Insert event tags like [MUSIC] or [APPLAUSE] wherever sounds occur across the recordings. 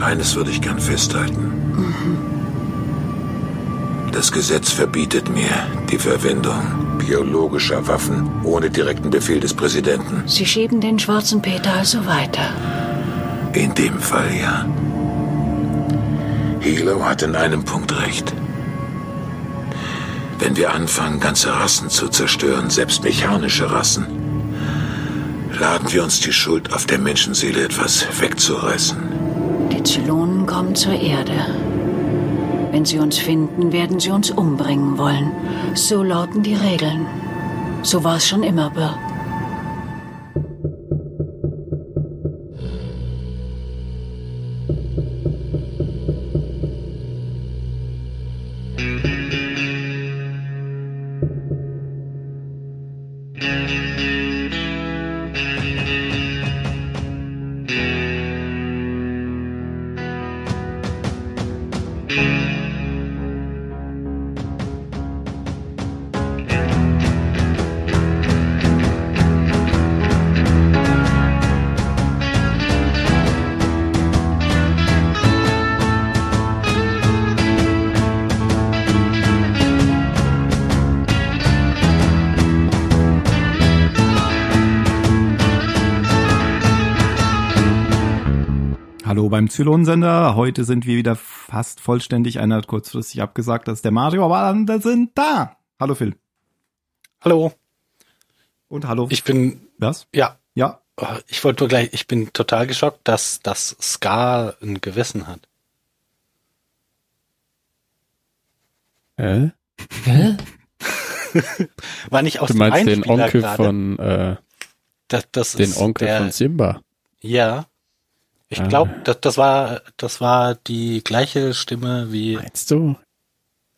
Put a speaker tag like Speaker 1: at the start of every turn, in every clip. Speaker 1: Eines würde ich gern festhalten. Das Gesetz verbietet mir die Verwendung biologischer Waffen ohne direkten Befehl des Präsidenten.
Speaker 2: Sie schieben den schwarzen Peter also weiter.
Speaker 1: In dem Fall ja. Hilo hat in einem Punkt recht. Wenn wir anfangen, ganze Rassen zu zerstören, selbst mechanische Rassen, laden wir uns die Schuld auf der Menschenseele etwas wegzureißen.
Speaker 2: Die Zylonen kommen zur Erde. Wenn sie uns finden, werden sie uns umbringen wollen. So lauten die Regeln. So war es schon immer, Bill.
Speaker 3: Hallo beim Zylonsender. Heute sind wir wieder fast vollständig. Einer hat kurzfristig abgesagt, das ist der Mario, aber andere sind da. Hallo Phil.
Speaker 4: Hallo,
Speaker 3: Und hallo.
Speaker 4: ich bin,
Speaker 3: Was?
Speaker 4: ja,
Speaker 3: Ja.
Speaker 4: äh, ich wollte nur gleich, ich bin total geschockt, dass das Scar ein Gewissen hat.
Speaker 5: Hä?
Speaker 4: War nicht aus
Speaker 5: Du
Speaker 4: dem
Speaker 5: meinst den
Speaker 4: Einspieler
Speaker 5: Onkel
Speaker 4: gerade?
Speaker 5: von äh,
Speaker 4: das, das
Speaker 5: den
Speaker 4: ist
Speaker 5: Onkel
Speaker 4: der,
Speaker 5: von Simba.
Speaker 4: Ja. Ich
Speaker 5: Ah.
Speaker 4: glaube, das, das war das war die gleiche Stimme wie.
Speaker 5: Meinst du?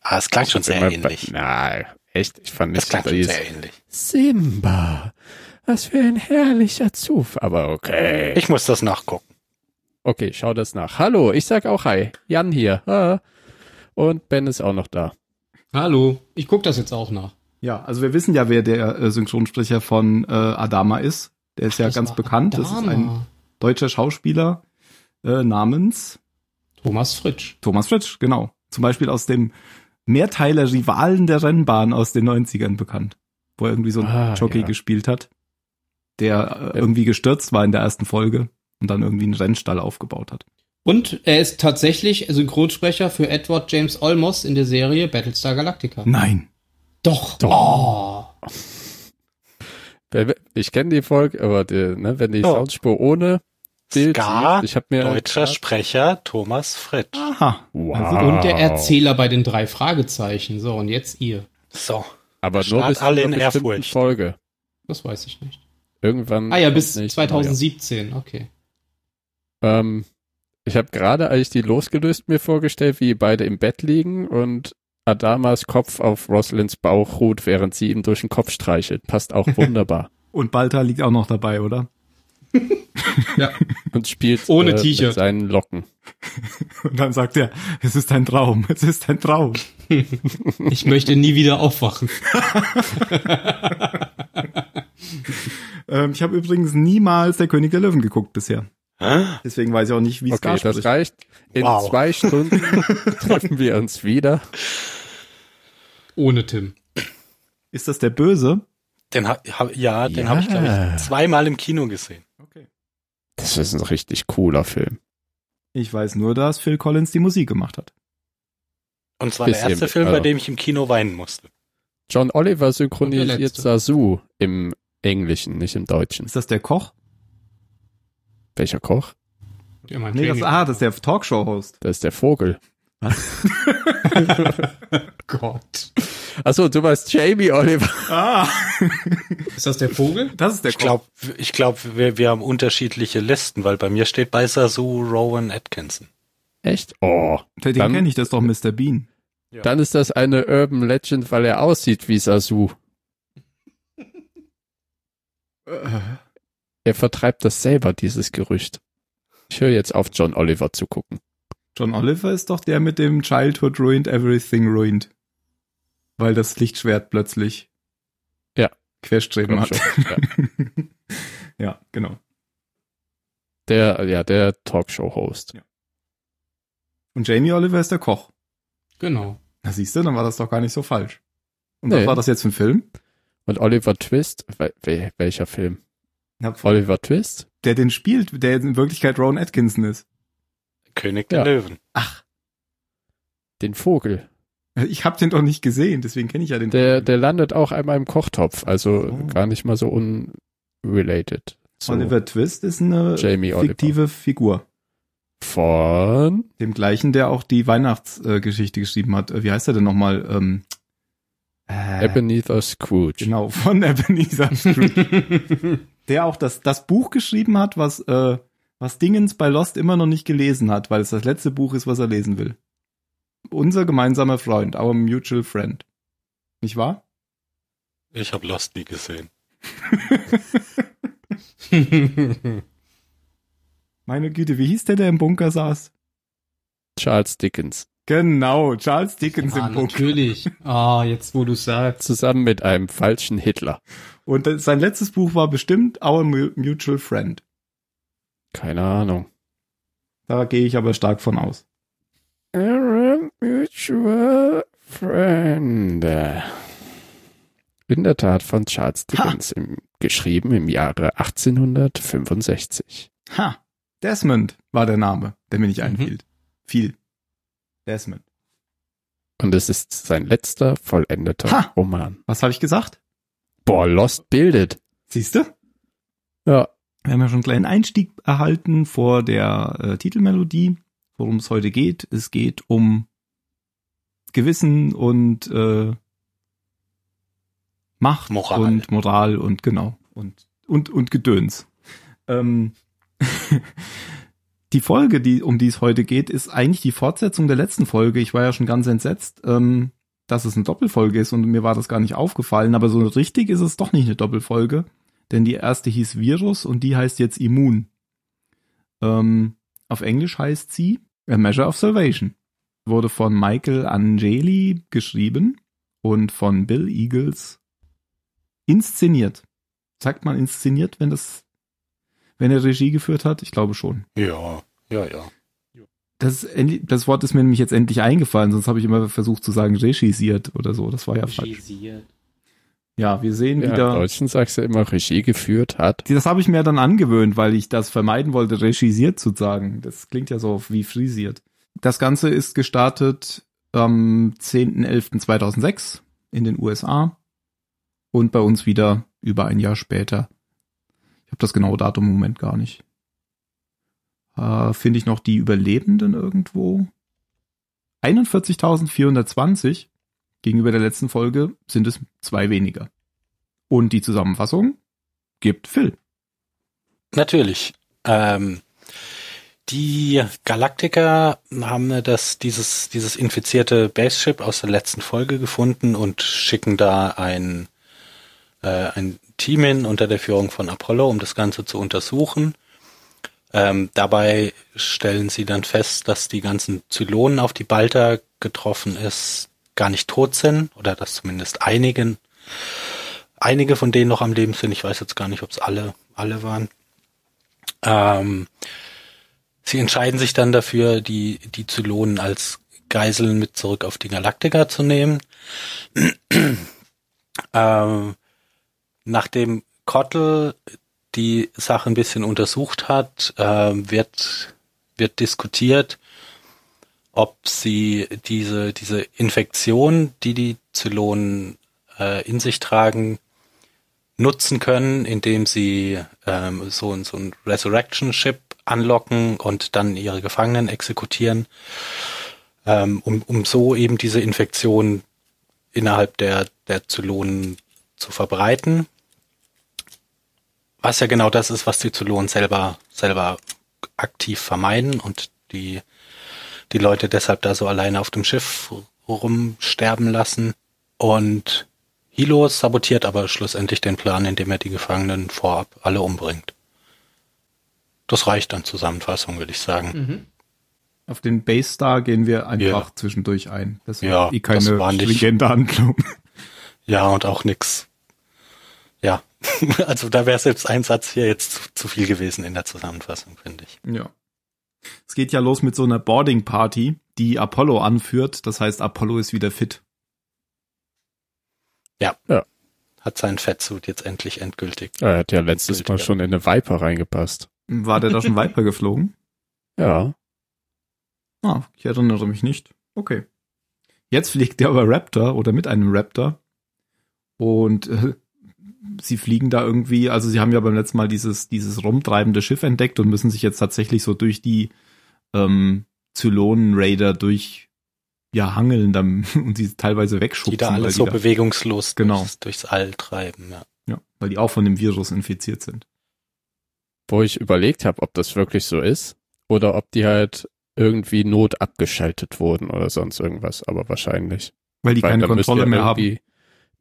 Speaker 4: Ah, es klang schon sehr
Speaker 5: Immer bei-
Speaker 4: ähnlich.
Speaker 5: Na, echt? Ich fand
Speaker 4: Es
Speaker 5: nicht
Speaker 4: klang schon
Speaker 5: dieses-
Speaker 4: sehr ähnlich.
Speaker 5: Simba. Was für ein herrlicher Zufall. Aber okay.
Speaker 4: Ich muss das nachgucken.
Speaker 5: Okay, schau das nach. Hallo, ich sag auch Hi. Jan hier. Ah. Und Ben ist auch noch da.
Speaker 6: Hallo, ich guck das jetzt auch nach.
Speaker 3: Ja, also wir wissen ja, wer der äh, Synchronsprecher von äh, Adama ist. Der ist ja
Speaker 6: Das
Speaker 3: ganz
Speaker 6: war
Speaker 3: bekannt. Das ist
Speaker 6: Adama.
Speaker 3: ein deutscher Schauspieler äh, namens
Speaker 6: Thomas Fritsch.
Speaker 3: Thomas Fritsch, genau. Zum Beispiel aus dem Mehrteiler Rivalen der Rennbahn aus den 90ern bekannt, wo er irgendwie so einen
Speaker 5: Ah,
Speaker 3: Jockey
Speaker 5: ja.
Speaker 3: gespielt hat, der äh, irgendwie gestürzt war in der ersten Folge und dann irgendwie einen Rennstall aufgebaut hat.
Speaker 6: Und er ist tatsächlich Synchronsprecher für Edward James Olmos in der Serie Battlestar Galactica.
Speaker 3: Nein.
Speaker 6: Doch. Oh.
Speaker 5: Wer- Ich kenne die Folge, aber die, ne, wenn die
Speaker 4: Ja.
Speaker 5: Soundspur ohne Bild
Speaker 4: Scar,
Speaker 5: sieht, ich hab mir
Speaker 4: deutscher Sprecher Thomas Fritsch.
Speaker 3: Aha.
Speaker 5: Wow.
Speaker 6: Und Ah, der Erzähler bei den drei Fragezeichen. So, und jetzt ihr.
Speaker 4: So.
Speaker 5: aber nur
Speaker 4: Start
Speaker 5: bis
Speaker 4: alle
Speaker 5: zu einer
Speaker 4: in
Speaker 5: bestimmten
Speaker 4: Ehrfurcht.
Speaker 5: Folge.
Speaker 6: Das weiß ich nicht.
Speaker 5: Irgendwann.
Speaker 6: Ah ja, bis
Speaker 5: kommt nicht-
Speaker 6: 2017. Okay.
Speaker 5: Naja. Ähm, ich habe gerade, als ich die losgelöst mir vorgestellt, wie beide im Bett liegen und Adamas Kopf auf Rosalins Bauch ruht, während sie ihm durch den Kopf streichelt. Passt
Speaker 6: [LAUGHS]
Speaker 5: auch wunderbar.
Speaker 3: Und Balta liegt auch noch dabei, oder? [LAUGHS]
Speaker 5: Und spielt
Speaker 6: Ohne
Speaker 5: äh,
Speaker 6: T-Shirt.
Speaker 5: mit seinen Locken.
Speaker 3: Und dann sagt er, es ist ein Traum, es ist ein Traum.
Speaker 6: Ich möchte nie wieder aufwachen.
Speaker 3: Ähm, ich habe übrigens niemals der König der Löwen geguckt bisher.
Speaker 4: Hä?
Speaker 3: Deswegen weiß ich auch nicht, wie es
Speaker 5: Okay,
Speaker 3: okay,
Speaker 5: das reicht. In
Speaker 4: Wow.
Speaker 5: zwei Stunden treffen wir uns wieder.
Speaker 6: Ohne Tim.
Speaker 3: Ist das der Böse?
Speaker 4: Den ha, ha, ja, den
Speaker 5: Ja.
Speaker 4: habe ich, glaube ich, zweimal im Kino gesehen.
Speaker 5: Das ist ein richtig cooler Film.
Speaker 3: Ich weiß nur, dass Phil Collins die Musik gemacht hat.
Speaker 4: Und zwar der
Speaker 5: Bisschen,
Speaker 4: erste Film, bei
Speaker 5: also.
Speaker 4: dem ich im Kino weinen musste.
Speaker 5: John Oliver
Speaker 6: Und der
Speaker 5: synchronisiert
Speaker 6: letzte.
Speaker 5: Sasu im Englischen, nicht im Deutschen.
Speaker 3: Ist das der Koch?
Speaker 5: Welcher Koch?
Speaker 6: Ja, mein
Speaker 3: Nee, das,
Speaker 6: Training.
Speaker 3: ah, das ist der
Speaker 5: [LAUGHS]
Speaker 3: Talkshow-Host.
Speaker 5: Das ist der Vogel.
Speaker 6: Gott.
Speaker 5: Achso, du warst Jamie Oliver. [LAUGHS]
Speaker 3: Ah,
Speaker 6: Ist das der Vogel?
Speaker 3: das ist der
Speaker 4: Ich glaube, ich glaub, wir, wir haben unterschiedliche Listen, weil bei mir steht bei Sasu Rowan Atkinson.
Speaker 5: Echt? Oh.
Speaker 3: Den
Speaker 5: Dann-
Speaker 3: kenne ich, das ist doch Mr. Bean.
Speaker 5: Dann ist das eine Urban Legend, weil er aussieht wie Sasu.
Speaker 3: Äh.
Speaker 5: Er vertreibt das selber, dieses Gerücht. Ich höre jetzt auf, John Oliver zu gucken.
Speaker 3: John Oliver ist doch der mit dem Childhood ruined, everything ruined. Weil das Lichtschwert plötzlich
Speaker 5: Ja.
Speaker 3: Querstreben
Speaker 5: Glaub
Speaker 3: hat.
Speaker 5: schon, ja.
Speaker 3: ja, genau.
Speaker 5: Der, ja, der Talkshow-Host.
Speaker 3: Ja. Und Jamie Oliver ist der Koch. [LAUGHS]
Speaker 6: Genau.
Speaker 3: Na siehst du, dann war das doch gar nicht so falsch. Und
Speaker 5: Nee.
Speaker 3: was war das jetzt für ein Film?
Speaker 5: Und Oliver Twist, wel- wel- welcher Film?
Speaker 3: Na,
Speaker 5: Oliver Twist?
Speaker 3: Der den spielt, der in Wirklichkeit Rowan Atkinson ist.
Speaker 4: König der
Speaker 5: Ja.
Speaker 4: Löwen.
Speaker 5: Den Vogel.
Speaker 3: Ich habe den doch nicht gesehen, deswegen kenne ich ja den.
Speaker 5: Der, der landet auch einmal im Kochtopf, also
Speaker 3: Oh.
Speaker 5: gar nicht mal so unrelated. zu
Speaker 3: Oliver Twist ist eine
Speaker 5: Jamie Oliver.
Speaker 3: fiktive Figur.
Speaker 5: Von
Speaker 3: Dem gleichen, der auch die Weihnachtsgeschichte geschrieben hat. Äh, Wie heißt er denn nochmal? Ähm, äh,
Speaker 5: Ebenezer Scrooge.
Speaker 3: Genau, von [LAUGHS] Ebenezer
Speaker 6: Ah,
Speaker 3: Scrooge. der auch das, das Buch geschrieben hat, was, äh, was Dingens bei Lost immer noch nicht gelesen hat, weil es das letzte Buch ist, was er lesen will. Unser gemeinsamer Freund, our mutual friend. Nicht wahr?
Speaker 4: Ich habe Lost nie gesehen.
Speaker 3: Meine Güte, wie hieß der, der im Bunker saß?
Speaker 5: Charles Dickens.
Speaker 3: Genau, Charles Dickens
Speaker 6: ah,
Speaker 3: im Bunker.
Speaker 6: natürlich. Ah, jetzt wo du sagst.
Speaker 5: Zusammen mit einem falschen Hitler.
Speaker 3: Und das- sein letztes Buch war bestimmt Our Mu- Mutual Friend.
Speaker 5: Keine Ahnung.
Speaker 3: Da gehe ich aber stark von aus.
Speaker 5: Our mutual friend. In der Tat von Charles Dickens, im, geschrieben im Jahre 1865.
Speaker 3: Ha! Desmond war der Name, der mir nicht einfiel. Viel. Desmond.
Speaker 5: Und es ist sein letzter vollendeter
Speaker 3: Ha!
Speaker 5: Roman.
Speaker 3: Was habe ich gesagt?
Speaker 5: Boah, Lost bildet.
Speaker 3: Siehst du?
Speaker 5: Ja,
Speaker 3: Wir haben ja schon einen kleinen Einstieg erhalten vor der äh, Titelmelodie, worum es heute geht. Es geht um Gewissen und äh, Macht
Speaker 4: Moral.
Speaker 3: und Moral und genau und und und Gedöns. Ähm, [LAUGHS] die Folge, die um die es heute geht, ist eigentlich die Fortsetzung der letzten Folge. Ich war ja schon ganz entsetzt, ähm, dass es eine Doppelfolge ist und mir war das gar nicht aufgefallen. Aber so richtig ist es doch nicht eine Doppelfolge, denn die erste hieß Virus und die heißt jetzt Immun. Ähm, auf Englisch heißt sie A Measure of Salvation. Wurde von Michael Angeli geschrieben und von Bill Eagles inszeniert. Sagt man inszeniert, wenn das, wenn er Regie geführt hat? Ich glaube schon.
Speaker 4: Ja, ja, ja.
Speaker 3: Das, ist endlich- das Wort ist mir nämlich jetzt endlich eingefallen, sonst habe ich immer versucht zu sagen regisiert oder so. Das war ja falsch. Ja, wir sehen
Speaker 5: ja im
Speaker 3: wieder.
Speaker 5: Deutschen sagst du immer, Regie geführt hat.
Speaker 3: Das habe ich mir dann angewöhnt, weil ich das vermeiden wollte, regisiert zu sagen. Das klingt ja so wie frisiert. Das Ganze ist gestartet am 10.11.2006 in den USA und bei uns wieder über ein Jahr später. Ich habe das genaue Datum im Moment gar nicht. Äh, Finde ich noch die Überlebenden irgendwo? 41.420 gegenüber der letzten Folge sind es zwei weniger. Und die Zusammenfassung gibt Phil.
Speaker 4: Natürlich. Ähm, die Galaktiker haben äh, das, dieses, dieses infizierte Base-Ship aus der letzten Folge gefunden und schicken da ein, äh, ein Team hin unter der Führung von Apollo, um das Ganze zu untersuchen. Ähm, dabei stellen sie dann fest, dass die ganzen Zylonen auf die Balta getroffen ist, gar nicht tot sind oder dass zumindest einigen, einige von denen noch am Leben sind. Ich weiß jetzt gar nicht, ob es alle, alle waren. Ähm, sie entscheiden sich dann dafür, die, die Zylonen als Geiseln mit zurück auf die Galaktika zu nehmen. [CLEARS THROAT] ähm, nachdem Kottel die Sache ein bisschen untersucht hat, ähm, wird, wird diskutiert, ob sie diese, diese Infektion, die die Zylonen äh, in sich tragen, nutzen können, indem sie ähm, so, ein- so ein Resurrection-Ship anlocken und dann ihre Gefangenen exekutieren, ähm, um, um so eben diese Infektion innerhalb der, der Zylonen zu verbreiten. Was ja genau das ist, was die Zylonen selber, selber aktiv vermeiden und die, die Leute deshalb da so alleine auf dem Schiff rumsterben lassen. Und Hilo sabotiert aber schlussendlich den Plan, indem er die Gefangenen vorab alle umbringt. Das reicht an Zusammenfassung, würde ich sagen.
Speaker 6: Mhm.
Speaker 3: Auf den Base Star gehen wir einfach
Speaker 4: Ja.
Speaker 3: zwischendurch ein. Das ist
Speaker 4: Ja,
Speaker 3: eh keine
Speaker 4: das war nicht-
Speaker 3: stringente Handlung.
Speaker 4: Ja, und auch nix. Ja, [LAUGHS] also da wäre selbst ein Satz hier jetzt zu, zu viel gewesen in der Zusammenfassung, finde ich.
Speaker 3: Ja. Es geht ja los mit so einer Boarding Party, die Apollo anführt. Das heißt, Apollo ist wieder fit.
Speaker 4: Ja.
Speaker 5: Ja.
Speaker 4: Hat seinen Fettsuit jetzt endlich endgültig.
Speaker 5: Er hat ja letztes
Speaker 4: Bild,
Speaker 5: Mal
Speaker 4: ja.
Speaker 5: schon in eine Viper reingepasst.
Speaker 3: War der da
Speaker 4: [LAUGHS]
Speaker 3: schon Viper geflogen?
Speaker 5: Ja.
Speaker 3: Ah, ich erinnere mich nicht. Okay. Jetzt fliegt der aber Raptor oder mit einem Raptor. Und äh, sie fliegen da irgendwie, also sie haben ja beim letzten Mal dieses, dieses rumtreibende Schiff entdeckt und müssen sich jetzt tatsächlich so durch die ähm, Zylonen-Raider durch ja hangeln dann, [LAUGHS] und sie teilweise wegschubsen.
Speaker 4: Die da
Speaker 3: weil
Speaker 4: alles so
Speaker 3: da-
Speaker 4: bewegungslos
Speaker 3: Genau.
Speaker 4: durchs, durchs All treiben. Ja.
Speaker 3: ja, weil die auch von dem Virus infiziert sind.
Speaker 5: Wo ich überlegt habe, ob das wirklich so ist oder ob die halt irgendwie not abgeschaltet wurden oder sonst irgendwas, aber wahrscheinlich.
Speaker 3: Weil die
Speaker 5: Weil
Speaker 3: keine
Speaker 5: dann müsste
Speaker 3: Kontrolle
Speaker 5: ja
Speaker 3: mehr haben.
Speaker 5: irgendwie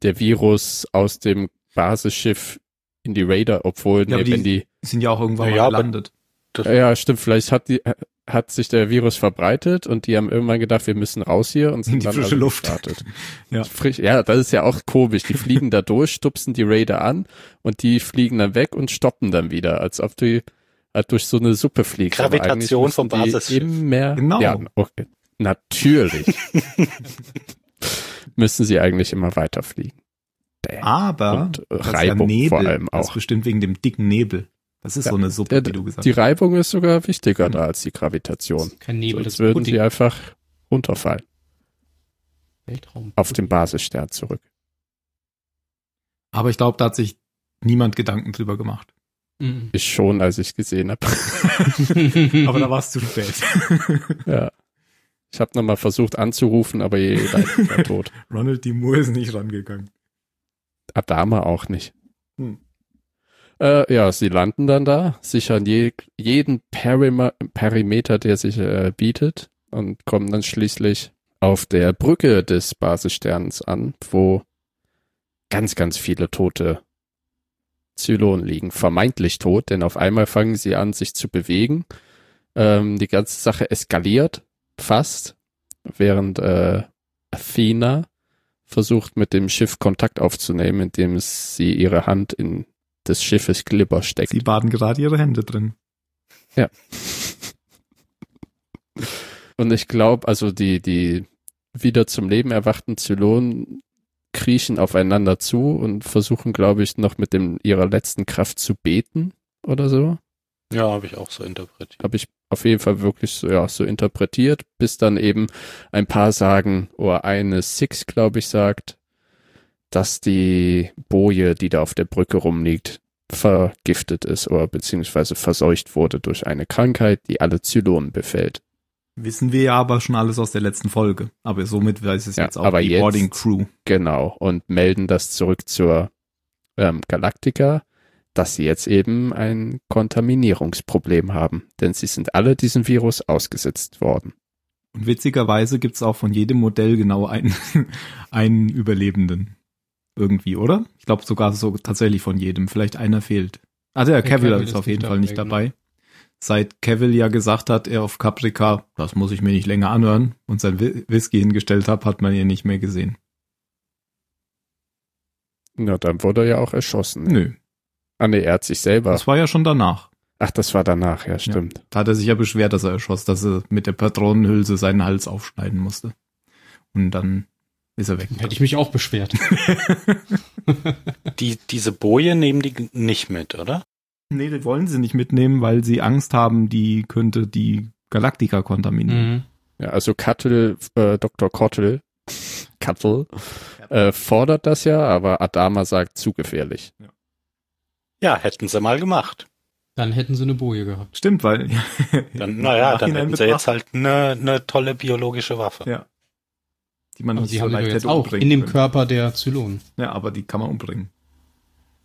Speaker 5: Der Virus aus dem Basisschiff in die Raider, obwohl,
Speaker 3: Ja,
Speaker 5: nee,
Speaker 3: aber die-
Speaker 5: wenn die
Speaker 3: Sind ja auch irgendwann
Speaker 4: Naja,
Speaker 3: mal
Speaker 4: aber-
Speaker 3: gelandet.
Speaker 5: Äh, Ja, stimmt. Vielleicht hat die äh, hat sich der Virus verbreitet und die haben irgendwann gedacht, wir müssen raus hier und sind
Speaker 3: In die
Speaker 5: dann
Speaker 3: frische
Speaker 5: alle
Speaker 3: Luft.
Speaker 5: gestartet.
Speaker 3: [LAUGHS] Ja.
Speaker 5: Frisch, ja, das ist ja auch komisch. Die fliegen da durch, stupsen die Raider an und die fliegen dann weg und stoppen dann wieder, als ob die halt durch so eine Suppe fliegen. Aber eigentlich
Speaker 4: Gravitation
Speaker 5: müssen
Speaker 4: vom
Speaker 5: die
Speaker 4: Basisschiff.
Speaker 5: Immer,
Speaker 3: Genau.
Speaker 5: Ja, okay. Natürlich. [LAUGHS] müssen sie eigentlich immer weiter fliegen.
Speaker 3: Ah. Aber
Speaker 5: Und, äh,
Speaker 3: das ist
Speaker 5: Reibung
Speaker 3: Nebel,
Speaker 5: vor allem
Speaker 3: Das
Speaker 5: auch.
Speaker 3: ist bestimmt wegen dem dicken Nebel. Das ist
Speaker 5: Ja,
Speaker 3: so eine Suppe,
Speaker 5: der-
Speaker 3: wie du gesagt
Speaker 5: Die
Speaker 3: hast.
Speaker 5: Reibung ist sogar wichtiger da als die Gravitation.
Speaker 6: Kein Nebel,
Speaker 5: Sonst
Speaker 6: das ist
Speaker 5: würden
Speaker 6: Pudding.
Speaker 5: die einfach runterfallen.
Speaker 6: Weltraum.
Speaker 5: auf den Basisstern zurück.
Speaker 3: Aber ich glaube, da hat sich niemand Gedanken drüber
Speaker 5: [LAUGHS]
Speaker 3: gemacht.
Speaker 6: Mhm.
Speaker 5: Ich schon, als ich gesehen habe.
Speaker 3: Aber da war es zu spät.
Speaker 5: ja. Ich habe nochmal versucht anzurufen, aber jeder war tot.
Speaker 3: Ronald D. Moore ist nicht rangegangen.
Speaker 5: Adama auch nicht.
Speaker 3: Hm.
Speaker 5: Äh, ja, sie landen dann da, sichern je, jeden Perima Perimeter, der sich äh, bietet und kommen dann schließlich auf der Brücke des Basissterns an, wo ganz, ganz viele tote Zylonen liegen. Vermeintlich tot, denn auf einmal fangen sie an, sich zu bewegen. Ähm, die ganze Sache eskaliert fast, während äh, Athena versucht, mit dem Schiff Kontakt aufzunehmen, indem es sie ihre Hand in des Schiffes Glibber steckt.
Speaker 3: Sie baden gerade ihre Hände drin.
Speaker 5: Und ich glaube, also die, die wieder zum Leben erwachten Zylonen kriechen aufeinander zu und versuchen, glaube ich, noch mit dem, ihrer letzten Kraft zu beten oder so.
Speaker 4: Ja, habe ich auch so interpretiert.
Speaker 5: habe ich auf jeden Fall wirklich so, ja, so interpretiert, bis dann eben ein paar sagen, oder eine Six, glaube ich, sagt, dass die Boje, die da auf der Brücke rumliegt, vergiftet ist oder beziehungsweise verseucht wurde durch eine Krankheit, die alle Zylonen befällt.
Speaker 3: Wissen wir ja aber schon alles aus der letzten Folge. Aber somit weiß es
Speaker 5: Ja,
Speaker 3: jetzt auch
Speaker 5: aber
Speaker 3: die
Speaker 5: jetzt-
Speaker 3: Boarding Crew.
Speaker 5: Genau, und melden das zurück zur ähm, Galactica, dass sie jetzt eben ein Kontaminierungsproblem haben, denn sie sind alle diesem Virus ausgesetzt worden.
Speaker 3: Und witzigerweise gibt's auch von jedem Modell genau einen, [LAUGHS] einen Überlebenden. Irgendwie, oder? Ich glaube sogar so tatsächlich von jedem. Vielleicht einer fehlt. Ah, der Cavill
Speaker 6: Cavill
Speaker 3: ist
Speaker 6: ist
Speaker 3: auf jeden
Speaker 6: nicht
Speaker 3: Fall nicht
Speaker 6: dabei, genau.
Speaker 3: dabei. Seit Cavill ja gesagt hat, er auf Caprica, das muss ich mir nicht länger anhören, und sein Whi- Whisky hingestellt hat, hat man ihn nicht mehr gesehen.
Speaker 5: Na, dann wurde er ja auch erschossen.
Speaker 3: Nö,
Speaker 5: Ah nee, er hat sich selber.
Speaker 3: das war ja schon danach.
Speaker 5: Ach, das war danach, ja, stimmt.
Speaker 3: Da hat er sich ja beschwert, dass er erschoss, dass er mit der Patronenhülse seinen Hals aufschneiden musste. Und dann ist er weg.
Speaker 6: [LAUGHS] Hätte ich mich auch beschwert.
Speaker 3: Mhm.
Speaker 4: Die, diese Boje nehmen die g- nicht mit, oder?
Speaker 3: Nee, die wollen sie nicht mitnehmen, weil sie Angst haben, die könnte die Galaktika kontaminieren.
Speaker 6: Mhm.
Speaker 5: Ja, also Kattel, äh, Dr.
Speaker 6: [LAUGHS]
Speaker 5: Kottel, Kattel, äh, fordert das ja, aber Adama sagt zu gefährlich.
Speaker 4: Ja, hätten sie mal gemacht.
Speaker 6: Dann hätten sie eine Boje gehabt.
Speaker 3: Stimmt, weil. [LAUGHS]
Speaker 4: Dann, naja, dann
Speaker 3: Nachhinein
Speaker 4: hätten sie jetzt
Speaker 3: betrachtet,
Speaker 4: halt eine ne tolle biologische Waffe.
Speaker 3: Ja. Die man
Speaker 6: Aber
Speaker 3: nicht
Speaker 6: sie
Speaker 3: so
Speaker 6: haben die
Speaker 3: leicht
Speaker 6: doch jetzt
Speaker 3: hätte
Speaker 6: auch
Speaker 3: umbringen
Speaker 6: in dem
Speaker 3: können.
Speaker 6: Körper der Zylonen.
Speaker 3: Ja, aber die kann man umbringen.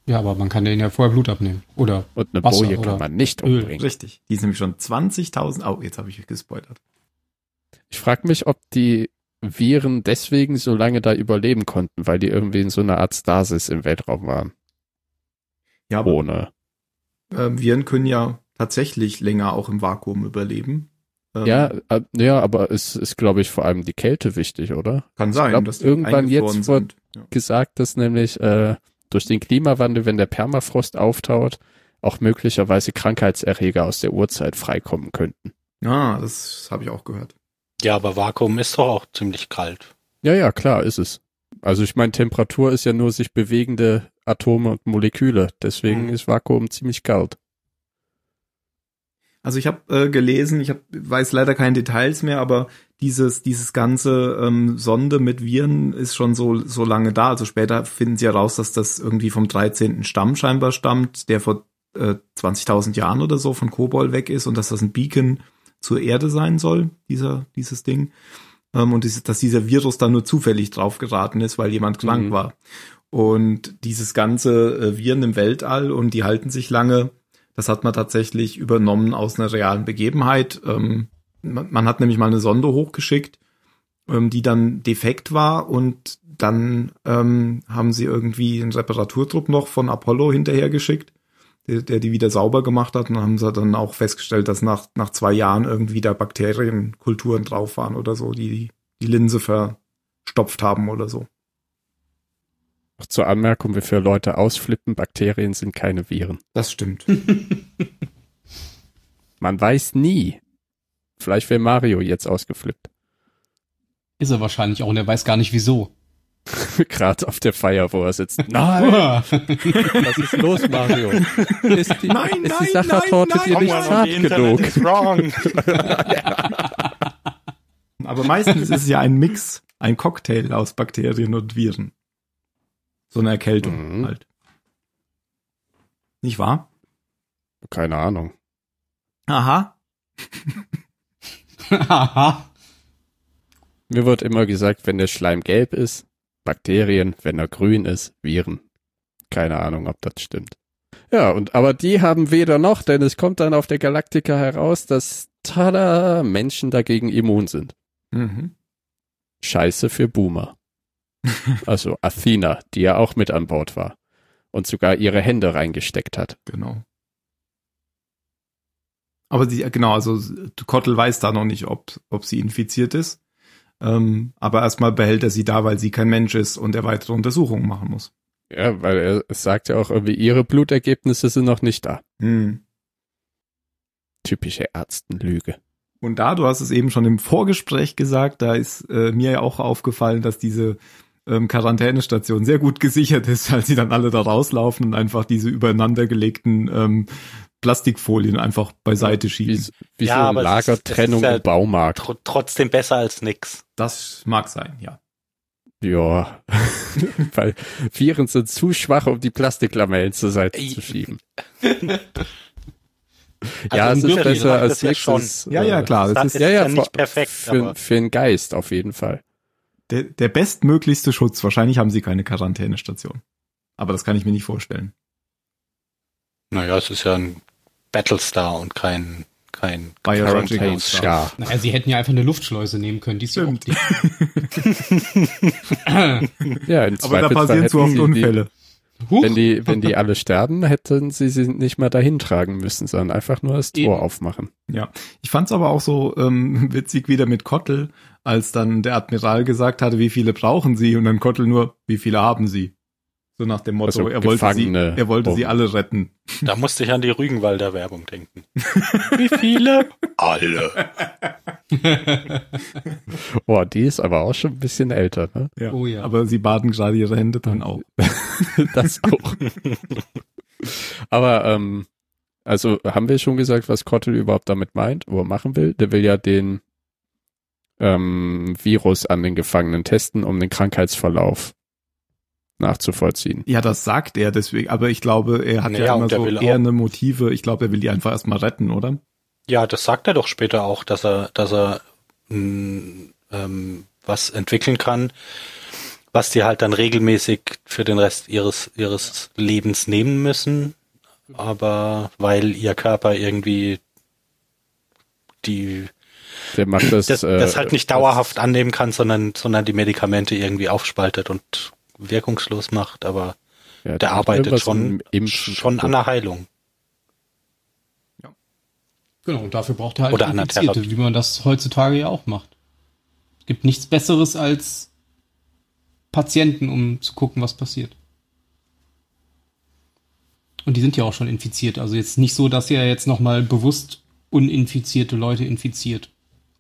Speaker 6: Ja, aber man kann denen ja vorher Blut abnehmen. Oder
Speaker 5: Und eine
Speaker 6: Wasser,
Speaker 5: Boje
Speaker 6: oder?
Speaker 5: kann man nicht
Speaker 6: Öl.
Speaker 5: umbringen.
Speaker 3: Richtig. Die ist nämlich schon 20.000. Oh, jetzt habe ich gespoilert.
Speaker 5: Ich frage mich, ob die Viren deswegen so lange da überleben konnten, weil die irgendwie in so einer Art Stasis im Weltraum waren.
Speaker 3: Ja, aber
Speaker 5: Ohne.
Speaker 3: äh, Viren können ja tatsächlich länger auch im Vakuum überleben. Ähm,
Speaker 5: Ja, äh, ja, aber es ist, glaube ich, vor allem die Kälte wichtig, oder?
Speaker 3: Kann sein,
Speaker 5: glaub,
Speaker 3: dass die
Speaker 5: irgendwann jetzt
Speaker 3: eingefroren
Speaker 5: vor-
Speaker 3: sind. Ja.
Speaker 5: gesagt, dass nämlich äh, durch den Klimawandel, wenn der Permafrost auftaut, auch möglicherweise Krankheitserreger aus der Urzeit freikommen könnten.
Speaker 3: Ja, Ah, das habe ich auch gehört.
Speaker 4: Ja, aber Vakuum ist doch auch ziemlich kalt.
Speaker 5: Ja, ja, klar, ist es. Also ich meine, Temperatur ist ja nur sich bewegende Atome und Moleküle. Deswegen ist Vakuum ziemlich kalt.
Speaker 3: Also ich habe äh, gelesen, ich hab, weiß leider keine Details mehr, aber dieses dieses ganze ähm, Sonde mit Viren ist schon so so lange da. Also später finden sie heraus, dass das irgendwie vom 13. Stamm scheinbar stammt, der vor äh, 20.000 Jahren oder so von Kobol weg ist und dass das ein Beacon zur Erde sein soll, dieser dieses Ding. Ähm, und dieses- dass dieser Virus da nur zufällig drauf geraten ist, weil jemand krank
Speaker 5: Mhm.
Speaker 3: war. Und dieses ganze äh, Viren im Weltall und die halten sich lange das hat man tatsächlich übernommen aus einer realen Begebenheit. Ähm, man, man hat nämlich mal eine Sonde hochgeschickt, ähm, die dann defekt war und dann ähm, haben sie irgendwie einen Reparaturtrupp noch von Apollo hinterhergeschickt, der, der die wieder sauber gemacht hat und haben sie dann auch festgestellt, dass nach, nach zwei Jahren irgendwie da Bakterienkulturen drauf waren oder so, die die Linse verstopft haben oder so.
Speaker 5: Noch zur Anmerkung, wofür Leute ausflippen, Bakterien sind keine Viren.
Speaker 3: Das stimmt.
Speaker 5: Man weiß nie. Vielleicht wäre Mario jetzt ausgeflippt. [LAUGHS]
Speaker 6: Ist er wahrscheinlich auch und er weiß gar
Speaker 3: [LAUGHS]
Speaker 6: nicht wieso.
Speaker 5: Gerade auf der Feier, wo er [LAUGHS] sitzt. Nein, was ist los, Mario? [LAUGHS] Ist die,
Speaker 3: Nein,
Speaker 5: ist
Speaker 3: nein,
Speaker 5: die Sachertorte
Speaker 3: nein,
Speaker 5: dir
Speaker 3: nein,
Speaker 5: nicht
Speaker 3: nein.
Speaker 5: zart genug?
Speaker 4: wrong.
Speaker 3: Aber meistens ist es ja ein Mix, ein Cocktail aus Bakterien und Viren. So eine Erkältung
Speaker 5: Mhm.
Speaker 3: halt. Nicht wahr?
Speaker 5: Keine Ahnung.
Speaker 3: Aha.
Speaker 6: Aha.
Speaker 5: Mir wird immer gesagt, wenn der Schleim gelb ist, Bakterien, wenn er grün ist, Viren. Keine Ahnung, ob das stimmt. Ja, und aber die haben weder noch, denn es kommt dann auf der Galaktika heraus, dass tada, Menschen dagegen immun sind.
Speaker 3: Mhm.
Speaker 5: Scheiße
Speaker 4: [LAUGHS]
Speaker 5: für Boomer. Also Athena, die ja auch mit an Bord war und sogar ihre Hände reingesteckt hat.
Speaker 3: Genau. Aber sie, genau, also Kottel weiß da noch nicht, ob, ob sie infiziert ist. Ähm, aber erstmal behält er sie da, weil sie kein Mensch ist und er weitere Untersuchungen machen muss.
Speaker 5: Ja, weil er es sagt ja auch irgendwie, ihre Blutergebnisse sind noch nicht da.
Speaker 3: Mhm.
Speaker 5: Typische Ärztenlüge.
Speaker 3: Und da, du hast es eben schon im Vorgespräch gesagt, da ist äh, mir ja auch aufgefallen, dass diese ähm, Quarantänestation sehr gut gesichert ist, als sie dann alle da rauslaufen und einfach diese übereinander gelegten ähm, Plastikfolien einfach beiseite
Speaker 5: Wie,
Speaker 3: schieben.
Speaker 5: s- wie
Speaker 4: Ja,
Speaker 5: so eine
Speaker 4: aber es ist- halt
Speaker 5: Lagertrennung
Speaker 4: es ist ja-
Speaker 5: im Baumarkt.
Speaker 4: Tr trotzdem besser als nix.
Speaker 3: Das mag sein, ja.
Speaker 5: Ja. [LAUGHS] weil Viren sind zu schwach, um die Plastiklamellen zur Seite
Speaker 4: Ey.
Speaker 5: zu schieben.
Speaker 4: Also
Speaker 5: ja,
Speaker 4: im
Speaker 5: es ist
Speaker 4: Gürtel reicht
Speaker 5: besser als
Speaker 4: das ja
Speaker 5: nächstes.
Speaker 3: Ja, ja,
Speaker 5: äh,
Speaker 3: klar. Das
Speaker 4: das
Speaker 3: ist
Speaker 4: ist-
Speaker 5: Ja, ja,
Speaker 4: ja nicht
Speaker 5: vor-
Speaker 4: perfekt,
Speaker 5: Für,
Speaker 4: aber-
Speaker 5: für den Geist auf jeden Fall.
Speaker 3: der, der bestmöglichste Schutz. Wahrscheinlich haben sie keine Quarantänestation. Aber das kann ich mir nicht vorstellen.
Speaker 4: Naja, es ist ja ein Battlestar und kein, kein
Speaker 3: Biological
Speaker 4: Quarantine
Speaker 3: Star.
Speaker 4: Star.
Speaker 5: Ja.
Speaker 6: Naja, sie hätten ja einfach eine Luftschleuse nehmen können, die ist ja auch
Speaker 3: Stimmt. [LAUGHS]
Speaker 6: dicht.
Speaker 5: Ja, im
Speaker 3: Aber da
Speaker 5: Zweifelsfall
Speaker 3: passieren zu
Speaker 5: hätten
Speaker 3: oft
Speaker 5: sie
Speaker 3: Unfälle.
Speaker 6: [LAUGHS] Huch.
Speaker 5: Die, wenn, die, wenn die alle sterben, hätten sie sie nicht mal dahin tragen müssen, sondern einfach nur das Tor
Speaker 6: Eben.
Speaker 5: aufmachen.
Speaker 3: Ich fand's aber auch so ähm, [LAUGHS] witzig wieder mit Kottel, als dann der Admiral gesagt hatte, wie viele brauchen Sie? Und dann Kottel nur, wie viele haben Sie? So nach dem Motto,
Speaker 5: Also
Speaker 3: er wollte, sie,
Speaker 5: Gefangene.
Speaker 3: er wollte sie
Speaker 5: Oh.
Speaker 3: alle retten.
Speaker 4: Da musste ich an die Rügenwalder Werbung denken. Wie viele? Alle.
Speaker 5: Boah, die ist aber auch schon ein bisschen älter, ne?
Speaker 3: Ja. Hm.
Speaker 6: Oh ja.
Speaker 3: Aber sie baden gerade ihre Hände dann auch.
Speaker 4: [LAUGHS]
Speaker 5: Das auch. aber, ähm, also haben wir schon gesagt, was Kottel überhaupt damit meint oder machen will? Der will ja den ähm, Virus an den Gefangenen testen, um den Krankheitsverlauf nachzuvollziehen.
Speaker 3: Ja, das sagt er deswegen, aber ich glaube, er hat
Speaker 4: Naja,
Speaker 3: ja immer
Speaker 4: und er
Speaker 3: so
Speaker 4: will auch-
Speaker 3: eher eine Motive. Ich glaube, er will die einfach erstmal retten, oder?
Speaker 4: Ja, das sagt er doch später auch, dass er, dass er mh, ähm, was entwickeln kann, was die halt dann regelmäßig für den Rest ihres ihres Lebens nehmen müssen, aber weil ihr Körper irgendwie die
Speaker 5: Der macht das,
Speaker 4: das,
Speaker 5: äh,
Speaker 4: das halt nicht
Speaker 5: als-
Speaker 4: dauerhaft annehmen kann, sondern sondern die Medikamente irgendwie aufspaltet und wirkungslos macht, aber
Speaker 5: Ja,
Speaker 4: der
Speaker 5: macht
Speaker 4: arbeitet
Speaker 5: irgendwas
Speaker 4: schon
Speaker 5: im- im-
Speaker 4: schon an der Heilung.
Speaker 6: Genau, und dafür braucht er halt
Speaker 4: Oder
Speaker 6: Infizierte,
Speaker 4: Anatherapie.
Speaker 6: wie man das heutzutage ja auch macht. Es gibt nichts Besseres als Patienten, um zu gucken, was passiert. Und die sind ja auch schon infiziert. Also jetzt nicht so, dass er jetzt nochmal bewusst uninfizierte Leute infiziert.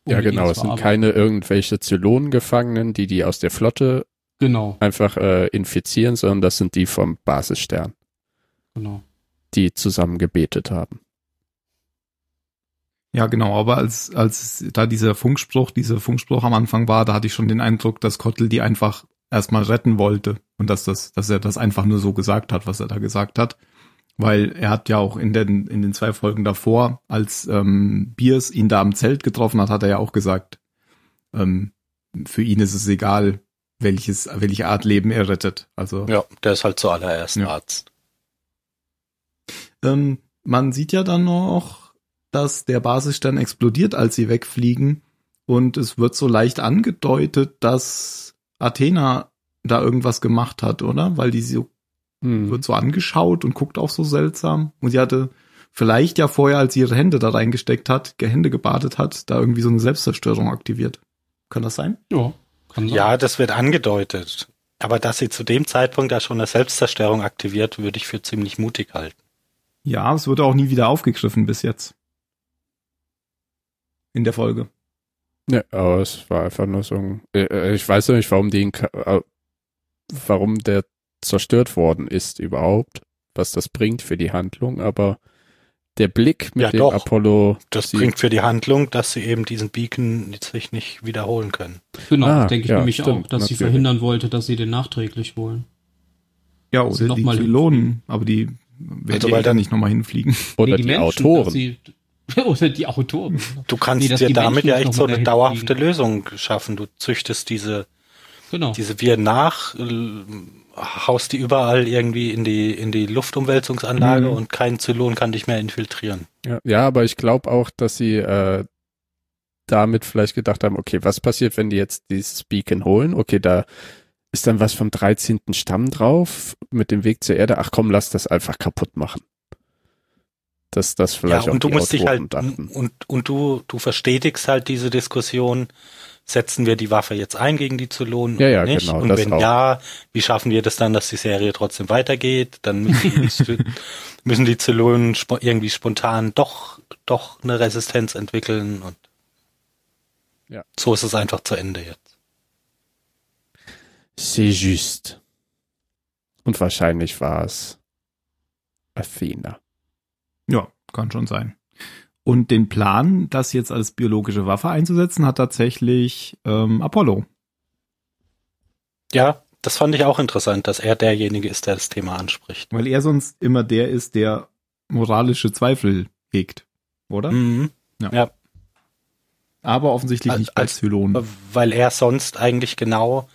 Speaker 6: um
Speaker 5: ja,
Speaker 6: mit ihnen
Speaker 5: genau.
Speaker 6: zu
Speaker 5: Es sind
Speaker 6: arbeiten.
Speaker 5: keine irgendwelche Zylonengefangenen, die die aus der Flotte
Speaker 6: Genau,
Speaker 5: einfach äh, infizieren, sondern das sind die vom Basisstern,
Speaker 6: genau.
Speaker 5: die zusammen gebetet haben.
Speaker 3: Ja, genau, aber als, als da dieser Funkspruch, dieser Funkspruch am Anfang war, da hatte ich schon den Eindruck, dass Kottel die einfach erstmal retten wollte und dass das, dass er das einfach nur so gesagt hat, was er da gesagt hat. Weil er hat ja auch in den, in den zwei Folgen davor, als ähm, Biers ihn da am Zelt getroffen hat, hat er ja auch gesagt, ähm, für ihn ist es egal, welches, welche Art Leben er rettet. Also
Speaker 4: Ja, der ist halt zuallererst
Speaker 3: Ja.
Speaker 4: Arzt.
Speaker 3: Ähm, man sieht ja dann noch, dass der Basisstern explodiert, als sie wegfliegen. Und es wird so leicht angedeutet, dass Athena da irgendwas gemacht hat, oder? Weil die so,
Speaker 5: Hm.
Speaker 3: wird so angeschaut und guckt auch so seltsam. Und sie hatte vielleicht ja vorher, als sie ihre Hände da reingesteckt hat, ge- Hände gebadet hat, da irgendwie so eine Selbstzerstörung aktiviert. Kann das sein?
Speaker 6: Ja, kann sein.
Speaker 4: Ja, das wird angedeutet. Aber dass sie zu dem Zeitpunkt da schon eine Selbstzerstörung aktiviert, würde ich für ziemlich mutig halten.
Speaker 3: Ja, es wurde auch nie wieder aufgegriffen bis jetzt. In der Folge.
Speaker 5: Ja, Ne, aber es war einfach nur so ein, äh, äh, ich weiß ja nicht, warum den, ka- äh, warum der zerstört worden ist überhaupt, was das bringt für die Handlung, aber der Blick mit
Speaker 4: Ja,
Speaker 5: dem
Speaker 4: doch.
Speaker 5: Apollo,
Speaker 4: Das
Speaker 5: sie-
Speaker 4: bringt für die Handlung, dass sie eben diesen Beacon sich nicht wiederholen können.
Speaker 6: Genau,
Speaker 5: Ah,
Speaker 6: denke ich
Speaker 5: ja,
Speaker 6: nämlich
Speaker 5: stimmt,
Speaker 6: auch, dass sie
Speaker 5: natürlich.
Speaker 6: verhindern wollte, dass sie den nachträglich holen.
Speaker 3: Ja,
Speaker 6: Also
Speaker 3: oder
Speaker 6: noch
Speaker 3: die
Speaker 6: mal
Speaker 3: Zylonen, aber die werden
Speaker 4: Also,
Speaker 3: ja
Speaker 4: weil
Speaker 3: eh
Speaker 4: dann-
Speaker 3: nicht nochmal hinfliegen.
Speaker 5: oder
Speaker 6: Nee,
Speaker 5: die,
Speaker 6: Menschen,
Speaker 5: Autoren.
Speaker 6: dass Sie, [LAUGHS] oder die Autoren. genau.
Speaker 4: [LAUGHS] Du kannst
Speaker 6: Nee, dass
Speaker 4: dir
Speaker 6: die
Speaker 4: damit
Speaker 6: Menschen
Speaker 4: ja
Speaker 6: nicht
Speaker 4: echt
Speaker 6: noch
Speaker 4: so
Speaker 6: mal
Speaker 4: eine
Speaker 6: dahin
Speaker 4: dauerhafte
Speaker 6: fliegen.
Speaker 4: Lösung schaffen. Du züchtest diese,
Speaker 6: Genau.
Speaker 4: diese Wir nach, äh, haust die überall irgendwie in die, in die Luftumwälzungsanlage
Speaker 3: Mhm.
Speaker 4: und kein Zylon kann dich mehr infiltrieren.
Speaker 5: Ja, ja, aber ich glaube auch, dass sie äh, damit vielleicht gedacht haben, okay, was passiert, wenn die jetzt dieses Beacon holen? Okay, da ist dann was vom 13. Stamm drauf mit dem Weg zur Erde. Ach komm, lass das einfach kaputt machen. Dass das vielleicht
Speaker 4: ja,
Speaker 5: auch
Speaker 4: und du
Speaker 5: die
Speaker 4: musst dich
Speaker 5: Autoren
Speaker 4: halt,
Speaker 5: dachten.
Speaker 4: und, und du, du verstetigst halt diese Diskussion, setzen wir die Waffe jetzt ein gegen die Zylonen
Speaker 5: Ja,
Speaker 4: oder
Speaker 5: ja,
Speaker 4: nicht?
Speaker 5: genau,
Speaker 4: und
Speaker 5: das
Speaker 4: wenn
Speaker 5: auch.
Speaker 4: ja, wie schaffen wir das dann, dass die Serie trotzdem weitergeht? Dann
Speaker 5: [LAUGHS]
Speaker 4: müssen die, müssen die Zylonen spo- irgendwie spontan doch, doch eine Resistenz entwickeln und
Speaker 5: Ja.
Speaker 4: so ist es einfach zu Ende jetzt.
Speaker 5: C'est juste. Und wahrscheinlich war es Athena.
Speaker 3: [LAUGHS] Ja, kann schon sein. Und den Plan, das jetzt als biologische Waffe einzusetzen, hat tatsächlich ähm, Apollo.
Speaker 4: Ja, das fand ich auch interessant, dass er derjenige ist, der das Thema anspricht.
Speaker 3: Weil er sonst immer der ist, der moralische Zweifel hegt, oder?
Speaker 4: Mhm.
Speaker 3: Aber offensichtlich
Speaker 4: Als-
Speaker 3: nicht bei
Speaker 4: als- äh,
Speaker 3: Zylonen.
Speaker 4: weil er sonst eigentlich genau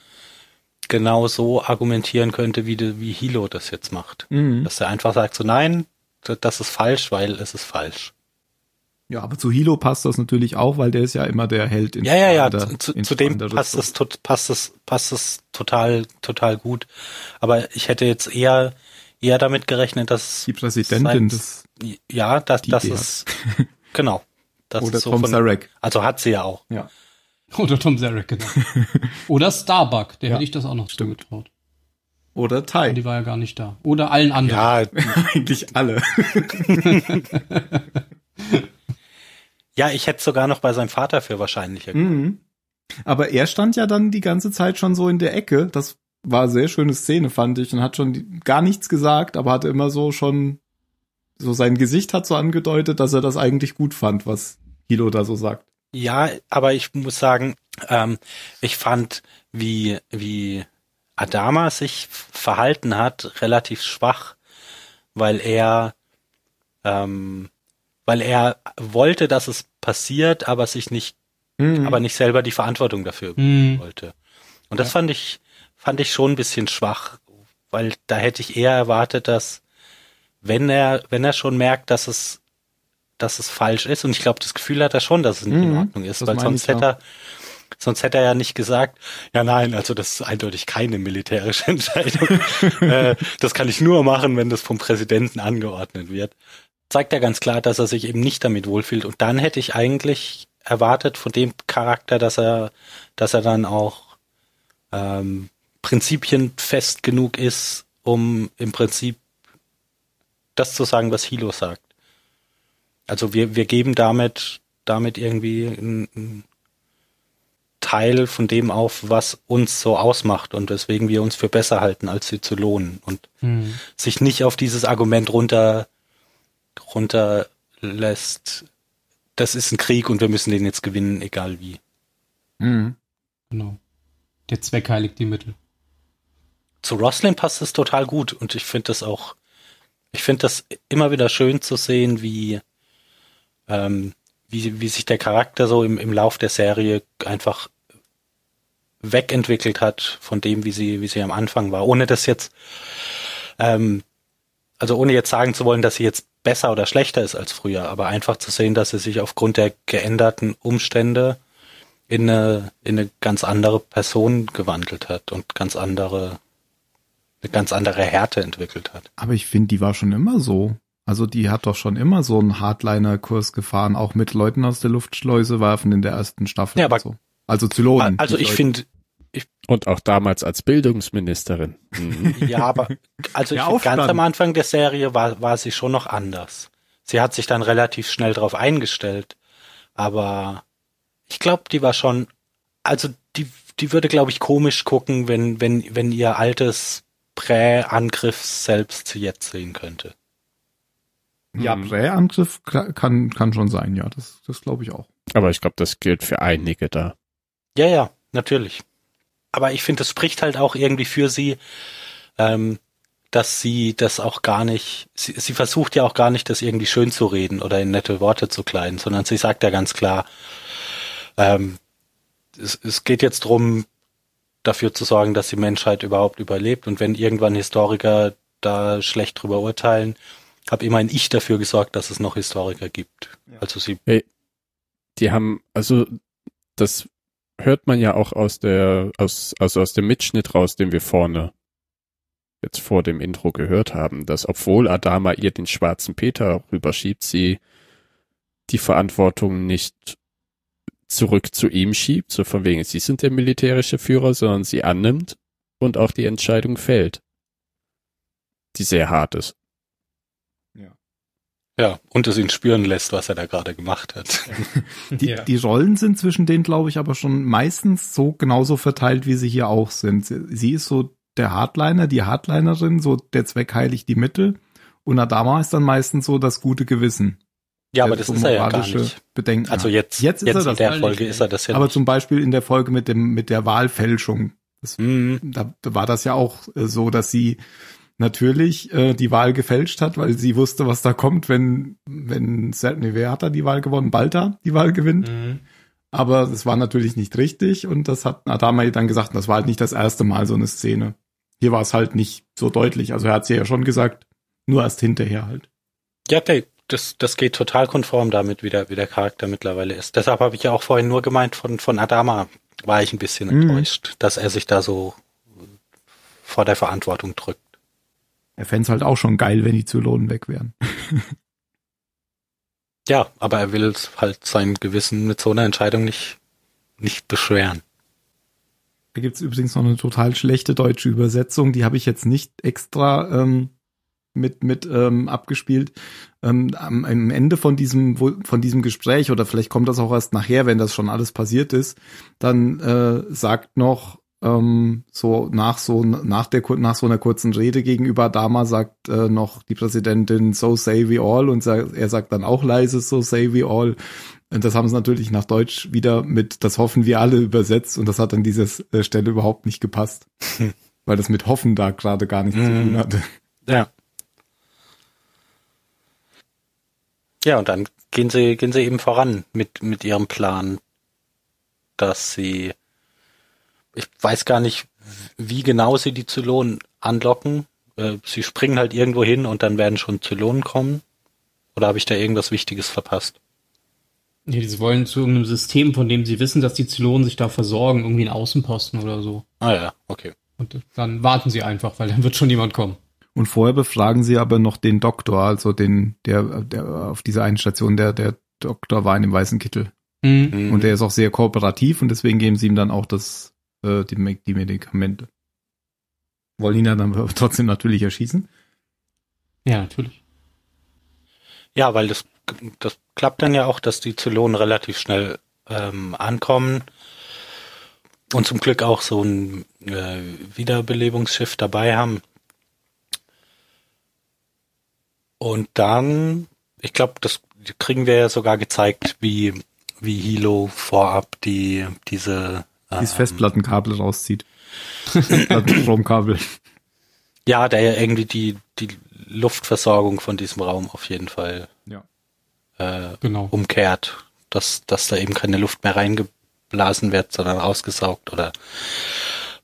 Speaker 4: genau so argumentieren könnte, wie, de, wie Hilo das jetzt macht.
Speaker 3: Mhm.
Speaker 4: Dass er einfach sagt so, nein, d- das ist falsch, weil es ist falsch.
Speaker 3: Mhm. Ja, aber zu Hilo passt das natürlich auch, weil der ist ja immer der Held in
Speaker 4: ja, ja, ja,
Speaker 3: strahlender-
Speaker 4: zu,
Speaker 3: in
Speaker 4: zu dem
Speaker 3: strahlender
Speaker 4: passt
Speaker 3: Rüstung.
Speaker 4: es, tot- passt es, passt es total, total gut. Aber ich hätte jetzt eher, eher damit gerechnet, dass,
Speaker 3: Die Präsidentin
Speaker 4: Sein-
Speaker 3: des
Speaker 4: ja, dass,
Speaker 3: Die
Speaker 4: das
Speaker 3: Idee
Speaker 4: ist, genau.
Speaker 3: [LAUGHS]
Speaker 4: Das
Speaker 3: oder
Speaker 4: ist so
Speaker 3: Tom
Speaker 4: von-
Speaker 3: Zarek.
Speaker 4: also hat sie ja auch.
Speaker 3: Ja.
Speaker 6: [LAUGHS] Oder Tom Zarek, genau. Oder Starbuck, der
Speaker 3: Ja,
Speaker 6: hätte ich das auch noch
Speaker 3: stimmt.
Speaker 6: zugetraut.
Speaker 3: Oder
Speaker 6: Und
Speaker 3: Tai.
Speaker 6: Die war ja gar nicht da. oder allen anderen.
Speaker 4: Ja,
Speaker 3: [LAUGHS] Eigentlich alle.
Speaker 4: ja, ich hätte sogar noch bei seinem Vater für wahrscheinlicher
Speaker 3: Mhm. Aber er stand ja dann die ganze Zeit schon so in der Ecke. Das war eine sehr schöne Szene, fand ich. Und hat schon die, gar nichts gesagt, aber hat immer so schon, so sein Gesicht hat so angedeutet, dass er das eigentlich gut fand, was Hilo da so sagt.
Speaker 4: Ja, aber ich muss sagen, ähm, ich fand, wie, wie Adama sich f- verhalten hat, relativ schwach, weil er, ähm, weil er wollte, dass es passiert, aber sich nicht,
Speaker 3: Mhm.
Speaker 4: aber nicht selber die Verantwortung dafür
Speaker 6: Hm,
Speaker 4: wollte. Und das fand ich, fand ich schon ein bisschen schwach, weil da hätte ich eher erwartet, dass wenn er, wenn er schon merkt, dass es, dass es falsch ist, und ich glaube, das Gefühl hat er schon, dass es nicht in
Speaker 3: Mhm,
Speaker 4: Ordnung ist,
Speaker 3: das
Speaker 4: weil
Speaker 3: meine
Speaker 4: sonst
Speaker 3: ich, ja.
Speaker 4: hätte er, sonst hätte er ja nicht gesagt, ja nein, also das ist eindeutig keine militärische [LAUGHS] Entscheidung. äh, das kann ich nur machen, wenn das vom Präsidenten angeordnet wird. Zeigt ja ganz klar, dass er sich eben nicht damit wohlfühlt. Und dann hätte ich eigentlich erwartet von dem Charakter, dass er, dass er dann auch ähm, prinzipienfest genug ist, um im Prinzip das zu sagen, was Hilo sagt. Also wir, wir geben damit, damit irgendwie einen, einen Teil von dem auf, was uns so ausmacht und weswegen wir uns für besser halten, als sie zu lohnen und
Speaker 6: Hm.
Speaker 4: sich nicht auf dieses Argument runter, runterlässt. Das ist ein Krieg und wir müssen den jetzt gewinnen, egal wie.
Speaker 3: Mhm.
Speaker 6: Genau. Der Zweck heiligt die Mittel.
Speaker 4: zu Roslyn passt es total gut und ich finde das auch, ich finde das immer wieder schön zu sehen, wie, ähm, wie, wie sich der Charakter so im, im Lauf der Serie einfach wegentwickelt hat von dem, wie sie, wie sie am Anfang war. Ohne das jetzt, ähm, also ohne jetzt sagen zu wollen, dass sie jetzt besser oder schlechter ist als früher, aber einfach zu sehen, dass sie sich aufgrund der geänderten Umstände in eine, in eine ganz andere Person gewandelt hat und ganz andere eine ganz andere Härte entwickelt hat.
Speaker 3: Aber ich finde, die war schon immer so. Also die hat doch schon immer so einen Hardliner-Kurs gefahren, auch mit Leuten aus der Luftschleuse werfen in der ersten Staffel.
Speaker 4: Ja, aber-
Speaker 3: und so. Also Zylonen.
Speaker 4: also
Speaker 3: nicht
Speaker 4: ich
Speaker 3: Leute.
Speaker 4: finde,
Speaker 5: Und auch damals als Bildungsministerin.
Speaker 4: [LAUGHS]
Speaker 5: Mhm.
Speaker 4: ja, aber also ich
Speaker 3: Der
Speaker 4: find, ganz
Speaker 3: Aufstand.
Speaker 4: am Anfang der Serie war, war sie schon noch anders. Sie hat sich dann relativ schnell darauf eingestellt, aber ich glaube, die war schon, also die, die würde, glaube ich, komisch gucken, wenn, wenn, wenn ihr altes Prä-Angriffs selbst jetzt sehen könnte.
Speaker 3: Ja, Präangriff kla- kann, kann schon sein, ja. Das, das glaube ich auch.
Speaker 5: Aber ich glaube, das gilt für einige da.
Speaker 4: Ja, ja, natürlich. Aber ich finde, das spricht halt auch irgendwie für sie, ähm, dass sie das auch gar nicht, sie, sie versucht ja auch gar nicht, das irgendwie schön zu reden oder in nette Worte zu kleiden, sondern sie sagt ja ganz klar, ähm, es, es geht jetzt drum, dafür zu sorgen, dass die Menschheit überhaupt überlebt. Und wenn irgendwann Historiker da schlecht drüber urteilen, habe immerhin ich dafür gesorgt, dass es noch Historiker gibt. Also sie,
Speaker 5: die haben, also das hört man ja auch aus der, aus, also aus dem Mitschnitt raus, den wir vorne jetzt vor dem Intro gehört haben, dass obwohl Adama ihr den schwarzen Peter rüberschiebt, sie die Verantwortung nicht zurück zu ihm schiebt, so von wegen, sie sind der militärische Führer, sondern sie annimmt und auch die Entscheidung fällt, die sehr hart ist.
Speaker 4: ja, und es ihn spüren lässt, was er da gerade gemacht hat.
Speaker 3: Die, die Rollen sind zwischen denen, glaube ich, aber schon meistens so genauso verteilt, wie sie hier auch sind. Sie, sie ist so der Hardliner, die Hardlinerin, so der Zweck heiligt die Mittel. Und Adama ist dann meistens so das gute Gewissen.
Speaker 4: Ja, aber
Speaker 3: Der
Speaker 4: das
Speaker 3: so
Speaker 4: ist er ja gar
Speaker 3: moralische
Speaker 4: nicht.
Speaker 3: Bedenken.
Speaker 4: Also jetzt,
Speaker 3: Jetzt ist
Speaker 4: jetzt,
Speaker 3: er
Speaker 4: in
Speaker 3: das
Speaker 4: der
Speaker 6: eigentlich
Speaker 4: Folge
Speaker 6: nicht.
Speaker 4: ist er das ja
Speaker 3: aber
Speaker 4: nicht.
Speaker 3: zum Beispiel in der Folge mit dem, mit der Wahlfälschung.
Speaker 4: Mhm.
Speaker 3: da war das ja auch äh, so, dass sie natürlich äh, die Wahl gefälscht hat, weil sie wusste, was da kommt, wenn, wenn, Sel- nee, wer hat da die Wahl gewonnen? Balta die Wahl gewinnt.
Speaker 6: Mhm.
Speaker 3: Aber es war natürlich nicht richtig und das hat Adama ihr dann gesagt, das war halt nicht das erste Mal so eine Szene. Hier war es halt nicht so deutlich. Also er hat sie ja schon gesagt, nur erst hinterher halt.
Speaker 4: Ja, okay. Das, das geht total konform damit, wie der, wie der Charakter mittlerweile ist. Deshalb habe ich ja auch vorhin nur gemeint, von, von Adama war ich ein bisschen
Speaker 3: Mhm.
Speaker 4: enttäuscht, dass er sich da so vor der Verantwortung drückt.
Speaker 3: Er fänd's halt auch schon geil, wenn die Zylonen weg wären.
Speaker 4: Ja, aber er will halt sein Gewissen mit so einer Entscheidung nicht, nicht beschweren.
Speaker 3: Da gibt's übrigens noch eine total schlechte deutsche Übersetzung, die habe ich jetzt nicht extra ähm, mit, mit ähm, abgespielt. Ähm, am, am Ende von diesem, wo- von diesem Gespräch, oder vielleicht kommt das auch erst nachher, wenn das schon alles passiert ist, dann äh, sagt noch ähm, so nach so nach der kur- nach so einer kurzen Rede gegenüber Adama sagt äh, noch die Präsidentin so say we all und sa er sagt dann auch leise so say we all und das haben sie natürlich nach Deutsch wieder mit das hoffen wir alle übersetzt und das hat an dieser S- äh, Stelle überhaupt nicht gepasst, [LAUGHS] weil das mit hoffen da gerade gar nichts zu
Speaker 4: Mhm.
Speaker 3: tun hatte.
Speaker 4: Ja. Ja, und dann gehen sie, gehen sie eben voran mit, mit ihrem Plan, dass sie, ich weiß gar nicht, wie genau sie die Zylonen anlocken. Äh, Sie springen halt irgendwo hin und dann werden schon Zylonen kommen. Oder habe ich da irgendwas Wichtiges verpasst?
Speaker 6: Ja, die wollen zu irgendeinem System, von dem sie wissen, dass die Zylonen sich da versorgen, irgendwie einen Außenposten oder so.
Speaker 4: Ah ja, okay.
Speaker 6: Und dann warten sie einfach, weil dann wird schon jemand kommen.
Speaker 3: Und vorher befragen sie aber noch den Doktor, also den der der auf dieser einen Station der der Doktor war in dem weißen Kittel
Speaker 6: Mhm.
Speaker 5: Hm.
Speaker 3: und der ist auch sehr kooperativ und deswegen geben sie ihm dann auch das äh, die, Me- die Medikamente. Wollen ihn dann aber trotzdem natürlich erschießen.
Speaker 6: Ja, natürlich.
Speaker 4: Ja, weil das das klappt dann ja auch, dass die Zylonen relativ schnell ähm, ankommen und zum Glück auch so ein äh, Wiederbelebungsschiff dabei haben. Und dann, ich glaube, das kriegen wir ja sogar gezeigt, wie, wie Hilo vorab die, diese, ähm,
Speaker 3: Dieses Festplattenkabel [LAUGHS] rauszieht. Festplattenstromkabel.
Speaker 4: ja, der ja irgendwie die, die Luftversorgung von diesem Raum auf jeden Fall
Speaker 3: Ja.
Speaker 4: äh,
Speaker 6: Genau.
Speaker 5: Um.
Speaker 4: umkehrt, dass, dass da eben keine Luft mehr reingeblasen wird, sondern rausgesaugt oder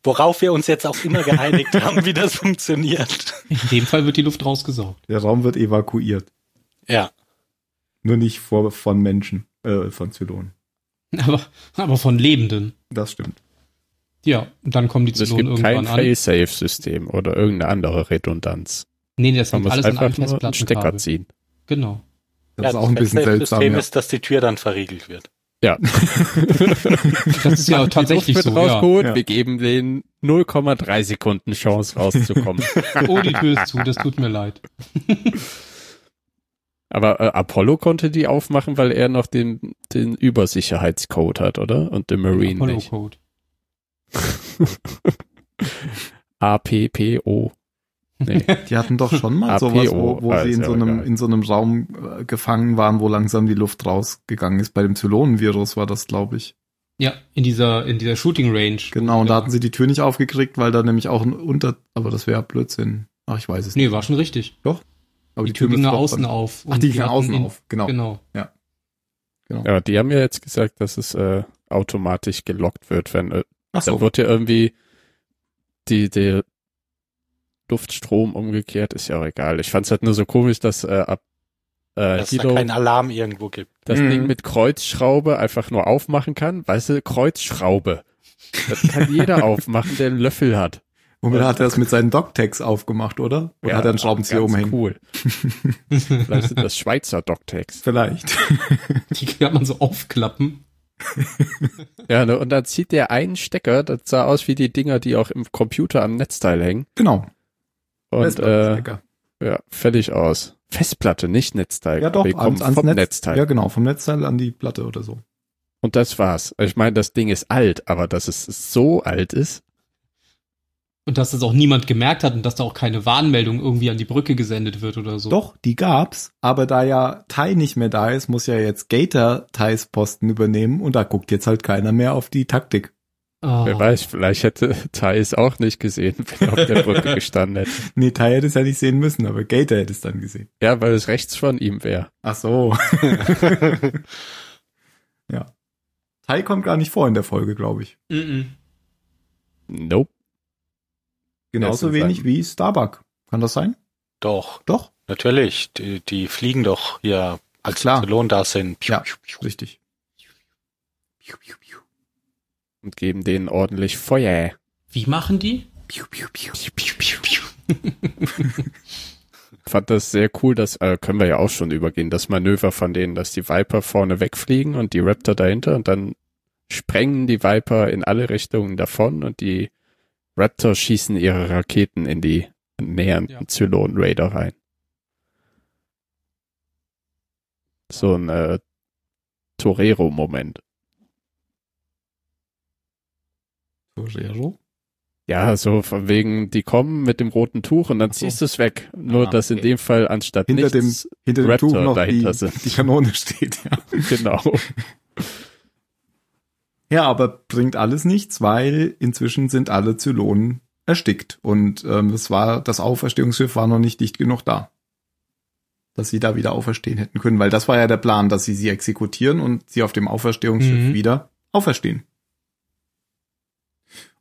Speaker 4: worauf wir uns jetzt auch
Speaker 3: [LAUGHS]
Speaker 4: immer geeinigt haben, wie das funktioniert.
Speaker 6: In dem Fall wird die Luft rausgesaugt.
Speaker 3: Der Raum wird evakuiert.
Speaker 4: Ja,
Speaker 3: Nur nicht vor, von Menschen, äh, von Zylonen.
Speaker 6: [LAUGHS] Aber, aber von Lebenden.
Speaker 3: Das stimmt.
Speaker 6: Ja, und dann kommen die
Speaker 5: Also Es
Speaker 6: Zylonen
Speaker 5: gibt kein
Speaker 6: irgendwann an.
Speaker 5: Fail-Safe-System oder irgendeine andere Redundanz.
Speaker 6: Nee, nee, das
Speaker 5: Man
Speaker 6: liegt
Speaker 5: muss
Speaker 6: alles an einem
Speaker 5: einfach nur einen Stecker
Speaker 6: Festplattenkabel.
Speaker 5: ziehen.
Speaker 6: Genau.
Speaker 3: Das
Speaker 4: ja,
Speaker 3: ist auch ein bisschen seltsam.
Speaker 4: System
Speaker 3: ja.
Speaker 4: ist, dass die Tür dann verriegelt wird.
Speaker 5: Ja.
Speaker 6: Das ist ja tatsächlich
Speaker 5: Luft
Speaker 6: so.
Speaker 5: wird
Speaker 6: Ja.
Speaker 5: rausgeholt,
Speaker 3: Ja.
Speaker 5: wir geben denen 0,3 Sekunden Chance
Speaker 6: [LAUGHS]
Speaker 5: rauszukommen.
Speaker 6: Oh, die Tür ist zu, das tut mir leid.
Speaker 5: Aber äh, Apollo konnte die aufmachen, weil er noch den, den Übersicherheitscode hat, oder? Und der Marine
Speaker 6: Apollo
Speaker 5: nicht. [LAUGHS]
Speaker 6: Code.
Speaker 5: APPO. [LAUGHS] Nee.
Speaker 3: Die hatten doch schon mal
Speaker 5: APO,
Speaker 3: sowas, wo, wo
Speaker 5: ah,
Speaker 3: sie
Speaker 5: ist
Speaker 3: in
Speaker 5: ja
Speaker 3: so, einem,
Speaker 5: egal.
Speaker 3: in so einem Raum äh, gefangen waren, wo langsam die Luft rausgegangen ist. Bei dem Zylonenvirus war das, glaube ich.
Speaker 6: Ja, in dieser, in dieser Shooting Range.
Speaker 3: Genau, und da
Speaker 6: Ja.
Speaker 3: hatten sie die Tür nicht aufgekriegt, weil da nämlich auch ein Unter... Aber das wäre Blödsinn. Ach, ich weiß es nicht.
Speaker 6: Nee, war schon richtig.
Speaker 3: Aber
Speaker 6: Die, Tür ging
Speaker 3: müsste
Speaker 6: nach
Speaker 3: doch
Speaker 6: außen
Speaker 3: dann-
Speaker 6: auf.
Speaker 3: Ach, die ging
Speaker 6: wir
Speaker 3: nach
Speaker 6: hatten
Speaker 3: außen
Speaker 6: in-
Speaker 3: auf, genau.
Speaker 6: Genau.
Speaker 5: Ja, die haben ja jetzt gesagt, dass es äh, automatisch gelockt wird, wenn äh,
Speaker 3: Ach
Speaker 5: da
Speaker 3: so.
Speaker 5: wird ja irgendwie die, die Luftstrom umgekehrt, ist ja auch egal. Ich fand's halt nur so komisch, dass äh, ab äh,
Speaker 4: Dass es da
Speaker 5: Hilo
Speaker 4: keinen Alarm irgendwo gibt.
Speaker 5: das
Speaker 3: Mhm.
Speaker 5: Ding mit Kreuzschraube einfach nur aufmachen kann. Weißt du, Kreuzschraube. Das
Speaker 3: [LAUGHS]
Speaker 5: kann jeder aufmachen, der einen Löffel hat.
Speaker 3: Womit hat er das mit seinen Dogtags aufgemacht, oder? Oder hat er einen Schraubenzieher
Speaker 5: ganz
Speaker 3: umhängen?
Speaker 5: Cool. Vielleicht sind das Schweizer Doctex.
Speaker 3: Vielleicht. [LAUGHS]
Speaker 6: Die [LAUGHS] kann man so aufklappen.
Speaker 5: Ja, ne, und dann zieht der einen Stecker, das sah aus wie die Dinger, die auch im Computer am Netzteil hängen.
Speaker 3: genau.
Speaker 5: Und äh,
Speaker 3: Festplattenstecker.
Speaker 5: ja, fertig aus. Festplatte, nicht Netzteil.
Speaker 3: ja doch,
Speaker 5: wir
Speaker 3: ans,
Speaker 5: kommen
Speaker 3: ans
Speaker 5: vom
Speaker 3: Netz.
Speaker 5: Netzteil.
Speaker 3: Ja genau, vom Netzteil an die Platte oder so.
Speaker 5: Und das war's. Ich meine, das Ding ist alt, aber dass es so alt ist,
Speaker 6: Und dass das auch niemand gemerkt hat und dass da auch keine Warnmeldung irgendwie an die Brücke gesendet wird oder so.
Speaker 3: Doch, die gab's, aber da ja Tai nicht mehr da ist, muss ja jetzt Gator Tais Posten übernehmen und da guckt jetzt halt keiner mehr auf die Taktik.
Speaker 6: Ah.
Speaker 3: Oh.
Speaker 5: wer weiß, vielleicht hätte [LAUGHS] Tai es auch nicht gesehen, wenn er
Speaker 3: [LAUGHS]
Speaker 5: auf der Brücke gestanden hätte.
Speaker 3: Nee, Tai hätte es ja nicht sehen müssen, aber Gator hätte es dann gesehen.
Speaker 5: Ja, weil es rechts von ihm wäre.
Speaker 3: Ach so. ja. Tai kommt gar nicht vor in der Folge, glaube ich.
Speaker 6: Mm-mm.
Speaker 5: Nope.
Speaker 3: Genauso
Speaker 5: Erstens
Speaker 3: wenig
Speaker 5: ein-
Speaker 3: wie Starbuck. Kann das sein?
Speaker 4: Doch,
Speaker 3: Doch.
Speaker 4: natürlich. Die, die fliegen doch hier, als
Speaker 3: Klar.
Speaker 4: Zylonen da sind.
Speaker 3: Ja, richtig.
Speaker 5: Und geben denen ordentlich Feuer.
Speaker 6: Wie machen die?
Speaker 5: fand das sehr cool, dass äh, können wir ja auch schon übergehen, das Manöver von denen, dass die Viper vorne wegfliegen und die Raptor dahinter und dann sprengen die Viper in alle Richtungen davon und die Raptor schießen ihre Raketen in die nähernden
Speaker 6: Ja.
Speaker 5: Zylon Raider rein. So ein äh, Torero-Moment.
Speaker 3: Torero?
Speaker 5: Ja, so von wegen, die kommen mit dem roten Tuch und dann
Speaker 3: Ach so.
Speaker 5: ziehst du es weg. Nur,
Speaker 3: Ah,
Speaker 5: dass in
Speaker 3: okay.
Speaker 5: dem Fall anstatt
Speaker 3: Hinter dem-
Speaker 5: nichts
Speaker 3: Hinter dem
Speaker 5: Raptor
Speaker 3: Tuch noch die,
Speaker 5: dahinter sind.
Speaker 3: die Kanone [LAUGHS] steht, ja.
Speaker 5: [LAUGHS]
Speaker 3: [LAUGHS]
Speaker 5: genau.
Speaker 3: Ja, aber bringt alles nichts, weil inzwischen sind alle Zylonen erstickt und ähm, es war das Auferstehungsschiff war noch nicht dicht genug da, dass sie da wieder auferstehen hätten können, weil das war ja der Plan, dass sie sie exekutieren und sie auf dem Auferstehungsschiff
Speaker 6: Mhm.
Speaker 3: wieder auferstehen.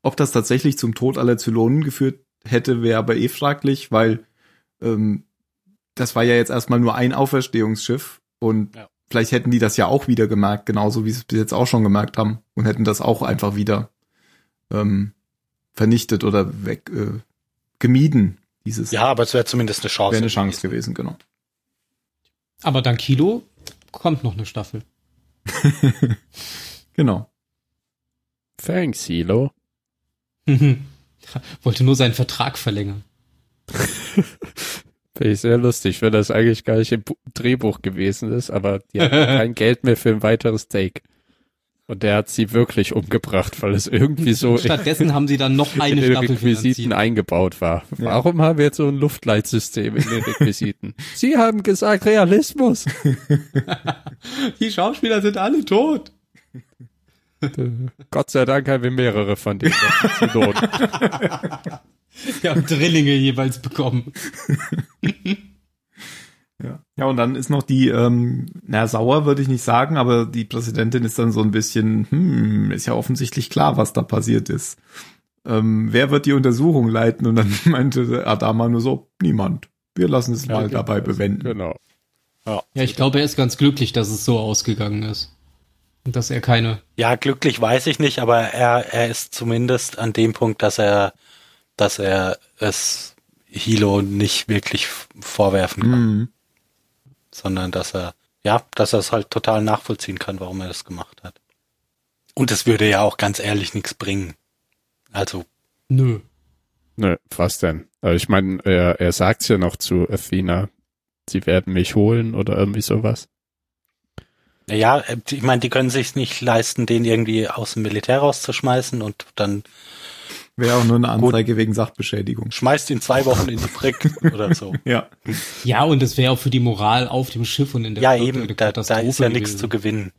Speaker 3: Ob das tatsächlich zum Tod aller Zylonen geführt hätte, wäre aber eh fraglich, weil ähm, das war ja jetzt erstmal nur ein Auferstehungsschiff und
Speaker 4: Ja.
Speaker 3: vielleicht hätten die das ja auch wieder gemerkt, genauso wie sie es bis jetzt auch schon gemerkt haben und hätten das auch einfach wieder ähm, vernichtet oder weg äh, gemieden. Dieses
Speaker 4: Ja, aber es wäre zumindest eine Chance.
Speaker 3: wäre eine Chance gewesen, genau.
Speaker 6: Aber dank Kilo kommt noch eine Staffel. [LAUGHS]
Speaker 3: Genau.
Speaker 5: Thanks, Hilo.
Speaker 3: [LAUGHS]
Speaker 6: Wollte nur seinen Vertrag verlängern.
Speaker 5: Finde ich sehr lustig, wenn das eigentlich gar nicht im Bu Drehbuch gewesen ist, aber die hatten kein Geld mehr für ein weiteres Take. Und der hat sie wirklich umgebracht, weil es irgendwie so
Speaker 6: Stattdessen haben sie dann noch
Speaker 5: in
Speaker 6: eine
Speaker 5: den
Speaker 6: Staffel
Speaker 5: Requisiten
Speaker 6: finanziert.
Speaker 5: eingebaut war. Warum haben wir jetzt so ein Luftleitsystem in den Requisiten? sie haben gesagt Realismus.
Speaker 6: Die Schauspieler sind alle tot.
Speaker 5: Gott sei Dank haben wir mehrere von denen zu Not.
Speaker 6: [LAUGHS] Wir haben Drillinge jeweils bekommen.
Speaker 3: Ja. ja, und dann ist noch die, ähm, na, sauer würde ich nicht sagen, aber die Präsidentin ist dann so ein bisschen, hm, ist ja offensichtlich klar, was da passiert ist. Ähm, wer wird die Untersuchung leiten? Und dann [LAUGHS] meinte Adama nur so, niemand. Wir lassen es mal dabei bewenden.
Speaker 5: Genau.
Speaker 6: Ja, ich glaube, er ist ganz glücklich, dass es so ausgegangen ist. Und dass er keine.
Speaker 4: Ja, glücklich weiß ich nicht, aber er, er ist zumindest an dem Punkt, dass er, dass er es Hilo nicht wirklich f- vorwerfen kann,
Speaker 3: Mhm.
Speaker 4: sondern dass er, ja, dass er es halt total nachvollziehen kann, warum er das gemacht hat. Und es würde ja auch ganz ehrlich nichts bringen. Also,
Speaker 6: Nö.
Speaker 5: Nö, was denn? Also ich meine, er, er sagt's ja noch zu Athena, sie werden mich holen oder irgendwie sowas.
Speaker 4: ja, äh, die- ich meine, die können sich nicht leisten, den irgendwie aus dem Militär rauszuschmeißen und dann
Speaker 3: Wäre auch nur eine Anzeige wegen Sachbeschädigung.
Speaker 4: schmeißt ihn zwei Wochen in die
Speaker 6: [LAUGHS]
Speaker 4: Brick oder so.
Speaker 3: Ja.
Speaker 6: Ja, und das wäre auch für die Moral auf dem Schiff und in der
Speaker 4: Ja,
Speaker 6: Flotte
Speaker 4: eben,
Speaker 6: eine
Speaker 4: da, da ist
Speaker 6: Katastrophe
Speaker 4: ja nichts
Speaker 6: gewesen.
Speaker 4: zu gewinnen.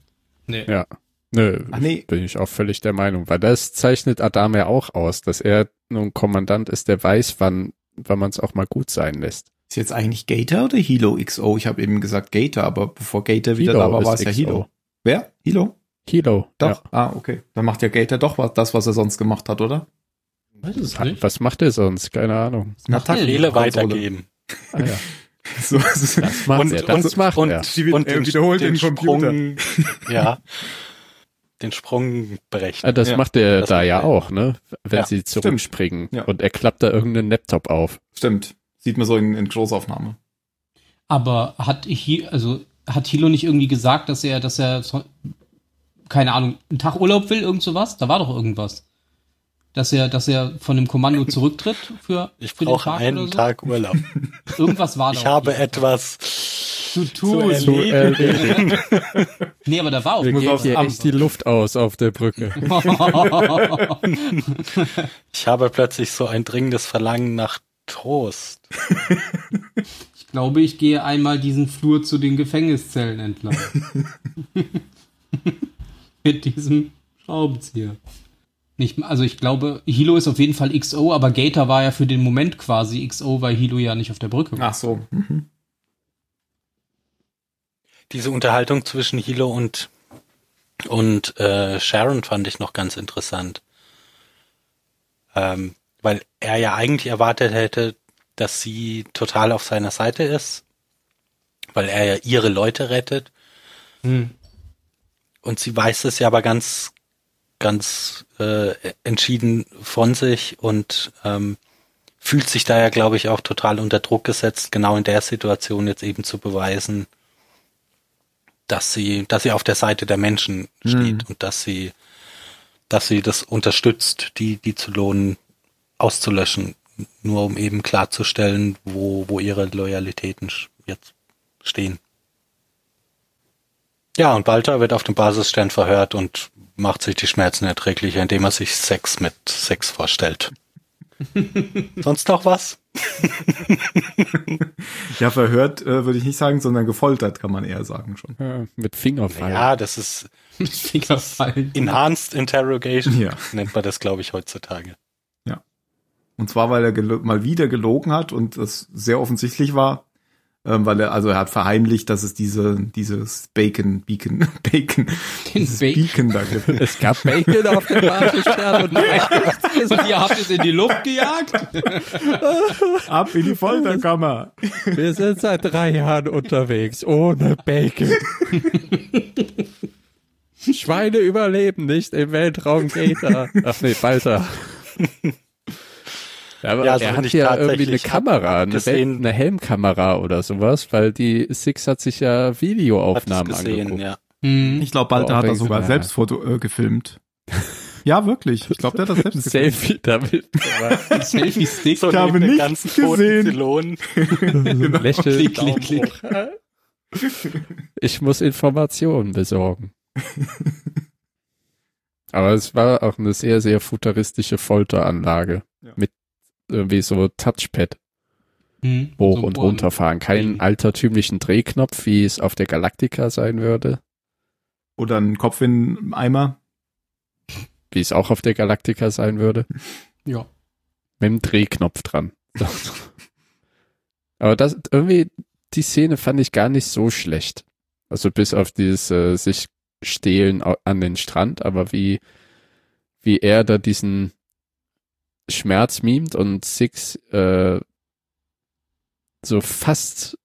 Speaker 6: Nee.
Speaker 5: Ja. Nö,
Speaker 3: Ach nee.
Speaker 5: bin ich auch völlig der Meinung, weil das zeichnet Adam ja auch aus, dass er nun Kommandant ist, der weiß, wann, wann man es auch mal gut sein lässt.
Speaker 3: Ist jetzt eigentlich Gator oder Hilo XO? Ich habe eben gesagt Gator, aber bevor Gator wieder
Speaker 5: Hilo
Speaker 3: da war,
Speaker 5: ist
Speaker 3: war es ja
Speaker 5: XO.
Speaker 3: Hilo. Wer? Hilo?
Speaker 5: Hilo,
Speaker 3: Doch. Ah, okay. Dann macht ja Gator doch was, das, was er sonst gemacht hat, oder?
Speaker 6: Weiß es
Speaker 5: ja. Was macht er sonst? Keine Ahnung.
Speaker 3: Attacke-
Speaker 4: Befehle
Speaker 3: Konsole.
Speaker 4: weitergeben.
Speaker 5: Ah, ja.
Speaker 3: [LAUGHS] So ist es.
Speaker 5: [LAUGHS] Das macht er, das macht
Speaker 4: und,
Speaker 5: er.
Speaker 3: Die-
Speaker 4: und
Speaker 3: er
Speaker 4: den,
Speaker 3: wiederholt
Speaker 4: den
Speaker 3: den Computer.
Speaker 4: Sprung, ja, den Sprung berechnen.
Speaker 5: Ah, Das
Speaker 3: Ja,
Speaker 5: macht er
Speaker 4: das
Speaker 5: da
Speaker 4: macht
Speaker 5: ja
Speaker 4: er.
Speaker 5: auch, ne? Wenn
Speaker 4: Ja,
Speaker 5: sie zurückspringen
Speaker 3: Ja.
Speaker 5: und er klappt da irgendeinen Laptop auf.
Speaker 3: Stimmt. Sieht man so in, in Großaufnahme.
Speaker 6: Aber hat Hi- also hat Hilo nicht irgendwie gesagt, dass er, dass er so- keine Ahnung, einen Tag Urlaub will, irgend sowas? Da war doch irgendwas. Dass er, dass er von dem
Speaker 4: [LAUGHS]
Speaker 6: Kommando zurücktritt für,
Speaker 4: Ich
Speaker 6: für
Speaker 4: brauche einen
Speaker 6: oder
Speaker 4: Tag
Speaker 5: [LAUGHS]
Speaker 4: Urlaub.
Speaker 6: So? Irgendwas war da.
Speaker 4: Ich
Speaker 6: auf
Speaker 4: habe
Speaker 6: jeden Fall.
Speaker 4: etwas
Speaker 6: zu
Speaker 4: zu
Speaker 6: tun.
Speaker 4: erleben.
Speaker 6: nee, aber da war auch
Speaker 5: Mir äh, geht
Speaker 3: aufs
Speaker 5: hier
Speaker 3: Amt.
Speaker 5: echt die Luft aus auf
Speaker 4: [LAUGHS]
Speaker 5: der Brücke.
Speaker 4: Ich habe plötzlich so ein dringendes Verlangen nach Trost.
Speaker 6: Ich glaube, ich gehe einmal diesen Flur zu den Gefängniszellen entlang. Mit diesem Schraubenzieher. Nicht, also ich glaube, Hilo ist auf jeden Fall XO, aber Gator war ja für den Moment quasi XO, weil Hilo ja nicht auf der Brücke [LAUGHS] war.
Speaker 3: Ach so. Mhm.
Speaker 4: Diese Unterhaltung zwischen Hilo und und äh, Sharon fand ich noch ganz interessant, ähm, weil er ja eigentlich erwartet hätte, dass sie total auf seiner Seite ist, weil er ja ihre Leute rettet
Speaker 6: Hm.
Speaker 4: und sie weiß es ja aber ganz ganz äh, entschieden von sich und ähm, fühlt sich da ja glaube ich auch total unter Druck gesetzt, genau in der Situation jetzt eben zu beweisen, dass sie dass sie auf der Seite der Menschen steht und dass sie dass sie das unterstützt, die die zu lohnen auszulöschen, nur um eben klarzustellen, wo wo ihre Loyalitäten sch- jetzt stehen. Ja, und Walter wird auf dem Basisstern verhört und macht sich die Schmerzen erträglicher, indem er sich Sex mit Sex vorstellt. Sonst noch was?
Speaker 3: Ja, verhört äh, würde ich nicht sagen, sondern gefoltert kann man eher sagen schon.
Speaker 5: Ja, Mit Fingerfall.
Speaker 4: Ja, das ist
Speaker 6: Mit Fingerfallen.
Speaker 4: Enhanced Interrogation,
Speaker 3: Ja.
Speaker 4: nennt man das, glaube ich, heutzutage.
Speaker 3: Und zwar, weil er gelo- mal wieder gelogen hat und das sehr offensichtlich war, ähm, weil er, also er hat verheimlicht, dass es diese, dieses Bacon, Beacon, [LAUGHS] Bacon, dieses
Speaker 6: Bacon.
Speaker 3: Beacon da gibt.
Speaker 5: Es gab Bacon auf dem
Speaker 6: [LAUGHS]
Speaker 5: Basisstern und
Speaker 6: Und ihr habt es in die Luft gejagt?
Speaker 3: Ab in die Folterkammer.
Speaker 5: wir sind seit drei Jahren unterwegs ohne Bacon. Schweine überleben nicht im Weltraum Gator. Ach nee, Walter. Ja, aber
Speaker 4: Ja, also
Speaker 5: er
Speaker 4: wenn
Speaker 5: hat
Speaker 4: ich
Speaker 5: ja irgendwie eine
Speaker 4: tatsächlich-
Speaker 5: Kamera, eine, Wel
Speaker 4: gesehen-
Speaker 5: eine Helmkamera oder sowas, weil die Six hat sich ja
Speaker 4: Hat es
Speaker 5: Videoaufnahmen
Speaker 4: gesehen,
Speaker 5: angeguckt.
Speaker 4: ja.
Speaker 6: Hm.
Speaker 3: Ich glaube, Walter
Speaker 5: Boah,
Speaker 3: hat er
Speaker 5: Bacon,
Speaker 3: sogar
Speaker 5: ja.
Speaker 3: selbst Foto, äh, gefilmt. Ja, wirklich. Ich glaube, der
Speaker 5: [LAUGHS]
Speaker 3: hat das
Speaker 5: Ein
Speaker 3: selbst gekriegt.
Speaker 5: Selfie damit.
Speaker 6: Ein Selfie-Stick.
Speaker 4: So
Speaker 3: Ich habe
Speaker 4: neben den
Speaker 3: nichts
Speaker 4: ganzen toten
Speaker 3: gesehen.
Speaker 4: Zylonen.
Speaker 5: Lächeln.
Speaker 6: Klick, klick, klick.
Speaker 5: Ich muss Informationen besorgen. Aber es war auch eine sehr, sehr futuristische Folteranlage.
Speaker 3: Ja.
Speaker 5: Mit irgendwie so Touchpad
Speaker 6: Hm,
Speaker 5: hoch
Speaker 6: so
Speaker 5: und
Speaker 6: bohren.
Speaker 5: runterfahren. Keinen
Speaker 6: Mhm.
Speaker 5: altertümlichen Drehknopf, wie es auf der Galactica sein würde.
Speaker 3: Oder ein Kopf in einen Eimer.
Speaker 5: Wie es auch auf der Galactica sein würde.
Speaker 6: Ja.
Speaker 5: Mit dem Drehknopf dran.
Speaker 4: [LAUGHS]
Speaker 5: Aber das irgendwie, die Szene fand ich gar nicht so schlecht. Also bis auf dieses äh, sich stehlen au- an den Strand, aber wie, wie er da diesen Schmerz mimt und Six äh, so fast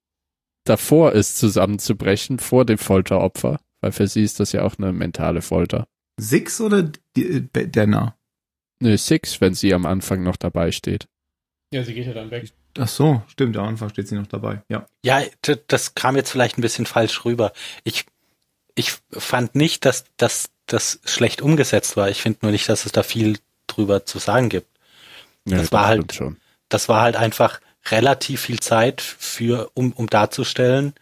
Speaker 5: davor ist, zusammenzubrechen vor dem Folteropfer, weil für sie ist das ja auch eine mentale Folter.
Speaker 3: Six oder D- D- Denner?
Speaker 5: Nö, Six, wenn sie am Anfang noch dabei steht.
Speaker 6: Ja, sie geht ja dann weg.
Speaker 3: Ach so, stimmt. Am Anfang steht sie noch dabei. Ja.
Speaker 4: Ja, d- das kam jetzt vielleicht ein bisschen falsch rüber. Ich, ich fand nicht, dass, dass das schlecht umgesetzt war. Ich finde nur nicht, dass es da viel drüber zu sagen gibt.
Speaker 5: Nö,
Speaker 4: Das war halt-
Speaker 5: stimmt schon.
Speaker 4: Das war halt einfach relativ viel Zeit für, um, um darzustellen,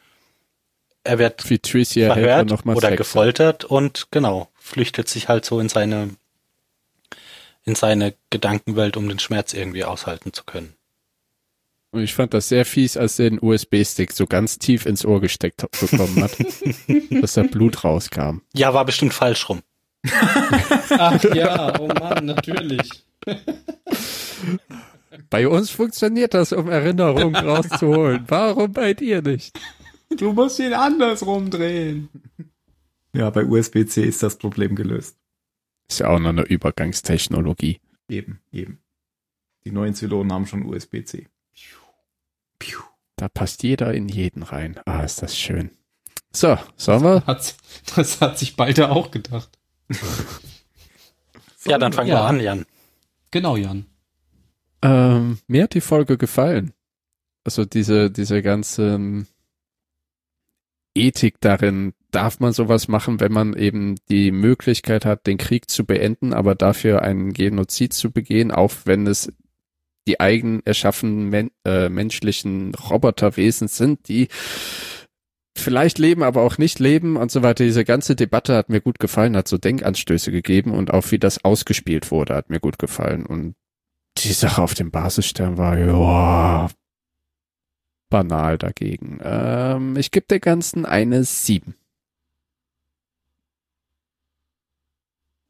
Speaker 4: er wird
Speaker 5: Wie Tricia hält dann
Speaker 4: verhört
Speaker 5: nochmal
Speaker 4: oder
Speaker 5: Sex. ab.
Speaker 4: gefoltert und genau, flüchtet sich halt so in seine, in seine Gedankenwelt, um den Schmerz irgendwie aushalten zu können.
Speaker 5: Und ich fand das sehr fies, als er den USB-Stick so ganz tief ins Ohr gesteckt hat- bekommen
Speaker 4: [LAUGHS]
Speaker 5: hat, dass da Blut rauskam.
Speaker 4: Ja, war bestimmt falsch rum.
Speaker 6: Ach ja, oh Mann, natürlich.
Speaker 5: Bei uns funktioniert das, um Erinnerungen rauszuholen. Warum bei dir nicht?
Speaker 3: Du musst ihn anders rumdrehen. Ja, bei USB-C ist das Problem gelöst.
Speaker 5: Ist ja auch noch eine Übergangstechnologie.
Speaker 3: Eben, eben. Die neuen Zylonen haben schon USB-C.
Speaker 5: Da passt jeder in jeden rein. Ah, ist das schön. So, sollen wir?
Speaker 6: Hat's, [LAUGHS] das hat sich Balter auch gedacht.
Speaker 4: Ja, dann fangen
Speaker 6: Ja.
Speaker 4: wir an, Jan.
Speaker 6: Genau, Jan.
Speaker 5: Ähm, mir hat die Folge gefallen. Also diese, diese ganze ähm, Ethik darin, darf man sowas machen, wenn man eben die Möglichkeit hat, den Krieg zu beenden, aber dafür einen Genozid zu begehen, auch wenn es die eigen erschaffenen men äh, menschlichen Roboterwesen sind, die vielleicht leben, aber auch nicht leben und so weiter. Diese ganze Debatte hat mir gut gefallen, hat so Denkanstöße gegeben und auch wie das ausgespielt wurde, hat mir gut gefallen. Und die Sache auf dem Basisstern war ja banal dagegen. Ähm, ich gebe der ganzen eine 7.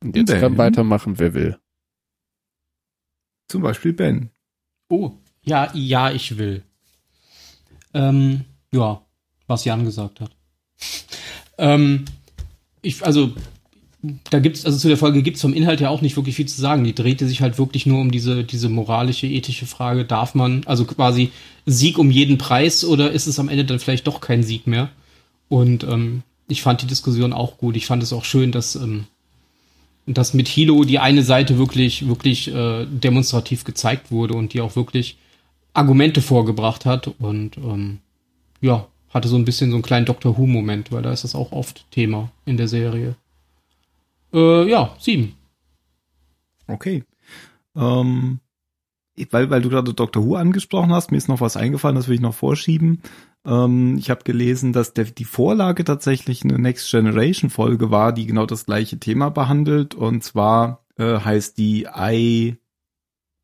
Speaker 5: Und jetzt
Speaker 3: Ben.
Speaker 5: kann weitermachen, wer will.
Speaker 3: Zum Beispiel Ben.
Speaker 6: Oh, ja, ja, ich will. Ähm, ja, was Jan gesagt hat. [LAUGHS] ähm, ich, also, da gibt's, also zu der Folge gibt's vom Inhalt ja auch nicht wirklich viel zu sagen. Die drehte sich halt wirklich nur um diese, diese moralische, ethische Frage. Darf man, also quasi Sieg um jeden Preis oder ist es am Ende dann vielleicht doch kein Sieg mehr? Und, ähm, ich fand die Diskussion auch gut. Ich fand es auch schön, dass, ähm, und dass mit Hilo die eine Seite wirklich, wirklich äh, demonstrativ gezeigt wurde und die auch wirklich Argumente vorgebracht hat und ähm, ja, hatte so ein bisschen so einen kleinen Doctor Who-Moment, weil da ist das auch oft Thema in der Serie. Äh, ja, sieben.
Speaker 3: Okay. Ähm, ich- weil, weil du gerade Dr. Who angesprochen hast, mir ist noch was eingefallen, das will ich noch vorschieben. Ähm, ich habe gelesen, dass der, die Vorlage tatsächlich eine Next Generation Folge war, die genau das gleiche Thema behandelt. Und zwar äh, heißt die I,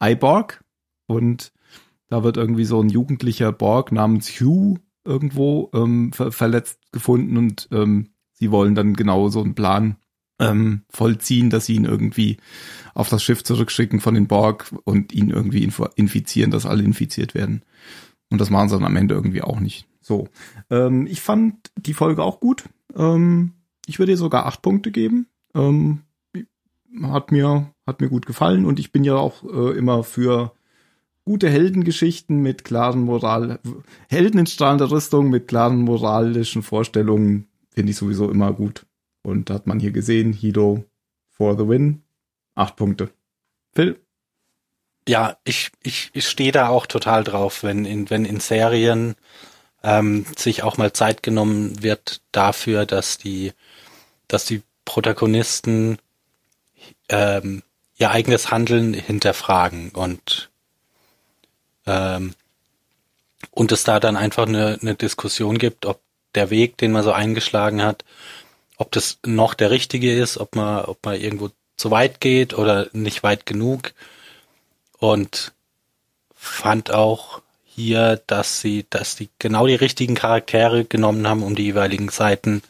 Speaker 3: I Borg. Und da wird irgendwie so ein jugendlicher Borg namens Hugh irgendwo ähm, ver verletzt gefunden und ähm, sie wollen dann genau so einen Plan ähm, vollziehen, dass sie ihn irgendwie auf das Schiff zurückschicken von den Borg und ihn irgendwie info- infizieren, dass alle infiziert werden. Und das machen sie dann am Ende irgendwie auch nicht. So. Ähm, ich fand die Folge auch gut. Ähm, ich würde ihr sogar acht Punkte geben. Ähm, hat mir, hat mir gut gefallen und ich bin ja auch äh, immer für gute Heldengeschichten mit klaren Moral, Helden in strahlender Rüstung mit klaren moralischen Vorstellungen finde ich sowieso immer gut. Und hat man hier gesehen, Hilo for the win, Acht Punkte. Phil?
Speaker 4: Ja, ich, ich, ich stehe da auch total drauf, wenn in, wenn in Serien ähm, sich auch mal Zeit genommen wird dafür, dass die, dass die Protagonisten ähm, ihr eigenes Handeln hinterfragen und ähm, und es da dann einfach eine, eine Diskussion gibt, ob der Weg, den man so eingeschlagen hat, ob das noch der richtige ist, ob man, ob man irgendwo zu weit geht oder nicht weit genug. Und fand auch hier, dass sie, dass die genau die richtigen Charaktere genommen haben, um die jeweiligen Seiten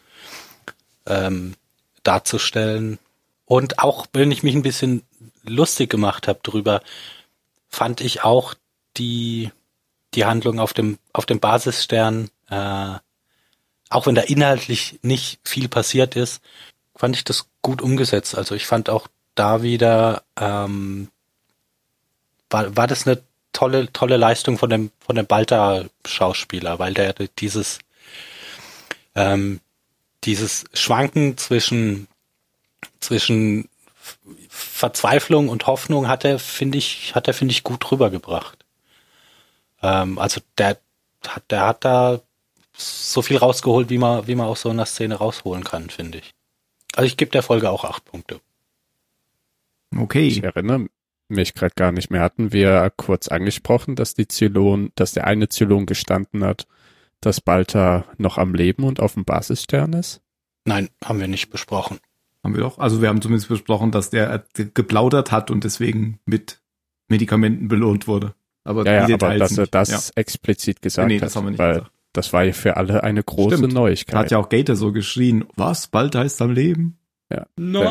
Speaker 4: ähm, darzustellen. Und auch wenn ich mich ein bisschen lustig gemacht habe drüber, fand ich auch die, die Handlung auf dem, auf dem Basisstern, äh, auch wenn da inhaltlich nicht viel passiert ist, fand ich das gut umgesetzt. Also ich fand auch da wieder, ähm, war, war das eine tolle, tolle Leistung von dem, von dem Balta-Schauspieler, weil der dieses, ähm, dieses Schwanken zwischen, zwischen Verzweiflung und Hoffnung hat er, finde ich, hat er, finde ich, gut rübergebracht. Ähm, also der, hat, der hat da so viel rausgeholt, wie man, wie man aus so einer Szene rausholen kann, finde ich. Also ich gebe der Folge auch acht Punkte.
Speaker 3: Okay.
Speaker 5: Ich erinnere mich gerade gar nicht mehr. Hatten wir kurz angesprochen, dass die Zylon, dass der eine Zylon gestanden hat, dass Balta noch am Leben und auf dem Basisstern ist?
Speaker 4: Nein, haben wir nicht besprochen.
Speaker 3: Haben wir doch. Also wir haben zumindest besprochen, dass der geplaudert hat und deswegen mit Medikamenten belohnt wurde. Aber,
Speaker 5: ja, ja,
Speaker 3: die
Speaker 5: aber
Speaker 3: Details
Speaker 5: dass er
Speaker 3: nicht.
Speaker 5: das
Speaker 3: Ja.
Speaker 5: explizit gesagt
Speaker 3: Nee, nee,
Speaker 5: hat,
Speaker 3: das haben wir nicht
Speaker 5: weil
Speaker 3: gesagt.
Speaker 5: das war ja für alle eine große
Speaker 3: Stimmt. Da
Speaker 5: Neuigkeit.
Speaker 3: hat ja auch Gator so geschrien, was, bald heißt am Leben?
Speaker 5: Denn- und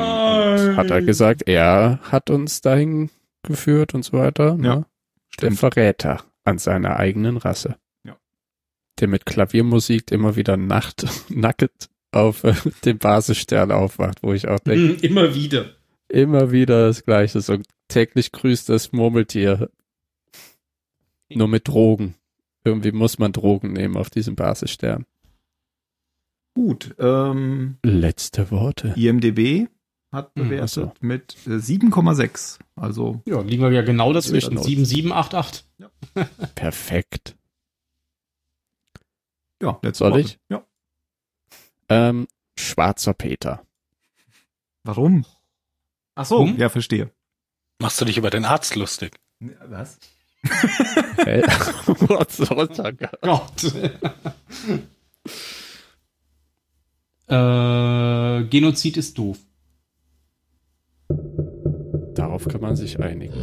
Speaker 5: Hat er gesagt, er hat uns dahin geführt und so weiter.
Speaker 3: Ja,
Speaker 5: ne? Der Verräter an seiner eigenen Rasse.
Speaker 3: Ja.
Speaker 5: Der mit Klaviermusik immer wieder Nacht [LAUGHS] nackt auf äh, dem Basisstern aufwacht, wo ich auch
Speaker 3: Mhm.
Speaker 5: denke,
Speaker 7: Hm, immer wieder.
Speaker 5: immer wieder das Gleiche. So täglich grüßt das Murmeltier. Nur mit Drogen. Irgendwie muss man Drogen nehmen auf diesem Basisstern.
Speaker 3: Gut, ähm,
Speaker 5: Letzte Worte.
Speaker 3: IMDB hat
Speaker 6: Hm,
Speaker 3: bewertet
Speaker 5: ach so.
Speaker 3: mit äh, 7,6. Also
Speaker 6: Ja, liegen wir ja genau dazwischen.
Speaker 5: Genau.
Speaker 6: 7788.
Speaker 5: Perfekt.
Speaker 3: Ja, letzte
Speaker 5: Soll
Speaker 3: Woche.
Speaker 5: ich?
Speaker 3: Ja.
Speaker 5: Ähm, Schwarzer Peter.
Speaker 3: Warum? Ach so.
Speaker 6: Warum?
Speaker 3: Ja, verstehe.
Speaker 4: Machst du dich über den Arzt lustig?
Speaker 5: Ne,
Speaker 3: Was?
Speaker 5: Hey. What's Sonntag?
Speaker 6: Gott.
Speaker 7: [LAUGHS]
Speaker 6: äh, Genozid ist doof.
Speaker 5: Darauf kann man sich einigen.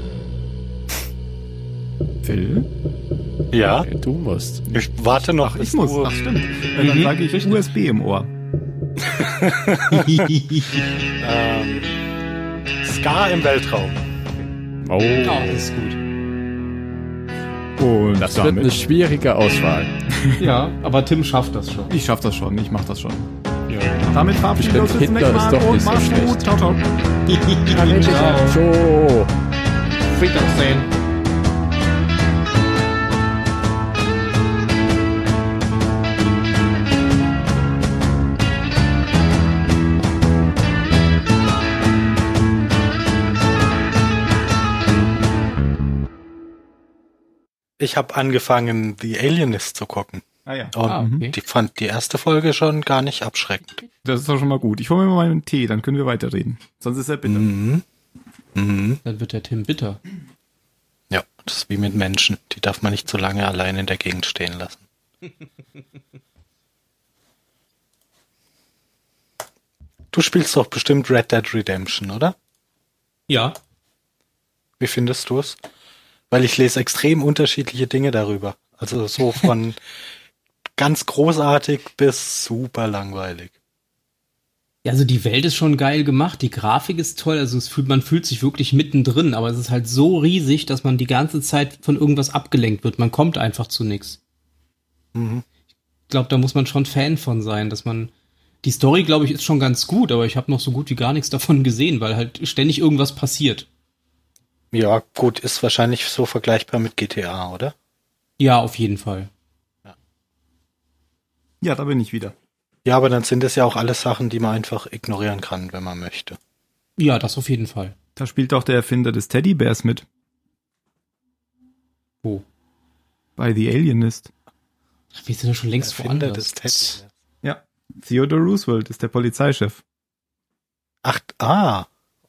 Speaker 3: Phil?
Speaker 4: Ja.
Speaker 5: Hey, du musst.
Speaker 4: Ich warte noch.
Speaker 3: Ach,
Speaker 4: bis
Speaker 3: ich muss.
Speaker 4: du-
Speaker 3: Ach, stimmt. Äh,
Speaker 5: Mhm.
Speaker 3: Dann sage ich USB im Ohr.
Speaker 4: ähm, Ska im Weltraum.
Speaker 5: Oh,
Speaker 6: Ja, das ist gut.
Speaker 3: Und
Speaker 5: das wird eine schwierige Auswahl.
Speaker 6: Ja, aber Tim schafft das schon.
Speaker 3: ich schaff das schon, ich mach das schon. Damit verabschieden wir uns bis zum
Speaker 5: Hitler
Speaker 3: nächsten Mal
Speaker 5: ist doch
Speaker 3: und
Speaker 5: nicht so
Speaker 3: mach's
Speaker 5: schlecht.
Speaker 3: gut. Ciao, ciao.
Speaker 6: Ciao.
Speaker 5: So.
Speaker 6: Wiedersehen.
Speaker 4: Ich habe angefangen, The Alienist zu gucken.
Speaker 3: Ah ja.
Speaker 4: Und
Speaker 6: Ah, okay.
Speaker 4: die fand die erste Folge schon gar nicht abschreckend.
Speaker 3: Das ist doch schon mal gut. Ich hole mir mal einen Tee, dann können wir weiterreden. Sonst ist er bitter.
Speaker 4: Mhm. Mhm.
Speaker 6: Dann wird der Tim bitter.
Speaker 4: Ja, das ist wie mit Menschen. Die darf man nicht zu lange allein in der Gegend stehen
Speaker 6: [LAUGHS]
Speaker 4: lassen. Du spielst doch bestimmt Red Dead Redemption, oder?
Speaker 7: Ja.
Speaker 4: Wie findest du es? Weil ich lese extrem unterschiedliche Dinge darüber. Also so
Speaker 6: [LAUGHS]
Speaker 4: von ganz großartig bis super langweilig.
Speaker 6: Ja, also die Welt ist schon geil gemacht, die Grafik ist toll, also es fühlt, man fühlt sich wirklich mittendrin, aber es ist halt so riesig, dass man die ganze Zeit von irgendwas abgelenkt wird. Man kommt einfach zu nichts.
Speaker 4: Mhm.
Speaker 6: Ich glaube, da muss man schon Fan von sein, dass man. Die Story, glaube ich, ist schon ganz gut, aber ich habe noch so gut wie gar nichts davon gesehen, weil halt ständig irgendwas passiert.
Speaker 4: Ja, gut, ist wahrscheinlich so vergleichbar mit GTA, oder?
Speaker 6: Ja, auf jeden Fall.
Speaker 3: Ja, da bin ich wieder.
Speaker 4: Ja, aber dann sind das ja auch alles Sachen, die man einfach ignorieren kann, wenn man möchte.
Speaker 6: Ja, das auf jeden Fall.
Speaker 3: Da spielt auch der Erfinder des Teddybärs mit.
Speaker 6: Wo?
Speaker 3: Bei The Alienist.
Speaker 6: Ach, Wir sind ja schon längst
Speaker 4: Erfinder
Speaker 6: woanders.
Speaker 4: des ne? Teddys.
Speaker 3: Theodore Roosevelt ist der Polizeichef.
Speaker 4: Ach, ah,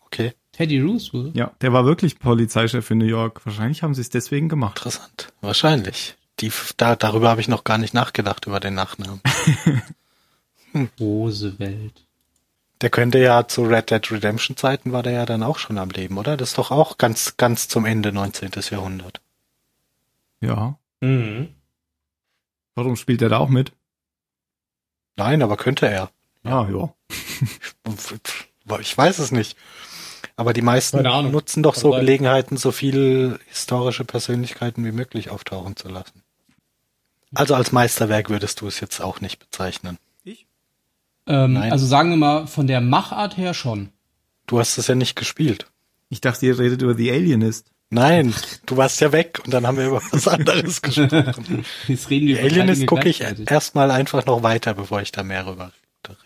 Speaker 4: Okay,
Speaker 6: Teddy Roosevelt?
Speaker 3: Ja, der war wirklich Polizeichef in New York. Wahrscheinlich haben sie es deswegen gemacht.
Speaker 4: interessant. Wahrscheinlich. Die, da, darüber habe ich noch gar nicht nachgedacht, über den Nachnamen.
Speaker 6: Roosevelt.
Speaker 4: Der könnte ja zu Red Dead Redemption Zeiten war der ja dann auch schon am Leben, oder? Das ist doch auch ganz, ganz zum Ende 19. Jahrhundert.
Speaker 3: Ja.
Speaker 7: Mhm.
Speaker 3: Warum spielt er da auch mit?
Speaker 4: Nein, aber könnte er.
Speaker 3: Ja, ja.
Speaker 4: Ich weiß es nicht. Aber die meisten
Speaker 7: Keine Ahnung.
Speaker 4: nutzen doch so
Speaker 7: Kann sein.
Speaker 4: Gelegenheiten, so viele historische Persönlichkeiten wie möglich auftauchen zu lassen. Also als Meisterwerk würdest du es jetzt auch nicht bezeichnen.
Speaker 6: Ähm,
Speaker 4: Nein.
Speaker 6: also sagen wir mal, von der Machart her schon.
Speaker 4: Du hast es ja nicht gespielt.
Speaker 3: Ich dachte, ihr redet über The Alienist.
Speaker 4: Nein, du warst ja weg und dann haben wir über [LAUGHS] was anderes
Speaker 7: [LAUGHS]
Speaker 4: gesprochen.
Speaker 6: Jetzt reden wir
Speaker 4: Die
Speaker 6: über drei
Speaker 4: Alienist
Speaker 6: Dinge
Speaker 4: gucke ich
Speaker 7: also
Speaker 6: gleichzeitig.
Speaker 4: erstmal einfach noch weiter, bevor ich da mehr rüber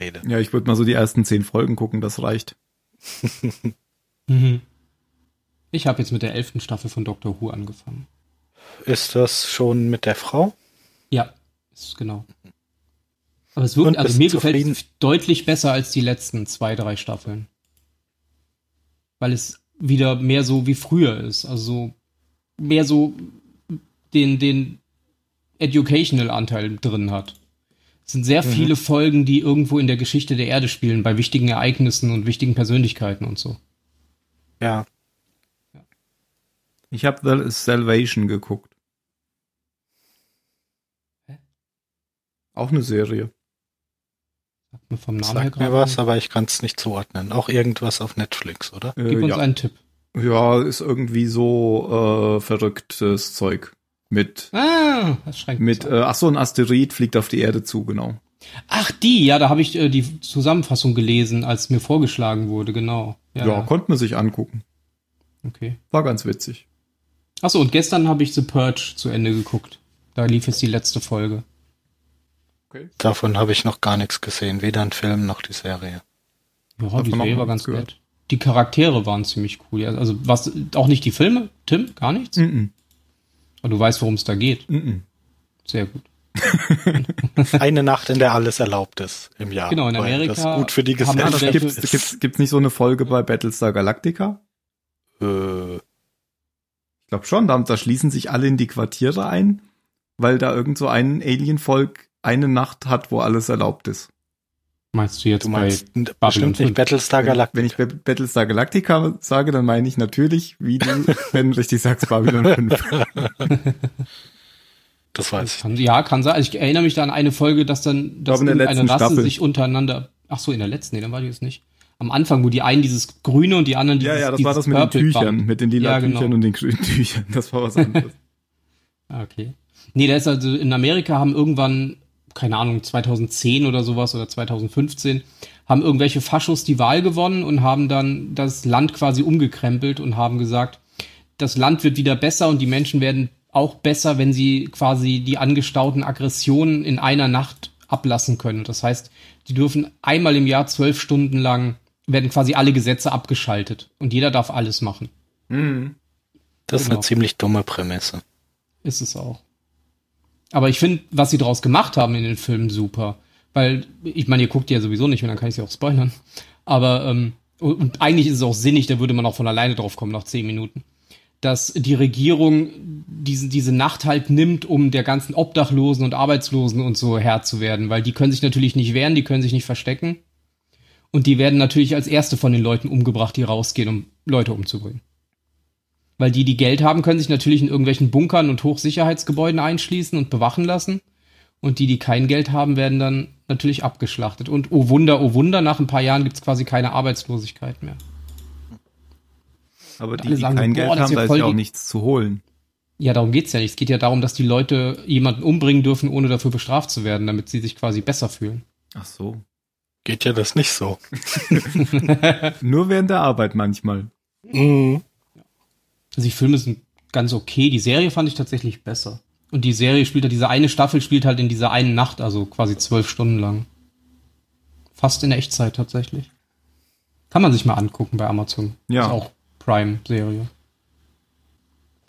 Speaker 4: rede.
Speaker 3: Ja, ich würde mal so die ersten zehn Folgen gucken, das reicht.
Speaker 6: Mhm. Ich habe jetzt mit der elften Staffel von Doctor Who angefangen.
Speaker 4: Ist das schon mit der Frau?
Speaker 6: Ja, ist genau. Aber es wirkt,
Speaker 4: Und
Speaker 6: also
Speaker 4: bist
Speaker 6: mir
Speaker 4: zufrieden?
Speaker 6: gefällt es deutlich besser als die letzten zwei, drei Staffeln. Weil es wieder mehr so wie früher ist. Also so mehr so den, den Educational-Anteil drin hat. Es sind
Speaker 4: Mhm.
Speaker 6: sehr viele Folgen, die irgendwo in der Geschichte der Erde spielen, bei wichtigen Ereignissen und wichtigen Persönlichkeiten und so.
Speaker 4: Ja.
Speaker 3: Ich habe The Salvation geguckt.
Speaker 6: Hä?
Speaker 3: Auch eine Serie.
Speaker 6: Sagt mir vom Namen her
Speaker 4: Sagt mir
Speaker 6: gerade.
Speaker 4: was, aber ich kann es nicht zuordnen. Auch irgendwas auf Netflix, oder?
Speaker 3: Äh,
Speaker 6: Gib uns
Speaker 3: ja.
Speaker 6: einen Tipp.
Speaker 3: ja, ist irgendwie so äh, verrücktes Zeug. Mit,
Speaker 6: Ah, das schränkt uns
Speaker 3: mit
Speaker 6: ein.
Speaker 3: äh, ach so, ein Asteroid fliegt auf die Erde zu, genau.
Speaker 6: Ach, die, ja, da habe ich äh, die Zusammenfassung gelesen, als mir vorgeschlagen wurde, genau.
Speaker 3: Ja, konnte man sich angucken.
Speaker 6: okay.
Speaker 3: War ganz witzig.
Speaker 6: Achso, und gestern habe ich The Purge zu Ende geguckt. Da lief jetzt die letzte Folge.
Speaker 4: Davon habe ich noch gar nichts gesehen. Weder ein Film noch die Serie.
Speaker 6: Ja, die
Speaker 3: Davon auch
Speaker 6: Serie
Speaker 3: noch
Speaker 6: war ganz
Speaker 3: nichts gehört.
Speaker 6: nett. Die Charaktere waren ziemlich cool. ja. Also, was, auch nicht die Filme, Tim, gar nichts.
Speaker 3: Mhm.
Speaker 6: Aber du weißt, worum es da geht.
Speaker 3: Mhm.
Speaker 6: Sehr gut.
Speaker 4: [LAUGHS] Eine Nacht, in der alles erlaubt ist im Jahr.
Speaker 6: Genau, in
Speaker 4: Weil
Speaker 6: Amerika
Speaker 4: Das gut für die
Speaker 6: haben
Speaker 3: Ah, das
Speaker 4: Gesellschaft.
Speaker 6: alle-
Speaker 3: gibt's,
Speaker 4: ist-
Speaker 3: gibt's, gibt's nicht so eine Folge bei Battlestar Galactica?
Speaker 4: Äh,
Speaker 3: Ich glaube schon, da, da schließen sich alle in die Quartiere ein, weil da irgend so ein Alienvolk eine Nacht hat, wo alles erlaubt ist.
Speaker 6: Meinst du jetzt
Speaker 4: du meinst n-
Speaker 6: Babylon
Speaker 4: bestimmt nicht
Speaker 6: 5.
Speaker 4: Battlestar
Speaker 3: Wenn,
Speaker 4: Galactica.
Speaker 3: wenn ich Be- Battlestar Galactica sage, dann meine ich natürlich, wie du, wenn du richtig sagst, Babylon 5.
Speaker 4: Das weiß ich.
Speaker 6: Kann, ja, kann sein. Also ich erinnere mich da an eine Folge, dass dann dass
Speaker 3: glaube, in der
Speaker 6: irgendeine
Speaker 3: letzten
Speaker 6: Rasse
Speaker 3: Staffel.
Speaker 6: sich untereinander. Ach so, in der letzten, nee, dann war die jetzt nicht. Am Anfang, wo die einen dieses Grüne und die
Speaker 3: [LAUGHS]
Speaker 6: anderen
Speaker 3: Ja,
Speaker 6: dieses
Speaker 3: ja, das war
Speaker 6: dieses
Speaker 3: das mit den
Speaker 6: Purple
Speaker 3: Tüchern,
Speaker 6: Band.
Speaker 3: mit den lila
Speaker 6: Ja, genau.
Speaker 3: Tüchern und den grünen Tüchern. Das war was anderes.
Speaker 6: Ah, Okay. Nee, da ist also in Amerika haben irgendwann, keine Ahnung, 2010 oder sowas oder 2015, haben irgendwelche Faschos die Wahl gewonnen und haben dann das Land quasi umgekrempelt und haben gesagt, das Land wird wieder besser und die Menschen werden auch besser, wenn sie quasi die angestauten Aggressionen in einer Nacht ablassen können. Das heißt, die dürfen einmal im Jahr zwölf Stunden lang, werden quasi alle Gesetze abgeschaltet und jeder darf alles machen.
Speaker 3: Mhm.
Speaker 4: Das ist
Speaker 6: Genau.
Speaker 4: eine ziemlich dumme Prämisse.
Speaker 6: Ist es auch. Aber ich finde, was sie draus gemacht haben in den Filmen super. Weil, ich meine, ihr guckt die ja sowieso nicht und dann kann ich sie auch spoilern. Aber, ähm, und, und eigentlich ist es auch sinnig, da würde man auch von alleine drauf kommen nach zehn Minuten. Dass die Regierung diese, diese Nacht halt nimmt, um der ganzen Obdachlosen und Arbeitslosen und so Herr zu werden. Weil die können sich natürlich nicht wehren, die können sich nicht verstecken. Und die werden natürlich als erste von den Leuten umgebracht, die rausgehen, um Leute umzubringen. Weil die, die Geld haben, können sich natürlich in irgendwelchen Bunkern und Hochsicherheitsgebäuden einschließen und bewachen lassen. Und die, die kein Geld haben, werden dann natürlich abgeschlachtet. Und oh Wunder, oh Wunder, nach ein paar Jahren gibt's quasi keine Arbeitslosigkeit mehr.
Speaker 3: Aber die,
Speaker 6: alle
Speaker 3: die
Speaker 6: sagen so,
Speaker 3: kein
Speaker 6: boah,
Speaker 3: Geld
Speaker 6: das ist
Speaker 3: haben,
Speaker 6: ja
Speaker 3: da ist
Speaker 6: voll
Speaker 3: ja auch
Speaker 6: die-
Speaker 3: nichts zu holen.
Speaker 6: Ja, darum geht's ja nicht. Es geht ja darum, dass die Leute jemanden umbringen dürfen, ohne dafür bestraft zu werden, damit sie sich quasi besser fühlen.
Speaker 3: Ach so.
Speaker 4: Geht ja das nicht so.
Speaker 3: Nur während der Arbeit manchmal.
Speaker 6: Also die Filme sind ganz okay. Die Serie fand ich tatsächlich besser. Und die Serie spielt halt, diese eine Staffel spielt halt in dieser einen Nacht, also quasi zwölf Stunden lang. Fast in Echtzeit tatsächlich. Kann man sich mal angucken bei Amazon.
Speaker 3: Ja.
Speaker 6: Ist auch Prime-Serie.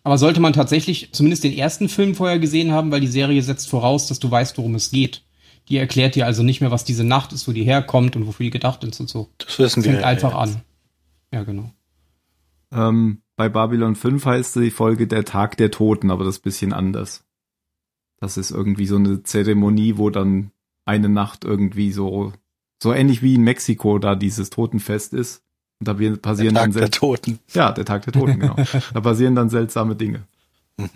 Speaker 6: Aber sollte man tatsächlich zumindest den ersten Film vorher gesehen haben, weil die Serie setzt voraus, dass du weißt, worum es geht. Die erklärt dir also nicht mehr, was diese Nacht ist, wo die herkommt und wofür die gedacht ist und so.
Speaker 4: Das wissen wir.
Speaker 6: Fängt
Speaker 4: ja
Speaker 6: einfach
Speaker 4: jetzt.
Speaker 6: an. Ja, genau.
Speaker 3: Ähm, bei Babylon 5 heißt die Folge Der Tag der Toten, aber das ist ein bisschen anders. Das ist irgendwie so eine Zeremonie, wo dann eine Nacht irgendwie so, so ähnlich wie in Mexiko da dieses Totenfest ist. Und da wir-
Speaker 4: Der
Speaker 3: passieren
Speaker 4: Tag
Speaker 3: dann
Speaker 4: der
Speaker 3: sel-
Speaker 4: Toten.
Speaker 3: ja, der Tag der Toten, genau. da passieren dann seltsame Dinge.
Speaker 4: Mhm.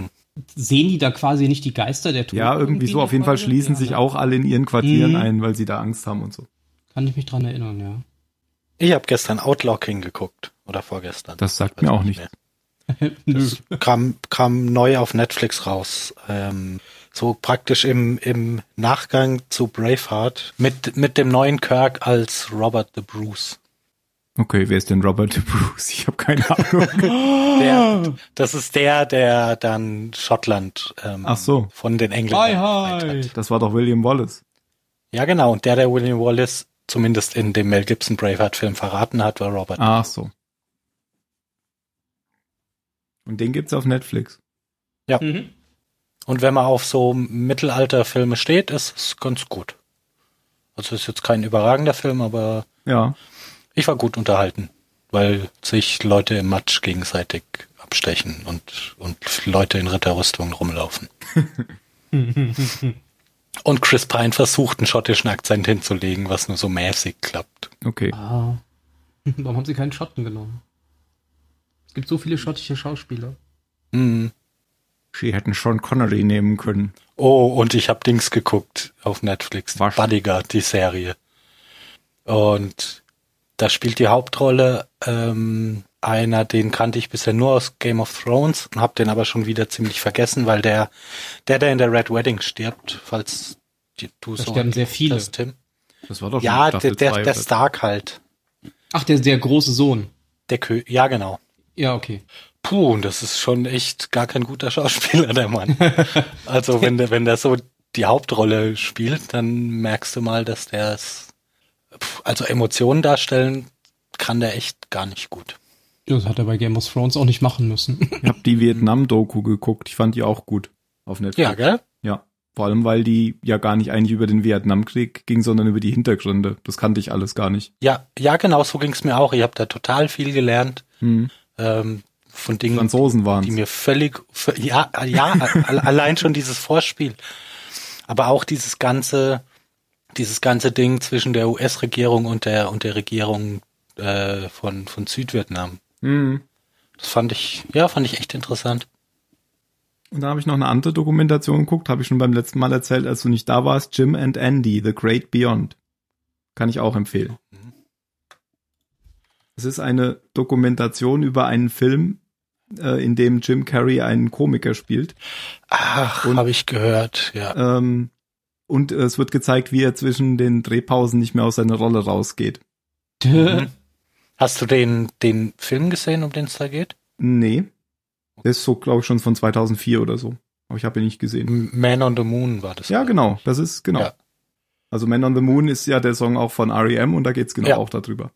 Speaker 6: Sehen die da quasi nicht die Geister der Toten?
Speaker 3: Ja, irgendwie so.
Speaker 6: in
Speaker 3: Auf
Speaker 6: der
Speaker 3: jeden Fall
Speaker 6: Folge?
Speaker 3: schließen
Speaker 6: Ja,
Speaker 3: sich
Speaker 6: ne?
Speaker 3: auch alle in ihren Quartieren
Speaker 6: Mhm.
Speaker 3: ein, weil sie da Angst haben und so.
Speaker 6: Kann ich mich dran erinnern, ja.
Speaker 4: Ich habe gestern Outlaw King geguckt. Oder vorgestern.
Speaker 3: Das sagt
Speaker 4: Weiß
Speaker 3: mir
Speaker 4: ich
Speaker 3: auch nicht.
Speaker 4: mehr.
Speaker 6: Nö.
Speaker 4: Das kam, kam neu auf Netflix raus. Ähm, so praktisch im, im Nachgang zu Braveheart mit, mit dem neuen Kirk als Robert the Bruce.
Speaker 3: Okay, wer ist denn Robert De Bruce? Ich habe keine Ahnung.
Speaker 6: [GASPS]
Speaker 3: [LAUGHS]
Speaker 4: Der, das ist der, der dann Schottland ähm,
Speaker 3: Ach so.
Speaker 4: von den Engländern befreit
Speaker 6: Freiheit!
Speaker 4: hat.
Speaker 3: Das war doch William Wallace.
Speaker 4: Ja, genau. Und der, der William Wallace zumindest in dem Mel Gibson Braveheart-Film verraten hat, war Robert.
Speaker 3: Ach so. Und den gibt's auf Netflix.
Speaker 7: Mhm.
Speaker 4: Und wenn man auf so Mittelalterfilme steht, ist es ganz gut. Also ist jetzt kein überragender Film, aber
Speaker 3: Ja.
Speaker 4: ich war gut unterhalten, weil sich Leute im Matsch gegenseitig abstechen und, und Leute in Ritterrüstungen rumlaufen.
Speaker 6: Mhm.
Speaker 4: [LAUGHS] und Chris Pine versucht, einen schottischen Akzent hinzulegen, was nur so mäßig klappt.
Speaker 3: Okay.
Speaker 6: Ah. [LAUGHS] Warum haben sie keinen Schotten genommen? Es gibt so viele schottische Schauspieler.
Speaker 4: Hm.
Speaker 3: Sie hätten Sean Connery nehmen können.
Speaker 4: Oh, und ich habe Dings geguckt auf Netflix.
Speaker 3: Was?
Speaker 4: Bodyguard, die Serie. Und da spielt die Hauptrolle ähm, einer, den kannte ich bisher nur aus Game of Thrones und habe den aber schon wieder ziemlich vergessen, weil der, der, der in der Red Wedding stirbt, falls die, du
Speaker 6: Da
Speaker 4: so
Speaker 6: sterben sehr viele.
Speaker 4: Das, Tim.
Speaker 3: Das war doch
Speaker 4: Ja,
Speaker 3: Staffel
Speaker 4: der, der,
Speaker 3: zwei,
Speaker 4: der
Speaker 3: oder?
Speaker 4: Stark halt.
Speaker 6: Ach, der, der große Sohn.
Speaker 4: Der Kö ja, genau.
Speaker 6: Ja, okay.
Speaker 4: Puh, und das ist schon echt gar kein guter Schauspieler, der [LAUGHS] Mann. Also wenn der, wenn der so die Hauptrolle spielt, dann merkst du mal, dass der es, pf, also Emotionen darstellen kann der echt gar nicht gut.
Speaker 6: Ja, Das hat er bei Game of Thrones auch nicht machen müssen.
Speaker 3: Ich habe die Vietnam-Doku geguckt. Ich fand die auch gut. Auf Netflix.
Speaker 4: Ja, gell?
Speaker 3: Ja. Vor allem, weil die ja gar nicht eigentlich über den Vietnamkrieg ging, sondern über die Hintergründe. Das kannte ich alles gar nicht.
Speaker 4: Ja, ja, genau, so ging's mir auch. Ich habe da total viel gelernt
Speaker 3: Hm.
Speaker 4: ähm, von
Speaker 3: Die
Speaker 4: Dingen,
Speaker 3: Franzosen waren
Speaker 4: die mir völlig, vö- ja, ja, al- allein schon dieses Vorspiel. Aber auch dieses ganze, dieses ganze Ding zwischen der US-Regierung und der, und der Regierung äh, von, von Südvietnam.
Speaker 3: Hm.
Speaker 4: Das fand ich, ja, fand ich echt interessant.
Speaker 3: Und da habe ich noch eine andere Dokumentation geguckt, habe ich schon beim letzten Mal erzählt, als du nicht da warst. Jim and Andy, The Great Beyond. Kann ich auch empfehlen. Es ist eine Dokumentation über einen Film, äh, in dem Jim Carrey einen Komiker spielt.
Speaker 4: Ach,
Speaker 3: Und-
Speaker 4: habe ich gehört, ja.
Speaker 3: Ähm, und äh, es wird gezeigt, wie er zwischen den Drehpausen nicht mehr aus seiner Rolle rausgeht.
Speaker 4: Mhm. Hm? Hast du den, den Film gesehen, um den es da geht?
Speaker 3: Nee. Der ist so, glaube ich, schon von 2004 oder so. Aber ich habe ihn nicht gesehen.
Speaker 4: M- Man on the Moon war das.
Speaker 3: Ja, genau. Das ist, genau.
Speaker 4: Ja.
Speaker 3: Also Man on the Moon ist ja der Song auch von R.E.M. und da geht's genau
Speaker 4: Ja.
Speaker 3: auch darüber.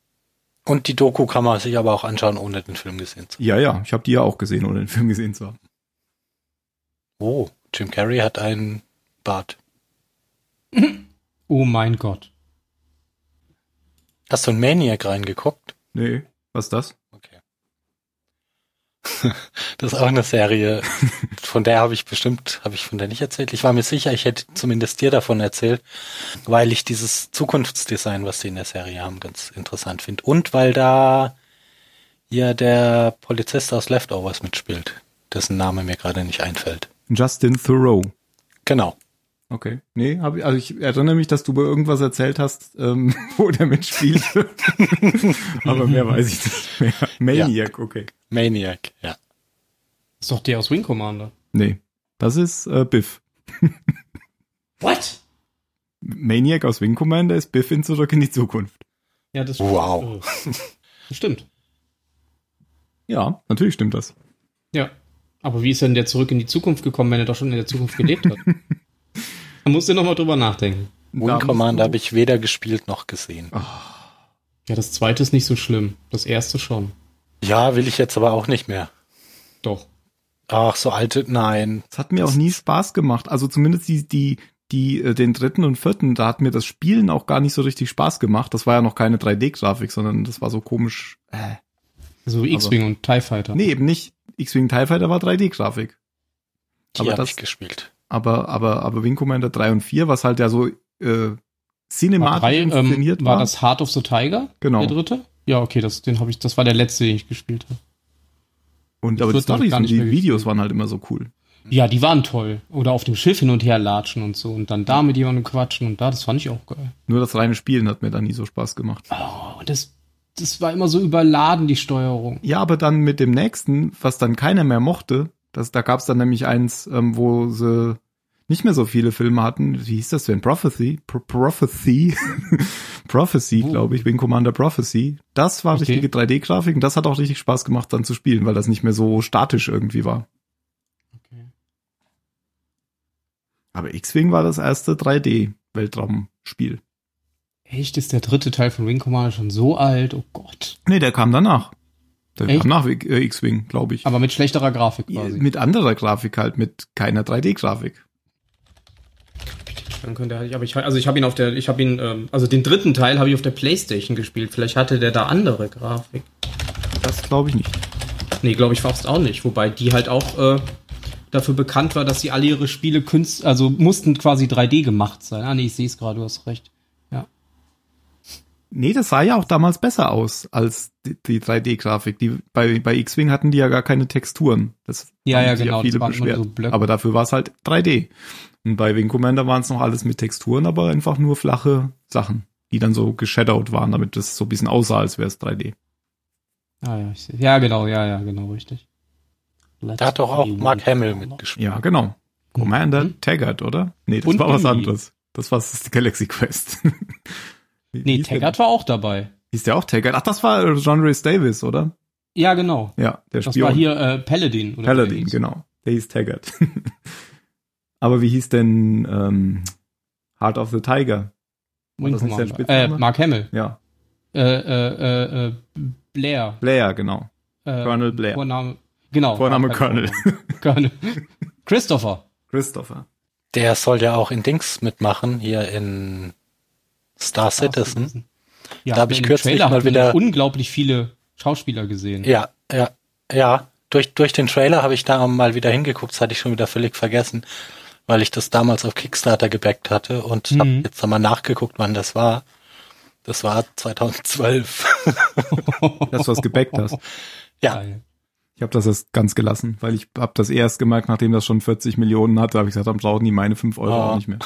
Speaker 4: Und die Doku kann man sich aber auch anschauen, ohne den Film gesehen zu haben.
Speaker 3: Ja, ja, ich habe die ja auch gesehen, ohne den Film gesehen zu haben.
Speaker 4: Oh, Jim Carrey hat einen Bart.
Speaker 6: [LAUGHS] oh mein Gott.
Speaker 4: Hast du in Maniac reingeguckt?
Speaker 3: Nee, was ist das?
Speaker 4: Okay. [LAUGHS] das ist auch eine Serie, von der habe ich bestimmt, habe ich von der nicht erzählt. Ich war mir sicher, ich hätte zumindest dir davon erzählt, weil ich dieses Zukunftsdesign, was sie in der Serie haben, ganz interessant finde. Und weil da ja der Polizist aus Leftovers mitspielt, dessen Name mir gerade nicht einfällt.
Speaker 3: Justin Thoreau.
Speaker 4: Genau.
Speaker 3: Okay. Nee, hab ich, also ich erinnere mich, dass du bei irgendwas erzählt hast, ähm, [LAUGHS] wo der
Speaker 4: [LAUGHS]
Speaker 3: mitspielt. Aber mehr weiß ich nicht mehr. Maniac, okay.
Speaker 4: Maniac, ja.
Speaker 6: Ist doch der aus Wing Commander.
Speaker 3: Nee, das ist äh, Biff.
Speaker 6: [LAUGHS] What?
Speaker 3: Maniac aus Wing Commander ist Biff in Zurück in die Zukunft.
Speaker 6: Ja, das
Speaker 4: Wow.
Speaker 6: Äh, stimmt.
Speaker 3: Ja, natürlich stimmt das.
Speaker 6: Ja. Aber wie ist denn der zurück in die Zukunft gekommen, wenn er doch schon in der Zukunft gelebt
Speaker 3: [LAUGHS]
Speaker 6: hat? da musst du nochmal drüber nachdenken.
Speaker 3: Da
Speaker 4: Wing
Speaker 3: musst
Speaker 4: Commander
Speaker 3: du-
Speaker 4: habe ich weder gespielt noch gesehen.
Speaker 6: Ja, das zweite ist nicht so schlimm. Das erste schon.
Speaker 4: Ja, will ich jetzt aber auch nicht mehr.
Speaker 6: Doch.
Speaker 4: Ach, so alte, nein.
Speaker 3: Es hat mir auch nie Spaß gemacht. Also zumindest die, die, die, äh, den dritten und vierten, da hat mir das Spielen auch gar nicht so richtig Spaß gemacht. Das war ja noch keine 3D-Grafik, sondern das war so komisch. Äh.
Speaker 6: So Also X-Wing und TIE Fighter.
Speaker 3: Nee, eben nicht. X-Wing TIE Fighter war 3D-Grafik.
Speaker 4: Die
Speaker 3: Aber
Speaker 4: habe
Speaker 3: das-
Speaker 4: ich gespielt.
Speaker 3: Aber, aber, aber Wing Commander 3 und 4, was halt ja so äh, cinematisch
Speaker 6: drei, ähm,
Speaker 3: inszeniert
Speaker 6: war das Heart of the Tiger?
Speaker 3: Genau.
Speaker 6: Der dritte? Ja, okay, das, den habe ich, das war der letzte, den ich gespielt habe.
Speaker 3: Und
Speaker 6: Das
Speaker 3: aber die
Speaker 6: wird noch
Speaker 3: Storys
Speaker 6: gar
Speaker 3: und
Speaker 6: nicht mehr
Speaker 3: die
Speaker 6: gespielt.
Speaker 3: Videos waren halt immer so cool.
Speaker 6: Ja, die waren toll. Oder auf dem Schiff hin und her latschen und so und dann da mit jemandem quatschen und da, das fand ich auch geil.
Speaker 3: Nur das reine Spielen hat mir da nie so Spaß gemacht.
Speaker 6: Oh, und das, das war immer so überladen, die Steuerung.
Speaker 3: Ja, aber dann mit dem nächsten, was dann keiner mehr mochte, das, da gab's dann nämlich eins, ähm, wo sie nicht mehr so viele Filme hatten. Wie hieß das denn? Prophecy? Pro Prophecy? [LAUGHS] Prophecy,
Speaker 6: Oh.
Speaker 3: glaube ich, Wing Commander Prophecy. Das war
Speaker 6: Okay.
Speaker 3: richtige 3D-Grafik und das hat auch richtig Spaß gemacht, dann zu spielen, weil das nicht mehr so statisch irgendwie war.
Speaker 6: Okay.
Speaker 3: Aber X-Wing war das erste 3D-Weltraumspiel.
Speaker 6: Echt, ist der dritte Teil von Wing Commander schon so alt? Oh Gott.
Speaker 3: Nee, der kam danach. Der
Speaker 6: Echt?
Speaker 3: kam nach Wi- äh, X-Wing, glaube ich.
Speaker 6: Aber mit schlechterer Grafik quasi.
Speaker 3: Mit anderer Grafik halt, mit keiner 3D-Grafik.
Speaker 7: Dann könnte er, aber ich, also ich habe ihn auf der, ich habe ihn, ähm, also den dritten Teil habe ich auf der Playstation gespielt. Vielleicht hatte der da andere Grafik.
Speaker 3: Das glaube ich nicht.
Speaker 7: Nee, glaube ich fast auch nicht. Wobei die halt auch äh, dafür bekannt war, dass sie alle ihre Spiele
Speaker 6: Spiele Künst, also mussten quasi 3D gemacht sein. Ah nee, ich sehe es gerade, du hast recht.
Speaker 3: Nee, das sah ja auch damals besser aus als die, die 3D-Grafik. Die, bei bei X-Wing hatten die ja gar keine Texturen. Das
Speaker 6: Ja,
Speaker 3: haben
Speaker 6: ja,
Speaker 3: sich
Speaker 6: genau, das
Speaker 3: viele
Speaker 6: waren immer
Speaker 3: beschwert.
Speaker 6: so Blöcke.
Speaker 3: Aber dafür war es halt 3D. Und bei Wing Commander waren es noch alles mit Texturen, aber einfach nur flache Sachen, die dann so geshadowed waren, damit das so ein bisschen aussah, als wäre es 3D.
Speaker 6: Ah ja, ich sehe. Ja, genau, ja, ja, genau, richtig.
Speaker 4: Da hat doch auch Mark Hamill mitgespielt.
Speaker 3: Ja, genau. Commander
Speaker 7: Hm?
Speaker 3: Taggart, oder? Nee, das
Speaker 6: Mhm. Und
Speaker 3: war was
Speaker 6: Indy.
Speaker 3: anderes. Das war das Galaxy Quest. [LAUGHS] Wie
Speaker 6: Nee,
Speaker 3: hieß der
Speaker 6: Taggart war auch dabei.
Speaker 3: Hieß der auch Taggart? Ach, das war äh, John Rhys Davis, oder?
Speaker 6: Ja, genau.
Speaker 3: Ja, der
Speaker 6: Das
Speaker 3: Spion.
Speaker 6: war hier äh, Paladin. Oder wie der
Speaker 3: Paladin,
Speaker 6: hieß.
Speaker 3: genau. Der hieß Taggart. [LAUGHS] Aber wie hieß denn ähm, Heart of the Tiger? War
Speaker 6: Wing
Speaker 3: das nicht sein
Speaker 6: Commander. Äh,
Speaker 3: Spitzname?
Speaker 6: Mark Hamill.
Speaker 3: Ja,
Speaker 6: Äh, äh, äh, äh, Blair.
Speaker 3: Blair, genau.
Speaker 6: Äh,
Speaker 3: Colonel Blair.
Speaker 6: Vorname. Genau.
Speaker 3: Vorname
Speaker 6: Mark
Speaker 3: Colonel.
Speaker 6: Hamill. [LAUGHS] Colonel. Christopher.
Speaker 3: Christopher.
Speaker 4: Der soll ja auch in Dings mitmachen, hier in Star Citizen.
Speaker 6: Ja,
Speaker 4: Da hab ich
Speaker 6: im
Speaker 4: kürzlich
Speaker 6: Trailer
Speaker 4: mal
Speaker 6: hat man
Speaker 4: wieder-
Speaker 6: unglaublich viele Schauspieler gesehen.
Speaker 4: Ja, ja, ja. Durch, durch den Trailer habe ich da mal wieder hingeguckt, das hatte ich schon wieder völlig vergessen, weil ich das damals auf Kickstarter gebackt hatte und habe
Speaker 6: Mhm.
Speaker 4: jetzt nochmal nachgeguckt, wann das war. Das war 2012.
Speaker 3: Dass du was gebackt
Speaker 6: [LAUGHS]
Speaker 3: hast.
Speaker 4: ja,
Speaker 6: Geil.
Speaker 3: Ich habe das erst ganz gelassen, weil ich habe das erst gemerkt, nachdem das schon 40 Millionen hatte, habe ich gesagt, dann brauchen die meine 5 Euro
Speaker 4: Ah.
Speaker 3: auch nicht mehr.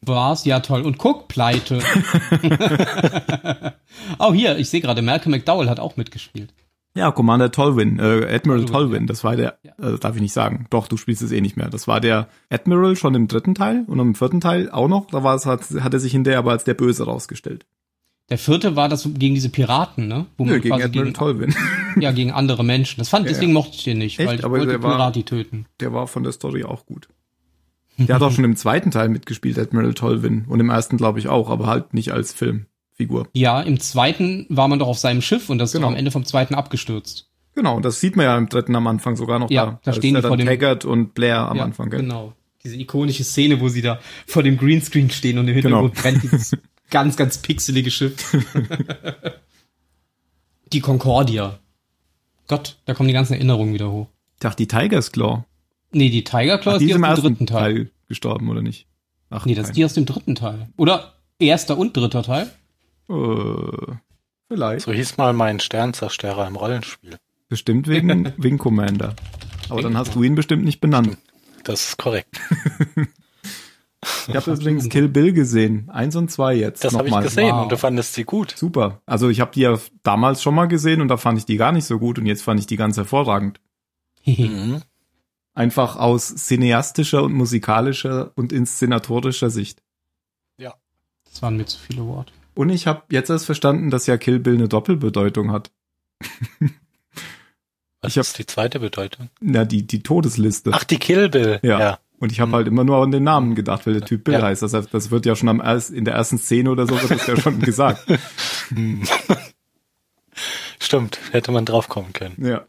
Speaker 6: War's, ja toll. Und
Speaker 3: [LAUGHS]
Speaker 6: guck, pleite. [LAUGHS] oh, hier, ich sehe gerade, Malcolm McDowell hat auch mitgespielt.
Speaker 3: Ja, Commander Tolwyn, äh, Admiral
Speaker 6: Tolwyn,
Speaker 3: Tolwyn, das war der,
Speaker 6: Ja.
Speaker 3: äh, darf ich nicht sagen. Doch, du spielst es eh nicht mehr. Das war der Admiral schon im dritten Teil und im vierten Teil auch noch. Da war es, hat, hat er sich hinterher aber als der Böse rausgestellt.
Speaker 6: Der vierte war das gegen diese Piraten, ne? Wo
Speaker 3: Nö, gegen
Speaker 6: quasi
Speaker 3: Admiral Tolwyn.
Speaker 6: ja, gegen andere Menschen. Das fand,
Speaker 3: Ja,
Speaker 6: deswegen
Speaker 3: ja.
Speaker 6: mochte ich den nicht,
Speaker 3: Echt?
Speaker 6: weil ich
Speaker 3: Aber
Speaker 6: wollte
Speaker 3: der war-
Speaker 6: Pirati töten.
Speaker 3: [LAUGHS] der war von der Story auch gut. Der hat auch schon im zweiten Teil mitgespielt, Admiral Tolwyn. Und im ersten, glaube ich, auch, aber halt nicht als Filmfigur.
Speaker 6: Ja, im zweiten war man doch auf seinem Schiff und das ist
Speaker 3: Genau.
Speaker 6: doch am Ende vom zweiten abgestürzt.
Speaker 3: Genau, und das sieht man ja im dritten am Anfang sogar noch
Speaker 6: Ja,
Speaker 3: da.
Speaker 6: da stehen
Speaker 3: ist ja
Speaker 6: die vor
Speaker 3: dann
Speaker 6: dem-
Speaker 3: Taggart und Blair am
Speaker 6: ja,
Speaker 3: Anfang, gell?
Speaker 6: Genau. Diese ikonische Szene, wo sie da vor dem Greenscreen stehen und im Hintergrund
Speaker 3: Genau. [LAUGHS]
Speaker 6: brennt dieses ganz, ganz pixelige Schiff. die Concordia. Gott, da kommen die ganzen Erinnerungen wieder hoch.
Speaker 3: Ich dachte, die Tiger's Claw.
Speaker 6: Nee, die Tiger Claw
Speaker 3: Ach,
Speaker 6: ist
Speaker 3: die
Speaker 6: die
Speaker 3: ist im
Speaker 6: aus dem
Speaker 3: ersten
Speaker 6: dritten Teil.
Speaker 3: Teil. gestorben, oder nicht? Ach,
Speaker 6: Nee, das ist
Speaker 3: nein.
Speaker 6: die aus dem dritten Teil. Oder erster und dritter Teil. [LAUGHS]
Speaker 3: Äh, vielleicht.
Speaker 4: [LAUGHS] so hieß mal mein Sternzerstörer im Rollenspiel.
Speaker 3: Bestimmt [LAUGHS] wegen Wing Commander. Aber dann hast du ihn bestimmt nicht benannt.
Speaker 4: Das ist korrekt.
Speaker 3: Ich habe übrigens Kill Bill gesehen. Eins und zwei jetzt.
Speaker 4: Das habe ich
Speaker 3: nochmal.
Speaker 4: gesehen
Speaker 6: Wow.
Speaker 4: und du fandest sie gut.
Speaker 3: Super. Also ich habe die ja damals schon mal gesehen und da fand ich die gar nicht so gut und jetzt fand ich die ganz hervorragend. Hm.
Speaker 4: Mhm.
Speaker 3: Einfach aus cineastischer und musikalischer und inszenatorischer Sicht.
Speaker 6: Das waren mir zu viele Worte.
Speaker 3: Und ich habe jetzt erst verstanden, dass ja Kill Bill eine Doppelbedeutung hat.
Speaker 4: Was
Speaker 3: Ich hab-
Speaker 4: ist die zweite Bedeutung?
Speaker 3: Na, die, die Todesliste.
Speaker 4: Ach, die Kill Bill.
Speaker 3: Ja. Und ich habe halt immer nur an den Namen gedacht, weil der Typ Bill
Speaker 4: Ja.
Speaker 3: heißt. Das, heißt, das wird ja schon am erst, in der ersten Szene oder so wird das ja schon gesagt.
Speaker 4: Stimmt, hätte man drauf kommen können.
Speaker 3: Ja.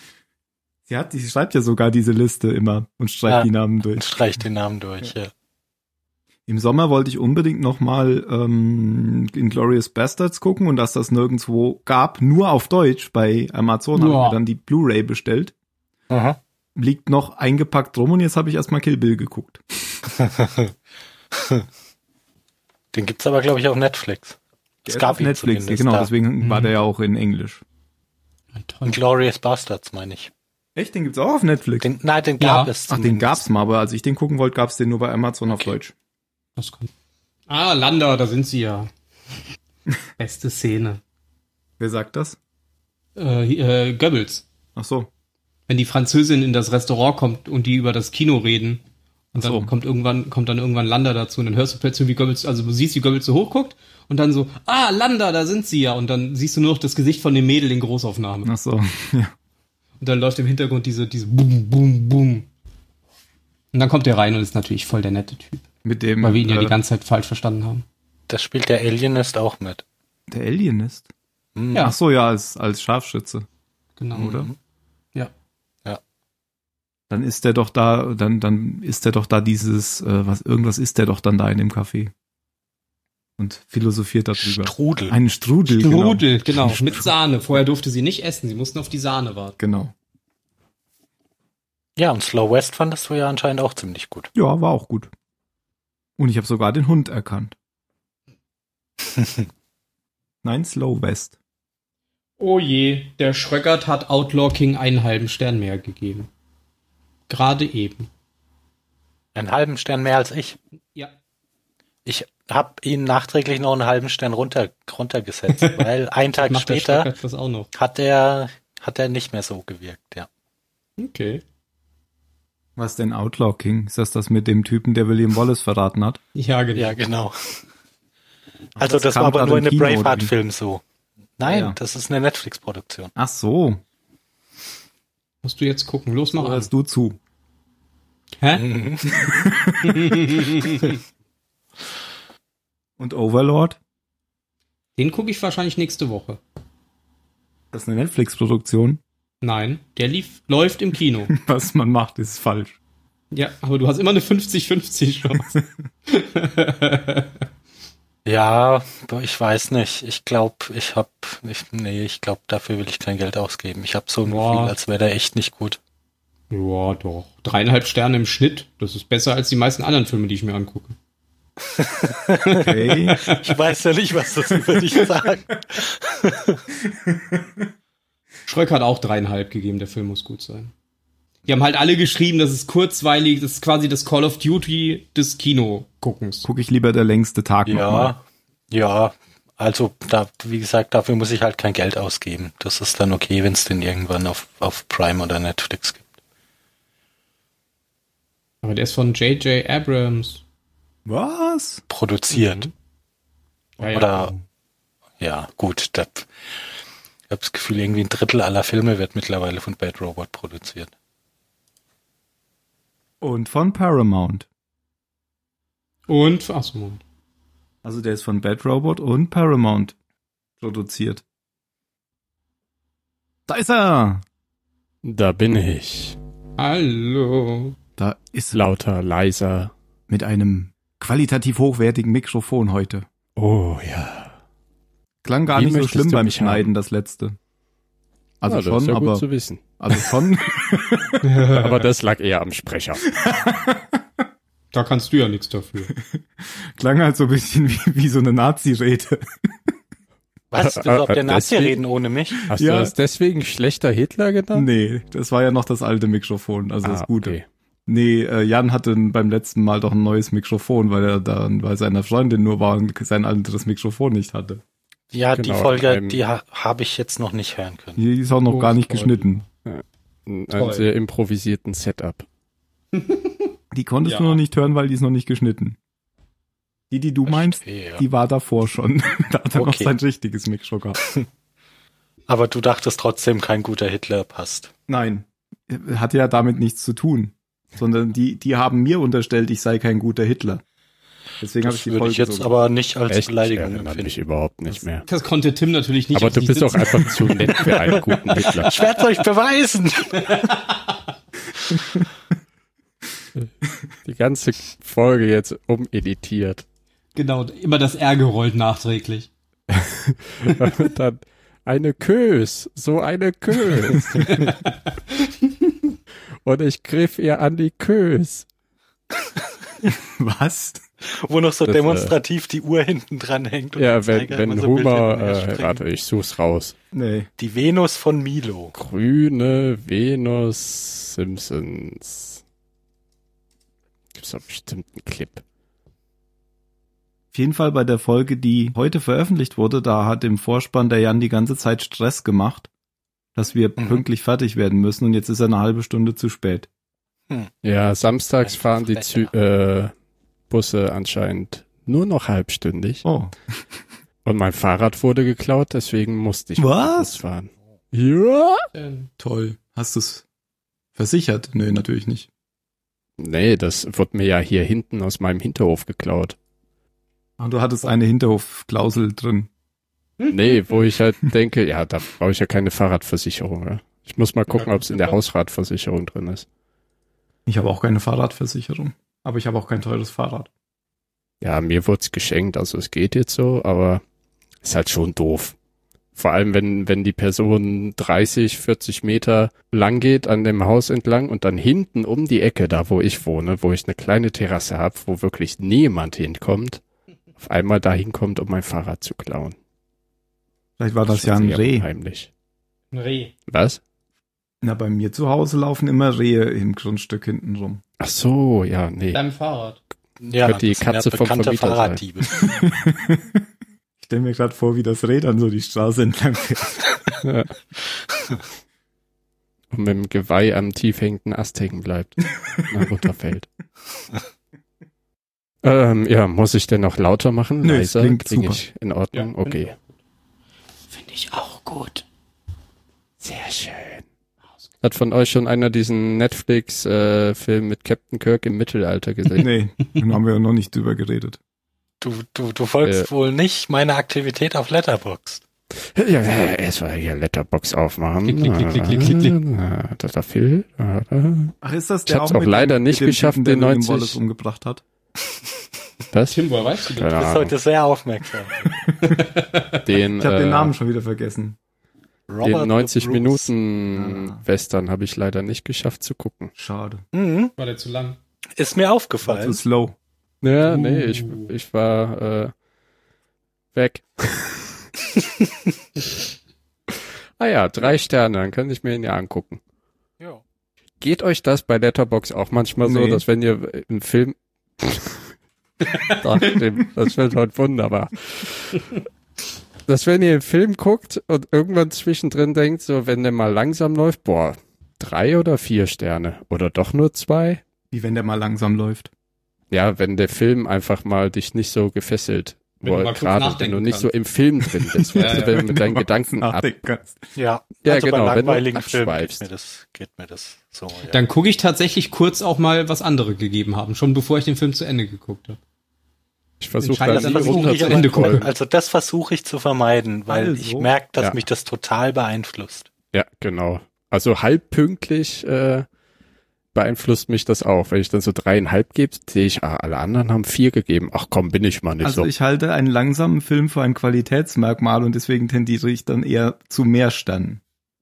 Speaker 3: [LAUGHS] sie hat, sie schreibt ja sogar diese Liste immer und streicht
Speaker 4: Ja.
Speaker 3: die Namen
Speaker 4: Und
Speaker 3: durch.
Speaker 4: streich den Namen durch. Ja.
Speaker 3: Im Sommer wollte ich unbedingt nochmal ähm, Inglorious Bastards gucken und dass das nirgendwo gab, nur auf Deutsch bei Amazon, habe ich
Speaker 8: Ja.
Speaker 3: mir dann die Blu-ray bestellt.
Speaker 4: Aha.
Speaker 3: Liegt noch eingepackt rum und jetzt habe ich erstmal Kill Bill geguckt.
Speaker 4: Den gibt's aber, glaube ich, auf Netflix.
Speaker 3: Der ist auf Netflix, genau, deswegen war der ja auch in Englisch.
Speaker 8: Toll.
Speaker 4: Glorious Bastards, meine ich.
Speaker 3: Echt, den gibt's auch auf Netflix?
Speaker 4: Den, nein, den gab
Speaker 8: Ja.
Speaker 4: es.
Speaker 3: Ach, den
Speaker 4: zumindest.
Speaker 3: gab's mal, aber als ich den gucken wollte, gab's den nur bei Amazon auf Deutsch.
Speaker 8: Das kommt.
Speaker 6: Ah, Landa, da sind
Speaker 3: [LAUGHS]
Speaker 6: sie ja. Beste Szene.
Speaker 3: Wer sagt das?
Speaker 6: Äh, äh, Goebbels.
Speaker 3: Ach so.
Speaker 6: Wenn die Französin in das Restaurant kommt und die über das Kino reden. Und dann
Speaker 3: Ach so.
Speaker 6: kommt irgendwann, kommt dann irgendwann Landa dazu und dann hörst du plötzlich, wie Goebbels, also du siehst, wie Goebbels so hochguckt und dann so, ah, Landa, da sind sie ja. Und dann siehst du nur noch das Gesicht von dem Mädel in Großaufnahme.
Speaker 3: Ach so, ja.
Speaker 6: Und dann läuft im Hintergrund diese, diese Bum, Bum, Bum. Und dann kommt der rein und ist natürlich voll der nette Typ.
Speaker 3: Mit dem
Speaker 6: Weil wir ihn ja
Speaker 3: äh,
Speaker 6: die ganze Zeit falsch verstanden haben.
Speaker 4: Das spielt der Alienist auch mit.
Speaker 3: der Alienist.
Speaker 4: Hm.
Speaker 3: Ach so, ja, als, als Scharfschütze,
Speaker 6: Genau.
Speaker 3: oder?
Speaker 6: Ja.
Speaker 3: Dann ist der doch da, dann, dann ist der doch da dieses, äh, was, irgendwas ist der doch dann da in dem Café. Und philosophiert darüber.
Speaker 4: Strudel.
Speaker 3: Einen Strudel.
Speaker 6: Strudel, genau. Mit Sahne. Vorher durfte sie nicht essen. Sie mussten auf die Sahne warten.
Speaker 3: Genau.
Speaker 4: ja, und Slow West fandest du ja anscheinend auch ziemlich gut.
Speaker 3: genau. Ja, war auch gut. Und ich habe sogar den Hund erkannt. Nein, Slow West.
Speaker 6: Oh je, der Schröckert hat Outlaw King einen halben Stern mehr gegeben. Gerade eben.
Speaker 4: Einen halben Stern mehr als ich.
Speaker 6: Ja.
Speaker 4: Ich habe ihn nachträglich noch einen halben Stern runter,
Speaker 3: [LAUGHS]
Speaker 4: runtergesetzt, weil einen Tag
Speaker 6: Macht der
Speaker 4: später
Speaker 6: Schröckert das auch noch.
Speaker 4: hat er hat er nicht mehr so gewirkt, ja.
Speaker 6: Okay.
Speaker 3: Was denn Outlaw King? Ist das das mit dem Typen, der William Wallace verraten hat?
Speaker 6: Ja, genau.
Speaker 4: Ja, genau. [LAUGHS] Also
Speaker 3: das
Speaker 4: das,
Speaker 3: kam
Speaker 4: war aber
Speaker 3: gerade
Speaker 4: nur
Speaker 3: im
Speaker 4: in einem
Speaker 3: Kino, oder wie?
Speaker 4: Braveheart-Film so. Nein,
Speaker 3: Ja.
Speaker 4: das ist eine Netflix-Produktion.
Speaker 3: Ach so,
Speaker 6: Musst du jetzt gucken. Los,
Speaker 5: Oh.
Speaker 6: mach an.
Speaker 3: hörst du zu.
Speaker 6: Hä?
Speaker 3: Und Overlord?
Speaker 6: Den gucke ich wahrscheinlich nächste Woche.
Speaker 3: Das ist eine Netflix-Produktion. [LAUGHS]
Speaker 6: Nein, der lief, läuft im
Speaker 4: [LAUGHS]
Speaker 6: Kino.
Speaker 3: Was man macht, ist falsch.
Speaker 6: ja, aber du hast immer eine 50-50
Speaker 4: [LAUGHS]
Speaker 6: Chance.
Speaker 4: [LAUGHS] Ja, ich weiß nicht. Ich glaube, ich hab, ich, nee, ich glaube, dafür will ich kein Geld ausgeben. Ich habe so ein
Speaker 6: Boah.
Speaker 4: Gefühl, als wäre der echt nicht gut.
Speaker 6: ja, doch. Dreieinhalb Sterne im Schnitt. Das ist besser als die meisten anderen Filme, die ich mir angucke.
Speaker 5: [LAUGHS]
Speaker 3: Okay.
Speaker 4: [LAUGHS] Ich weiß ja nicht, was das über dich sagt.
Speaker 6: Schröck hat auch dreieinhalb gegeben, der Film muss gut sein. Die haben halt alle geschrieben, das ist kurzweilig, das ist quasi das Call of Duty des Kinoguckens.
Speaker 3: Gucke ich lieber der längste Tag nochmal.
Speaker 4: Ja, ja. Also, da, wie gesagt, dafür muss ich halt kein Geld ausgeben. Das ist dann okay, wenn es den irgendwann auf, auf Prime oder Netflix gibt.
Speaker 6: Aber der ist von J.J. Abrams.
Speaker 3: Was?
Speaker 4: Produziert.
Speaker 6: Ja, ja.
Speaker 4: Oder, ja, gut, das, ich habe das Gefühl, irgendwie ein Drittel aller Filme wird mittlerweile von Bad Robot produziert.
Speaker 3: Und von Paramount.
Speaker 6: Und, ach so, Moment.
Speaker 3: Also der ist von Bad Robot und Paramount produziert. Da ist er!
Speaker 5: Da bin ich.
Speaker 6: hallo.
Speaker 3: Da ist er.
Speaker 5: Lauter, leiser.
Speaker 3: Mit einem qualitativ hochwertigen Mikrofon heute.
Speaker 5: Oh ja.
Speaker 3: Klang gar
Speaker 5: Wie
Speaker 3: nicht so
Speaker 5: möchtest
Speaker 3: schlimm
Speaker 5: du
Speaker 3: beim
Speaker 5: mich haben?
Speaker 3: Schneiden, das letzte. Also
Speaker 5: ja, das
Speaker 3: schon,
Speaker 5: ist ja gut
Speaker 3: aber,
Speaker 5: zu wissen.
Speaker 3: also schon, [LAUGHS]
Speaker 5: aber das lag eher am Sprecher.
Speaker 6: Da kannst du ja nichts dafür.
Speaker 3: klang halt so ein bisschen wie, wie so eine Nazi-Rede.
Speaker 4: [LAUGHS] Was?
Speaker 5: Äh,
Speaker 4: Willst du auf
Speaker 5: äh,
Speaker 4: der Nazi
Speaker 5: deswegen-
Speaker 4: reden ohne mich?
Speaker 5: Hast
Speaker 3: Ja.
Speaker 5: du das deswegen schlechter Hitler genannt?
Speaker 3: Nee, das war ja noch das alte Mikrofon, also das
Speaker 5: Ah,
Speaker 3: Gute.
Speaker 5: okay.
Speaker 3: Nee, äh, Jan hatte beim letzten Mal doch ein neues Mikrofon, weil er dann bei seiner Freundin nur war und sein anderes Mikrofon nicht hatte.
Speaker 4: Ja,
Speaker 5: Genau,
Speaker 4: die Folge,
Speaker 5: ähm,
Speaker 4: die ha habe ich jetzt noch nicht hören können.
Speaker 3: Die ist auch noch
Speaker 5: Oh,
Speaker 3: gar nicht
Speaker 5: Freundin.
Speaker 3: geschnitten.
Speaker 5: Ein
Speaker 6: Toll.
Speaker 5: sehr improvisierten Setup.
Speaker 3: Die konntest
Speaker 6: Ja.
Speaker 3: du noch nicht hören, weil die ist noch nicht geschnitten. Die, die du meinst,
Speaker 4: Verstehe.
Speaker 3: die war davor schon. [LAUGHS] da hat er
Speaker 4: Okay.
Speaker 3: noch sein richtiges Mikro gehabt.
Speaker 4: Aber du dachtest trotzdem, kein guter Hitler passt.
Speaker 3: Nein, hatte ja damit nichts zu tun. Sondern die, die haben mir unterstellt, ich sei kein guter Hitler. Deswegen habe ich
Speaker 4: Das
Speaker 3: die
Speaker 4: würde
Speaker 3: Folge
Speaker 4: ich jetzt
Speaker 3: so
Speaker 4: aber nicht als
Speaker 5: Echt?
Speaker 4: Beleidigung
Speaker 5: ich erinnere
Speaker 4: empfinden.
Speaker 5: mich überhaupt nicht mehr.
Speaker 6: Das konnte Tim natürlich nicht.
Speaker 5: Aber
Speaker 6: auf
Speaker 5: du
Speaker 6: sich
Speaker 5: bist auch
Speaker 6: sitzen.
Speaker 5: einfach zu nett für einen guten Hitler.
Speaker 4: Ich werde
Speaker 5: [LAUGHS]
Speaker 4: euch beweisen.
Speaker 5: Die ganze Folge jetzt
Speaker 4: [LAUGHS]
Speaker 5: umeditiert.
Speaker 7: Genau, immer das R gerollt nachträglich.
Speaker 5: Und dann eine Kös, so eine Kös.
Speaker 4: [LAUGHS]
Speaker 5: Und ich griff ihr an die Kös.
Speaker 3: Was?
Speaker 4: [LAUGHS] Wo noch so
Speaker 5: Das, äh,
Speaker 4: demonstrativ die Uhr hinten dran hängt. und
Speaker 5: Ja,
Speaker 4: die
Speaker 5: wenn,
Speaker 4: Zeiger
Speaker 5: wenn
Speaker 4: immer so
Speaker 5: Homer,
Speaker 4: wild hin und her
Speaker 5: äh,
Speaker 4: springen.
Speaker 5: warte, ich such's raus.
Speaker 3: Nee.
Speaker 4: Die Venus von Milo.
Speaker 5: Grüne Venus Simpsons. Gibt's doch bestimmt einen Clip.
Speaker 3: Auf jeden Fall bei der Folge, die heute veröffentlicht wurde, da hat im Vorspann der Jan die ganze Zeit Stress gemacht, dass wir
Speaker 4: Mhm.
Speaker 3: pünktlich fertig werden müssen und jetzt ist er eine halbe Stunde zu spät.
Speaker 5: Ja, samstags
Speaker 4: Ein
Speaker 5: fahren die Zü
Speaker 4: Verbrecher.
Speaker 5: äh, Busse anscheinend nur noch halbstündig.
Speaker 3: Oh.
Speaker 5: Und mein Fahrrad wurde geklaut, deswegen musste ich mit dem
Speaker 3: Was?
Speaker 5: Bus fahren. Ja?
Speaker 7: Ähm,
Speaker 3: Toll. Hast du's versichert? Nö, natürlich nicht.
Speaker 5: Nee, das wurde mir ja hier hinten aus meinem Hinterhof geklaut.
Speaker 3: Und Ah, du hattest eine Hinterhofklausel drin.
Speaker 5: Nee, wo ich halt denke, ja, da brauche ich ja keine Fahrradversicherung. Ja. Ich muss mal gucken, ob es in der Hausradversicherung drin ist.
Speaker 3: Ich habe auch keine Fahrradversicherung. Aber ich habe auch kein teures Fahrrad.
Speaker 5: Ja, mir wurde es geschenkt, also es geht jetzt so, aber ist halt schon doof. Vor allem, wenn, wenn die Person 30, 40 Meter lang geht an dem Haus entlang und dann hinten um die Ecke, da wo ich wohne, wo ich eine kleine Terrasse habe, wo wirklich niemand hinkommt, auf einmal da hinkommt, um mein Fahrrad zu klauen.
Speaker 3: Vielleicht war das,
Speaker 5: ist
Speaker 3: ja
Speaker 5: schon
Speaker 3: ein
Speaker 5: sehr
Speaker 3: Reh.
Speaker 5: Unheimlich.
Speaker 7: Ein Reh.
Speaker 5: Was?
Speaker 3: Na, bei mir zu Hause laufen immer Rehe im Grundstück hinten rum.
Speaker 5: Ach so, ja, nee.
Speaker 6: Deinem Fahrrad.
Speaker 4: Ja,
Speaker 5: Könnte die
Speaker 4: das sind
Speaker 5: Katze vom
Speaker 4: bekannte
Speaker 5: Vermieter sein.
Speaker 4: Fahrraddiebe.
Speaker 5: [LAUGHS]
Speaker 3: ich stelle mir gerade vor, wie das Reh dann so die Straße [LAUGHS] entlang fährt.
Speaker 5: Und mit dem Geweih am tief hängenden Ast hängen bleibt. Und dann runterfällt. ähm, ja, muss ich denn noch lauter machen?
Speaker 3: Nö, es
Speaker 5: Leiser?
Speaker 3: klingt
Speaker 5: Kling
Speaker 3: super.
Speaker 5: ich in Ordnung? okay.
Speaker 6: Finde ich auch gut.
Speaker 5: Sehr schön. Hat von euch schon einer diesen Netflix-Film mit Captain Kirk im Mittelalter gesehen?
Speaker 3: nee, dann haben wir ja noch nicht drüber geredet.
Speaker 4: Du, du, du folgst
Speaker 5: Äh.
Speaker 4: wohl nicht meiner Aktivität auf Letterboxd.
Speaker 5: [LAUGHS] Ja, äh, erstmal hier Letterbox aufmachen.
Speaker 6: Klick, klick, klick, klick, klick, klick, klick.
Speaker 5: Ah, Da, da fehlt. Ah, da.
Speaker 3: Ach, ist das
Speaker 5: Ich hab's auch leider nicht geschafft,
Speaker 3: Typen, der
Speaker 5: den
Speaker 3: William
Speaker 5: 90
Speaker 3: Wallace umgebracht hat?
Speaker 5: Das?
Speaker 7: Tim, woher weißt du das?
Speaker 5: Keine
Speaker 4: Du bist
Speaker 5: Ahnung.
Speaker 4: heute sehr aufmerksam.
Speaker 5: Den,
Speaker 3: Ich habe den
Speaker 5: äh,
Speaker 3: Namen schon wieder vergessen.
Speaker 5: den
Speaker 4: the
Speaker 5: 90
Speaker 4: Bruce.
Speaker 5: Minuten
Speaker 3: Ah.
Speaker 5: Western habe ich leider nicht geschafft zu gucken.
Speaker 3: Schade.
Speaker 4: Mhm.
Speaker 7: War der zu lang?
Speaker 4: Ist mir
Speaker 3: War zu
Speaker 4: aufgefallen.
Speaker 3: slow.
Speaker 5: Ja, nee, ich,
Speaker 7: Uh.
Speaker 5: ich war äh, weg. ah ja, drei Sterne, dann kann ich mir ihn ja angucken.
Speaker 4: Ja.
Speaker 5: Geht euch das bei Letterbox auch manchmal so,
Speaker 3: Nee.
Speaker 5: dass wenn ihr einen Film... Doch, dem- das wird heute wunderbar. Dass wenn ihr einen Film guckt und irgendwann zwischendrin denkt, so wenn der mal langsam läuft, boah, drei oder vier Sterne oder doch nur zwei?
Speaker 3: Wie wenn der mal langsam läuft.
Speaker 5: Ja, wenn der Film einfach mal dich nicht so gefesselt
Speaker 7: Wenn du mal kurz
Speaker 5: wollte, gerade wenn
Speaker 7: nachdenken
Speaker 5: du nicht so im Film drin
Speaker 7: [LAUGHS]
Speaker 5: bist,
Speaker 7: Ja,
Speaker 5: weißt
Speaker 7: ja. genau.
Speaker 5: du, wenn du mit deinen Gedanken ab.
Speaker 3: Genau. Nachdenken kannst.
Speaker 4: Ja,
Speaker 5: Ja,
Speaker 4: also
Speaker 5: genau, wenn
Speaker 4: bei
Speaker 5: du
Speaker 4: langweiligen Filmen geht
Speaker 5: abschweifst.
Speaker 4: mir das, geht mir das so. Ja.
Speaker 7: Dann gucke ich tatsächlich kurz auch mal, was andere gegeben haben, schon bevor ich den Film zu Ende geguckt habe.
Speaker 5: Ich versuche
Speaker 7: Entscheidend
Speaker 4: das
Speaker 5: dann
Speaker 7: dann
Speaker 5: nie
Speaker 7: versuch
Speaker 4: versuche
Speaker 5: runter
Speaker 4: ich
Speaker 5: zu
Speaker 7: aber- Ende
Speaker 4: aber,
Speaker 7: gucken.
Speaker 4: also das versuche ich zu vermeiden, weil
Speaker 3: Also.
Speaker 4: ich merke, dass
Speaker 5: Ja.
Speaker 4: mich das total beeinflusst.
Speaker 5: Ja, genau. Also halb pünktlich äh, beeinflusst mich das auch. Wenn ich dann so dreieinhalb gebe, sehe ich, ah, alle anderen haben vier gegeben. Ach komm, bin ich mal nicht
Speaker 3: Also
Speaker 5: so.
Speaker 3: ich halte einen langsamen Film für ein Qualitätsmerkmal und deswegen tendiere ich dann eher zu mehr Sternen.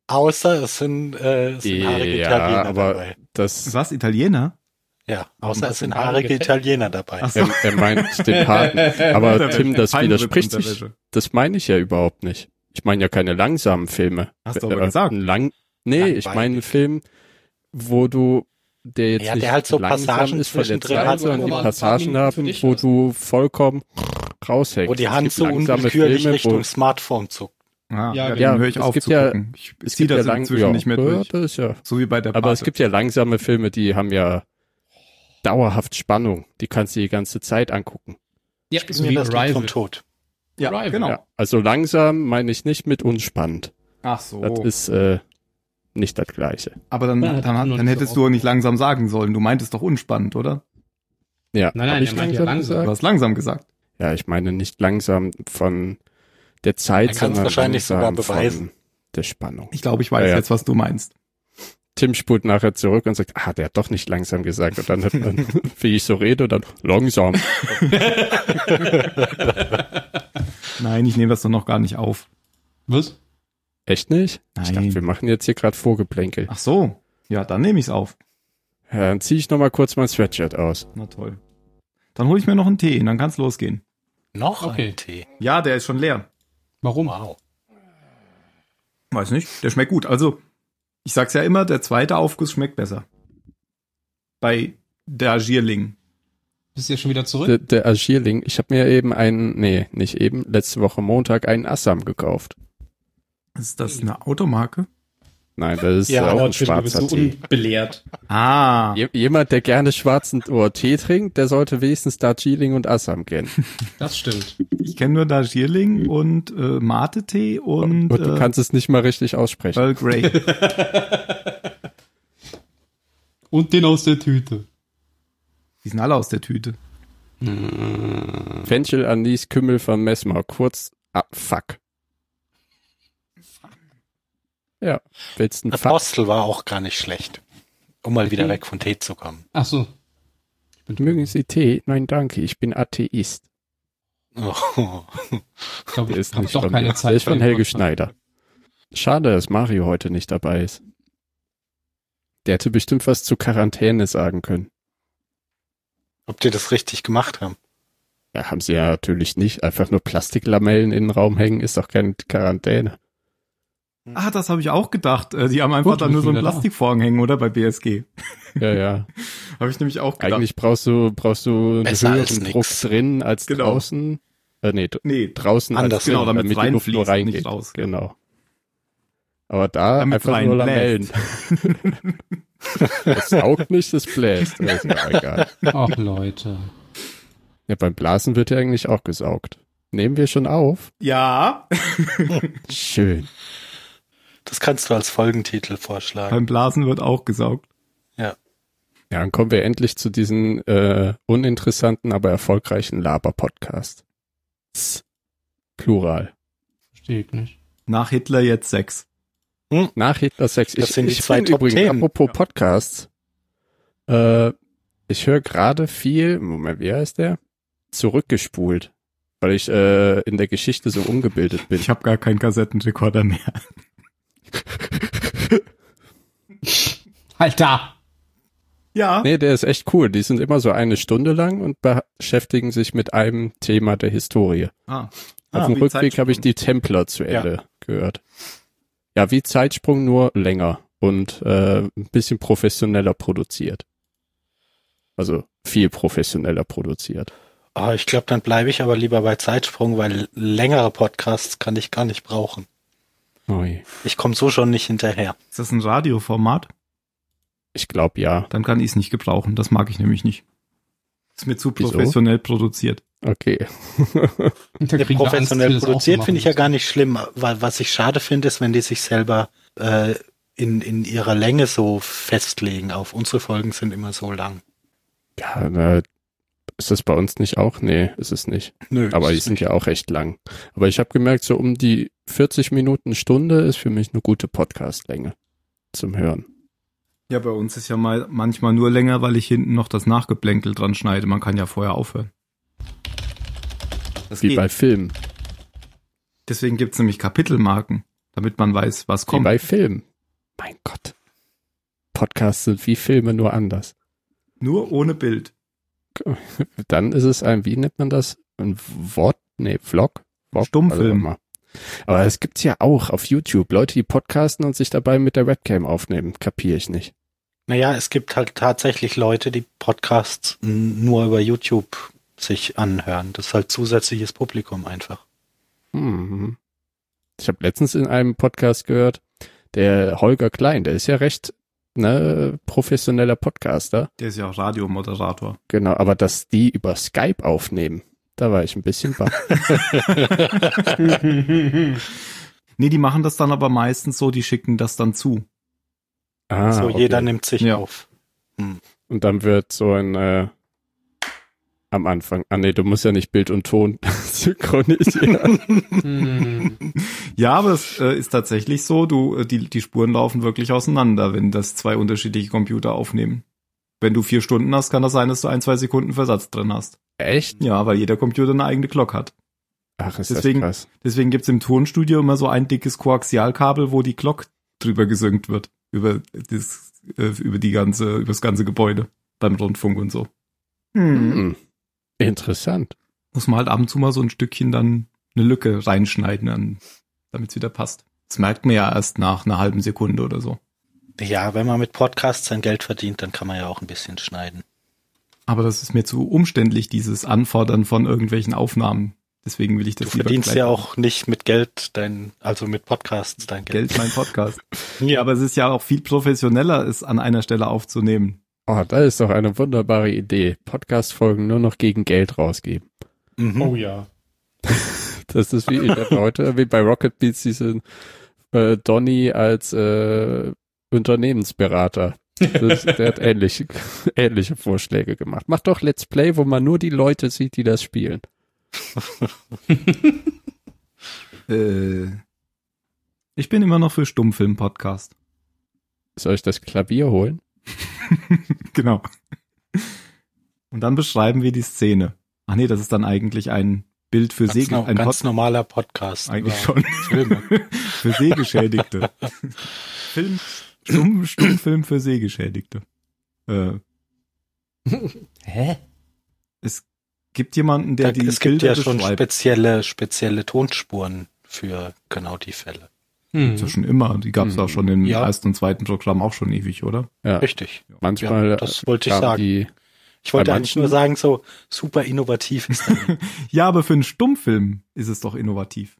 Speaker 4: Außer es sind, äh, es sind haarige
Speaker 5: Ja,
Speaker 4: Italiener
Speaker 5: aber-
Speaker 4: dabei.
Speaker 5: das,
Speaker 3: Was, Italiener?
Speaker 4: Ja,
Speaker 3: Warum
Speaker 4: außer es
Speaker 3: hast du
Speaker 4: sind
Speaker 3: denn
Speaker 4: haarige Italiener dabei.
Speaker 3: Ach so.
Speaker 5: er, er meint
Speaker 7: [LAUGHS]
Speaker 5: den Paten.
Speaker 3: [LAUGHS]
Speaker 5: Aber Tim, das widerspricht sich.
Speaker 3: Unterwäsche.
Speaker 5: Das meine ich ja überhaupt nicht. Ich meine ja keine langsamen Filme.
Speaker 3: Hast du aber
Speaker 5: Äh,
Speaker 3: gesagt.
Speaker 5: ein Lang nee, ich meine einen Film, wo du der jetzt
Speaker 4: Ja,
Speaker 5: nicht
Speaker 4: der halt so
Speaker 5: langsam
Speaker 4: Passagen
Speaker 5: ist von der
Speaker 4: zwischendrin
Speaker 5: Zeit,
Speaker 4: hat,
Speaker 5: sondern
Speaker 4: wo
Speaker 5: die
Speaker 4: man
Speaker 5: Passagen
Speaker 7: Minuten für
Speaker 5: haben,
Speaker 7: dich
Speaker 5: wo
Speaker 7: lässt.
Speaker 5: du vollkommen raushängst.
Speaker 4: Wo die
Speaker 5: Es
Speaker 4: Hand
Speaker 5: gibt
Speaker 4: so
Speaker 5: langsame
Speaker 4: unwillkürlich
Speaker 5: Filme,
Speaker 4: Richtung
Speaker 5: wo-
Speaker 4: Smartphone zuckt.
Speaker 3: Ah,
Speaker 7: Ja,
Speaker 3: ja,
Speaker 5: ja,
Speaker 3: dann höre ich
Speaker 5: es
Speaker 3: auf
Speaker 5: gibt
Speaker 3: zu
Speaker 5: ja-
Speaker 3: gucken. Ich
Speaker 5: Es
Speaker 3: ziehe
Speaker 5: gibt
Speaker 3: das
Speaker 5: ja lang-
Speaker 3: inzwischen
Speaker 5: ja,
Speaker 3: nicht mehr
Speaker 5: ja,
Speaker 3: durch.
Speaker 5: Das ist ja.
Speaker 3: So wie bei der
Speaker 5: Aber es
Speaker 3: Pate.
Speaker 5: gibt ja langsame Filme, die haben ja dauerhaft Spannung. Die kannst du die ganze Zeit angucken.
Speaker 7: Ja,
Speaker 4: Ist mir das Lied vom Tod.
Speaker 3: ja,
Speaker 7: Drive,
Speaker 3: genau.
Speaker 5: Ja, also langsam meine ich nicht mit unspannend.
Speaker 3: Ach so.
Speaker 5: Das ist äh, nicht das Gleiche.
Speaker 3: Aber dann,
Speaker 6: Ja,
Speaker 3: dann,
Speaker 6: das ist
Speaker 3: dann,
Speaker 6: nur nicht
Speaker 3: hättest
Speaker 6: so
Speaker 3: du auch nicht langsam sagen sollen. Du meintest doch unspannend, oder?
Speaker 5: Ja,
Speaker 7: Nein,
Speaker 5: hab
Speaker 7: nein,
Speaker 5: ich
Speaker 7: er meint ja langsam.
Speaker 5: gesagt?
Speaker 3: Du hast langsam gesagt.
Speaker 5: Ja, ich meine nicht langsam von der Zeit,
Speaker 4: Man kann's
Speaker 5: sondern
Speaker 4: wahrscheinlich
Speaker 5: langsam
Speaker 4: sogar beweisen.
Speaker 5: von der Spannung.
Speaker 3: Ich glaube, ich weiß
Speaker 5: Ja, ja.
Speaker 3: jetzt, was du meinst.
Speaker 5: Tim spult nachher zurück und sagt, ah, der hat doch nicht langsam gesagt. Und dann hat
Speaker 7: [LAUGHS]
Speaker 5: man, wie ich so rede, und dann langsam.
Speaker 3: Nein, ich nehme das doch noch gar nicht auf.
Speaker 6: Was?
Speaker 5: Echt nicht? Ich dachte,
Speaker 3: Nein.
Speaker 5: wir machen jetzt hier gerade Vorgeplänkel.
Speaker 7: Ah.
Speaker 3: Ach so. Ja, dann nehme ich es auf.
Speaker 5: Ja, dann ziehe ich nochmal kurz mein Sweatshirt aus.
Speaker 3: Na toll. Dann hole ich mir noch einen Tee, dann kann's losgehen.
Speaker 4: Noch
Speaker 6: Okay.
Speaker 4: ein Tee.
Speaker 3: Ja, der ist schon leer.
Speaker 6: Warum?
Speaker 4: Wow.
Speaker 3: Weiß nicht, der schmeckt gut. Also, ich sag's ja immer, der zweite Aufguss schmeckt besser. Bei der Agierling.
Speaker 6: Bist du ja schon wieder zurück?
Speaker 5: Der, der Agierling, ich habe mir eben einen, nee, nicht eben, letzte Woche Montag einen Assam gekauft.
Speaker 3: Ist das eine Automarke?
Speaker 5: Nein, das ist
Speaker 4: Ja,
Speaker 5: auch
Speaker 4: aber
Speaker 5: ein
Speaker 7: Natürlich, du bist
Speaker 5: schwarzer
Speaker 7: so
Speaker 5: Tee.
Speaker 7: unbelehrt.
Speaker 3: Ah.
Speaker 5: Je- Jemand, der gerne schwarzen oder Tee trinkt, der sollte wenigstens Darjeeling und Assam kennen.
Speaker 7: Das stimmt.
Speaker 3: Ich kenne nur Darjeeling und äh, Mate-Tee und,
Speaker 5: Und Mhm. du
Speaker 3: äh,
Speaker 5: kannst es nicht mal richtig aussprechen.
Speaker 3: Earl
Speaker 5: [LAUGHS]
Speaker 3: Grey.
Speaker 6: Und den aus der Tüte.
Speaker 3: Die sind alle aus der Tüte.
Speaker 5: Fenchel, Anis, Kümmel von Mesmer, kurz ah, Fuck. Ja, willst du ein Fuck?
Speaker 4: Apostel war auch gar nicht schlecht. Um mal
Speaker 6: Mhm.
Speaker 4: wieder weg von Tee zu kommen. [LAUGHS]
Speaker 6: Ach so.
Speaker 5: Mögen Sie Tee? Nein, danke, ich bin Atheist.
Speaker 4: Oh.
Speaker 6: Ich glaube,
Speaker 5: Der
Speaker 6: ich
Speaker 5: ist
Speaker 6: habe
Speaker 5: nicht
Speaker 6: doch
Speaker 5: von
Speaker 6: keine
Speaker 5: mir.
Speaker 6: Zeit.
Speaker 5: Der ist von
Speaker 6: für den
Speaker 5: Helge
Speaker 6: Podcast.
Speaker 5: Schneider. Schade, dass Mario heute nicht dabei ist. Der hätte bestimmt was zu Quarantäne sagen können.
Speaker 4: Ob die das richtig gemacht haben?
Speaker 5: Ja, haben sie ja natürlich nicht. Einfach nur Plastiklamellen in den Raum hängen ist doch keine Quarantäne. Mhm.
Speaker 3: Ah, das habe ich auch gedacht. Äh, die haben einfach
Speaker 6: Gut,
Speaker 3: da
Speaker 6: wir
Speaker 3: nur so
Speaker 6: sind
Speaker 3: einen
Speaker 6: wieder da.
Speaker 3: Plastikvorhang hängen, oder? Bei BSG.
Speaker 5: Ja, ja.
Speaker 3: Habe ich nämlich auch gedacht.
Speaker 5: Eigentlich brauchst du, brauchst du einen
Speaker 4: Besser als
Speaker 5: höheren Druck
Speaker 4: nix.
Speaker 5: drin als
Speaker 3: Genau.
Speaker 5: draußen. Äh, nee, dr-
Speaker 3: Nee,
Speaker 5: draußen
Speaker 4: Anders,
Speaker 5: als drin,
Speaker 4: genau,
Speaker 3: damit
Speaker 5: damit die Luft
Speaker 3: reinfließt
Speaker 5: nur
Speaker 3: und
Speaker 5: reingeht.
Speaker 3: nicht raus.
Speaker 5: Genau. Aber da
Speaker 3: Damit
Speaker 5: einfach nur Lamellen.
Speaker 3: reinbläst.
Speaker 5: das saugt nicht, das bläst. Ja, Ist ja egal.
Speaker 6: Ach, Leute.
Speaker 5: Ja, beim Blasen wird ja eigentlich auch gesaugt. Nehmen wir schon auf?
Speaker 3: ja,
Speaker 5: Schön.
Speaker 4: Das kannst du als Folgentitel vorschlagen.
Speaker 3: beim Blasen wird auch gesaugt.
Speaker 5: Ja, dann kommen wir endlich zu diesem äh, uninteressanten, aber erfolgreichen Laber-Podcast. S. Plural.
Speaker 6: Verstehe ich nicht.
Speaker 3: Nach Hitler jetzt Sex.
Speaker 5: Nach Hitler 6.
Speaker 4: Das sind die zwei
Speaker 5: bin
Speaker 4: Top Themen.
Speaker 5: apropos Podcasts, äh, ich höre gerade viel, Moment, wie heißt der? Zurückgespult, weil ich äh, in der Geschichte so ungebildet bin.
Speaker 3: Ich habe gar keinen Kassettenrekorder
Speaker 5: [LAUGHS]
Speaker 3: mehr.
Speaker 6: Alter!
Speaker 3: Ja.
Speaker 5: [LAUGHS] Nee, der ist echt cool. Die sind immer so eine Stunde lang und beschäftigen sich mit einem Thema der Historie.
Speaker 3: Ah.
Speaker 5: Auf dem
Speaker 3: wie
Speaker 5: Rückweg habe ich
Speaker 3: Zeitsprung.
Speaker 5: die Templer zu
Speaker 3: Ja.
Speaker 5: Ende gehört. Ja, wie Zeitsprung nur länger und äh, ein bisschen professioneller produziert. Also viel professioneller produziert.
Speaker 4: Ah, ich glaube, dann bleibe ich aber lieber bei Zeitsprung, weil längere Podcasts kann ich gar nicht brauchen. Ich komme so schon nicht hinterher.
Speaker 3: Ist das ein Radioformat?
Speaker 5: Ich glaube ja.
Speaker 3: Dann kann ich es nicht gebrauchen. Das mag ich nämlich nicht. Ist mir zu
Speaker 5: Wieso?
Speaker 3: professionell produziert.
Speaker 5: Okay.
Speaker 6: Da
Speaker 4: Ja,
Speaker 6: kriegen wir Angst, dass wir
Speaker 4: professionell
Speaker 6: das auch so
Speaker 4: produziert finde ich ja
Speaker 6: machen
Speaker 4: gar nicht schlimm, weil was ich schade finde, ist, wenn die sich selber äh, in, in ihrer Länge so festlegen. Auf unsere Folgen sind immer so lang.
Speaker 5: ja, na, ist das bei uns nicht auch? Nee, ist es nicht.
Speaker 4: Nö,
Speaker 5: Aber die sind ja auch recht lang. Aber ich habe gemerkt, so um die 40 Minuten Stunde ist für mich eine gute Podcastlänge zum Hören.
Speaker 3: Ja, bei uns ist ja mal manchmal nur länger, weil ich hinten noch das Nachgeplänkel dran schneide. Man kann ja vorher aufhören. Das
Speaker 5: Wie
Speaker 3: geht.
Speaker 5: bei Filmen.
Speaker 3: Deswegen gibt's nämlich Kapitelmarken, damit man weiß, was
Speaker 5: Wie
Speaker 3: kommt.
Speaker 5: bei Filmen. Mein Gott. Podcasts sind wie Filme, nur anders.
Speaker 3: Nur ohne Bild.
Speaker 5: Dann ist es ein, wie nennt man das? Ein Wort? Nee, Vlog? Vlog?
Speaker 3: Stummfilm.
Speaker 5: Also immer. Aber es gibt's ja auch auf YouTube. Leute, die podcasten und sich dabei mit der Webcam aufnehmen. Kapier ich nicht.
Speaker 4: Naja, es gibt halt tatsächlich Leute, die Podcasts n- nur über YouTube sich anhören. Das ist halt zusätzliches Publikum einfach.
Speaker 5: Hm. Ich habe letztens in einem Podcast gehört, der Holger Klein, der ist ja recht ne, professioneller Podcaster.
Speaker 3: Der ist ja auch Radiomoderator.
Speaker 5: Genau, aber dass die über Skype aufnehmen, da war ich ein bisschen baff.
Speaker 4: [LAUGHS]
Speaker 3: Nee, die machen das dann aber meistens so, die schicken das dann zu.
Speaker 5: Ah,
Speaker 4: so, jeder nimmt sich
Speaker 3: Ja.
Speaker 4: auf.
Speaker 5: Und dann wird so ein äh, am Anfang. Ah nee, du musst ja nicht Bild und Ton [LAUGHS] synchronisieren.
Speaker 6: müssen. Hm.
Speaker 3: Ja, aber es äh, ist tatsächlich so, du, äh, die, die Spuren laufen wirklich auseinander, wenn das zwei unterschiedliche Computer aufnehmen. Wenn du vier Stunden hast, kann das sein, dass du ein, zwei Sekunden Versatz drin hast.
Speaker 5: Echt?
Speaker 3: Ja, weil jeder Computer eine eigene Glock hat.
Speaker 5: Ach, ist
Speaker 3: Deswegen-
Speaker 5: das krass.
Speaker 3: Deswegen gibt's im Tonstudio immer so ein dickes Koaxialkabel, wo die Glock drüber gesynkt wird. Über das, äh, über die ganze, über das ganze Gebäude. Beim Rundfunk und so.
Speaker 4: Mhm.
Speaker 5: Hm. Interessant.
Speaker 3: Muss man halt ab und zu mal so ein Stückchen dann eine Lücke reinschneiden, dann- damit's wieder passt. Das merkt man ja erst nach einer halben Sekunde oder so.
Speaker 4: Ja, wenn man mit Podcasts sein Geld verdient, dann kann man ja auch ein bisschen schneiden.
Speaker 3: Aber das ist mir zu umständlich, dieses Anfordern von irgendwelchen Aufnahmen. Deswegen will ich
Speaker 4: Du
Speaker 3: das lieber
Speaker 4: verdienst
Speaker 3: gleich
Speaker 4: ja auch nicht mit Geld dein, also mit Podcasts dein Geld.
Speaker 3: Geld, mein Podcast. ja,
Speaker 4: [LAUGHS] Ja,
Speaker 3: aber es ist ja auch viel professioneller, es an einer Stelle aufzunehmen.
Speaker 5: Oh, da ist doch eine wunderbare Idee. Podcast-Folgen nur noch gegen Geld rausgeben.
Speaker 4: mhm.
Speaker 7: Oh ja.
Speaker 5: Das ist wie ich hab heute, wie bei Rocket Beats, diesen äh, Donny als äh, Unternehmensberater. Das, der hat ähnliche, [LAUGHS] ähnliche Vorschläge gemacht. Mach doch Let's Play, wo man nur die Leute sieht, die das spielen.
Speaker 3: Äh, ich bin immer noch für Stummfilm-Podcast. [LAUGHS]
Speaker 5: Soll ich das Klavier holen?
Speaker 3: genau. Und dann beschreiben wir die Szene. Ach nee, das ist dann eigentlich ein Bild für
Speaker 4: Ganz,
Speaker 3: Segel,
Speaker 4: no,
Speaker 3: ein
Speaker 4: ganz
Speaker 3: Podcast
Speaker 4: normaler Podcast.
Speaker 3: eigentlich
Speaker 4: über
Speaker 3: schon.
Speaker 4: [LAUGHS] Filme.
Speaker 3: [LAUGHS] für Sehgeschädigte. Film, Stumm, Stummfilm für Sehgeschädigte. Äh,
Speaker 7: Hä?
Speaker 3: es gibt jemanden, der
Speaker 4: Da,
Speaker 3: die
Speaker 4: es gibt
Speaker 3: Bilder
Speaker 4: ja schon
Speaker 3: beschreibt.
Speaker 4: spezielle, spezielle Tonspuren für genau die Fälle.
Speaker 7: Hm.
Speaker 3: Ist ja schon immer. Die gab es
Speaker 5: Hm.
Speaker 3: auch schon im
Speaker 4: Ja.
Speaker 3: ersten und zweiten Programm auch schon ewig, oder?
Speaker 5: Ja,
Speaker 4: Richtig.
Speaker 5: manchmal
Speaker 4: ja, das wollte ich
Speaker 5: kamen
Speaker 4: sagen.
Speaker 5: die
Speaker 4: Ich wollte
Speaker 5: Bei
Speaker 4: eigentlich
Speaker 5: manchen-
Speaker 4: nur sagen, so super innovativ ist das.
Speaker 3: Ja, aber für einen Stummfilm ist es doch innovativ.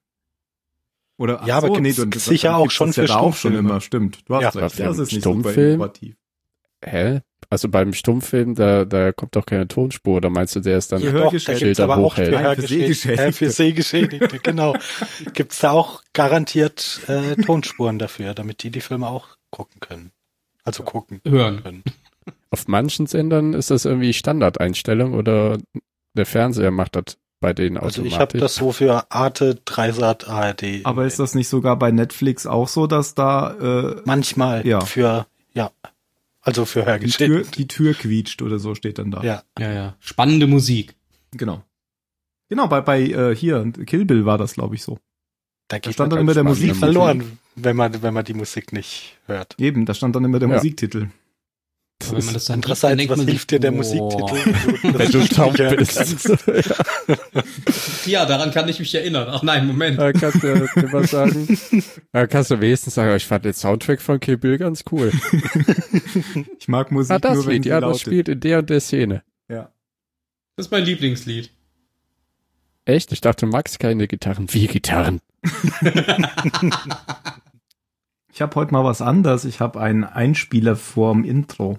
Speaker 3: Oder, ach
Speaker 4: Ja, aber
Speaker 3: so,
Speaker 4: gibt's-
Speaker 3: nee, du-
Speaker 4: gibt's sicher
Speaker 3: dann
Speaker 4: auch
Speaker 3: gibt's
Speaker 4: schon
Speaker 3: das ja
Speaker 4: für
Speaker 3: da auch schon
Speaker 4: Stummfilme.
Speaker 3: immer, stimmt. Du hast
Speaker 4: Ja,
Speaker 3: recht,
Speaker 5: für
Speaker 3: das ist nicht super
Speaker 5: Stummfilm-
Speaker 3: innovativ.
Speaker 5: Hä? Also beim Stummfilm, da, da kommt doch keine Tonspur, oder meinst du, der ist dann.
Speaker 3: Ja. Hörgeschädigte
Speaker 4: gibt's aber
Speaker 5: Schilder
Speaker 4: auch für,
Speaker 5: hochhält.
Speaker 3: Nein, für
Speaker 4: Hörgeschädigte, äh,
Speaker 3: Sehgeschädigte. [LAUGHS]
Speaker 4: für Sehgeschädigte, genau. Gibt's da auch garantiert äh, Tonspuren dafür, damit die die Filme auch gucken können. Also gucken
Speaker 7: Hören.
Speaker 4: können.
Speaker 5: Auf manchen Sendern ist das irgendwie Standardeinstellung oder der Fernseher macht das bei denen
Speaker 4: Also
Speaker 5: automatisch.
Speaker 4: ich habe das so für Arte, Dreisat, ARD.
Speaker 3: Aber ist das nicht sogar bei Netflix auch so, dass da äh,
Speaker 4: manchmal
Speaker 3: Ja.
Speaker 4: für ja, also für
Speaker 3: die, Tür,
Speaker 4: Hörgeschädigte.
Speaker 3: die Tür quietscht oder so steht dann da?
Speaker 4: Ja,
Speaker 7: Ja, ja. Spannende Musik.
Speaker 3: Genau. Genau, bei, bei äh, hier, Kill Bill war das, glaube ich, so.
Speaker 4: da geht
Speaker 3: stand
Speaker 4: man
Speaker 3: dann immer
Speaker 4: ganz
Speaker 3: der
Speaker 4: spannend
Speaker 5: Musik-
Speaker 4: verloren, wenn man wenn man die Musik nicht hört.
Speaker 3: Eben, da stand dann immer der
Speaker 5: Ja.
Speaker 3: Musiktitel.
Speaker 5: Das
Speaker 7: Aber wenn man
Speaker 5: ist,
Speaker 7: das dann trifft, dann
Speaker 4: Andererseits,
Speaker 7: denkt
Speaker 4: was
Speaker 7: man sich, boah.
Speaker 4: hilft dir der
Speaker 6: oh. [LAUGHS]
Speaker 4: Musiktitel?
Speaker 5: wenn du taub bist.
Speaker 7: Ja, daran kann ich mich erinnern. Ach nein,
Speaker 4: Äh.
Speaker 7: Moment.
Speaker 5: Da Äh, kannst du dir was [LAUGHS] sagen. Da kannst du wenigstens sagen, ich fand den Soundtrack von Kill Bill ganz cool.
Speaker 3: Ich mag Musik
Speaker 5: Ah, das
Speaker 3: nur, wenn
Speaker 5: Lied,
Speaker 3: die
Speaker 5: ja,
Speaker 3: lautet.
Speaker 5: das spielt in der und der Szene.
Speaker 3: Ja.
Speaker 7: Das ist mein Lieblingslied.
Speaker 5: Echt? Ich dachte, Max keine Gitarren. Wie Gitarren?
Speaker 3: Ich habe heute mal was anders. Ich habe einen Einspieler vorm Intro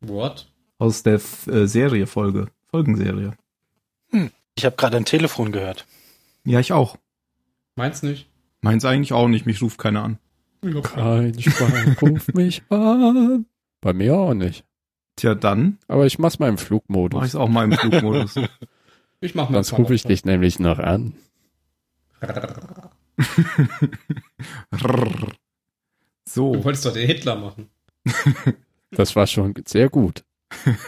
Speaker 7: What?
Speaker 3: aus der F äh, Serie Folge, Folgenserie.
Speaker 4: [LAUGHS] Ich habe gerade ein Telefon gehört.
Speaker 3: Ja, ich auch.
Speaker 7: Meins nicht?
Speaker 3: Meins eigentlich auch nicht, mich ruft keiner an.
Speaker 7: Ich hab
Speaker 5: Kein Schwein ruft mich an. Bei mir auch nicht.
Speaker 3: Tja, dann
Speaker 5: Aber ich mach's mal im
Speaker 3: mache
Speaker 5: Flugmodus.
Speaker 3: ich es auch mal im [LAUGHS] Flugmodus.
Speaker 7: Ich mach mal
Speaker 5: Sonst rufe ich dich nämlich noch an.
Speaker 3: Rrrr.
Speaker 7: Du
Speaker 3: so,
Speaker 7: wolltest doch den Hitler machen. [LAUGHS]
Speaker 5: Das war schon sehr gut.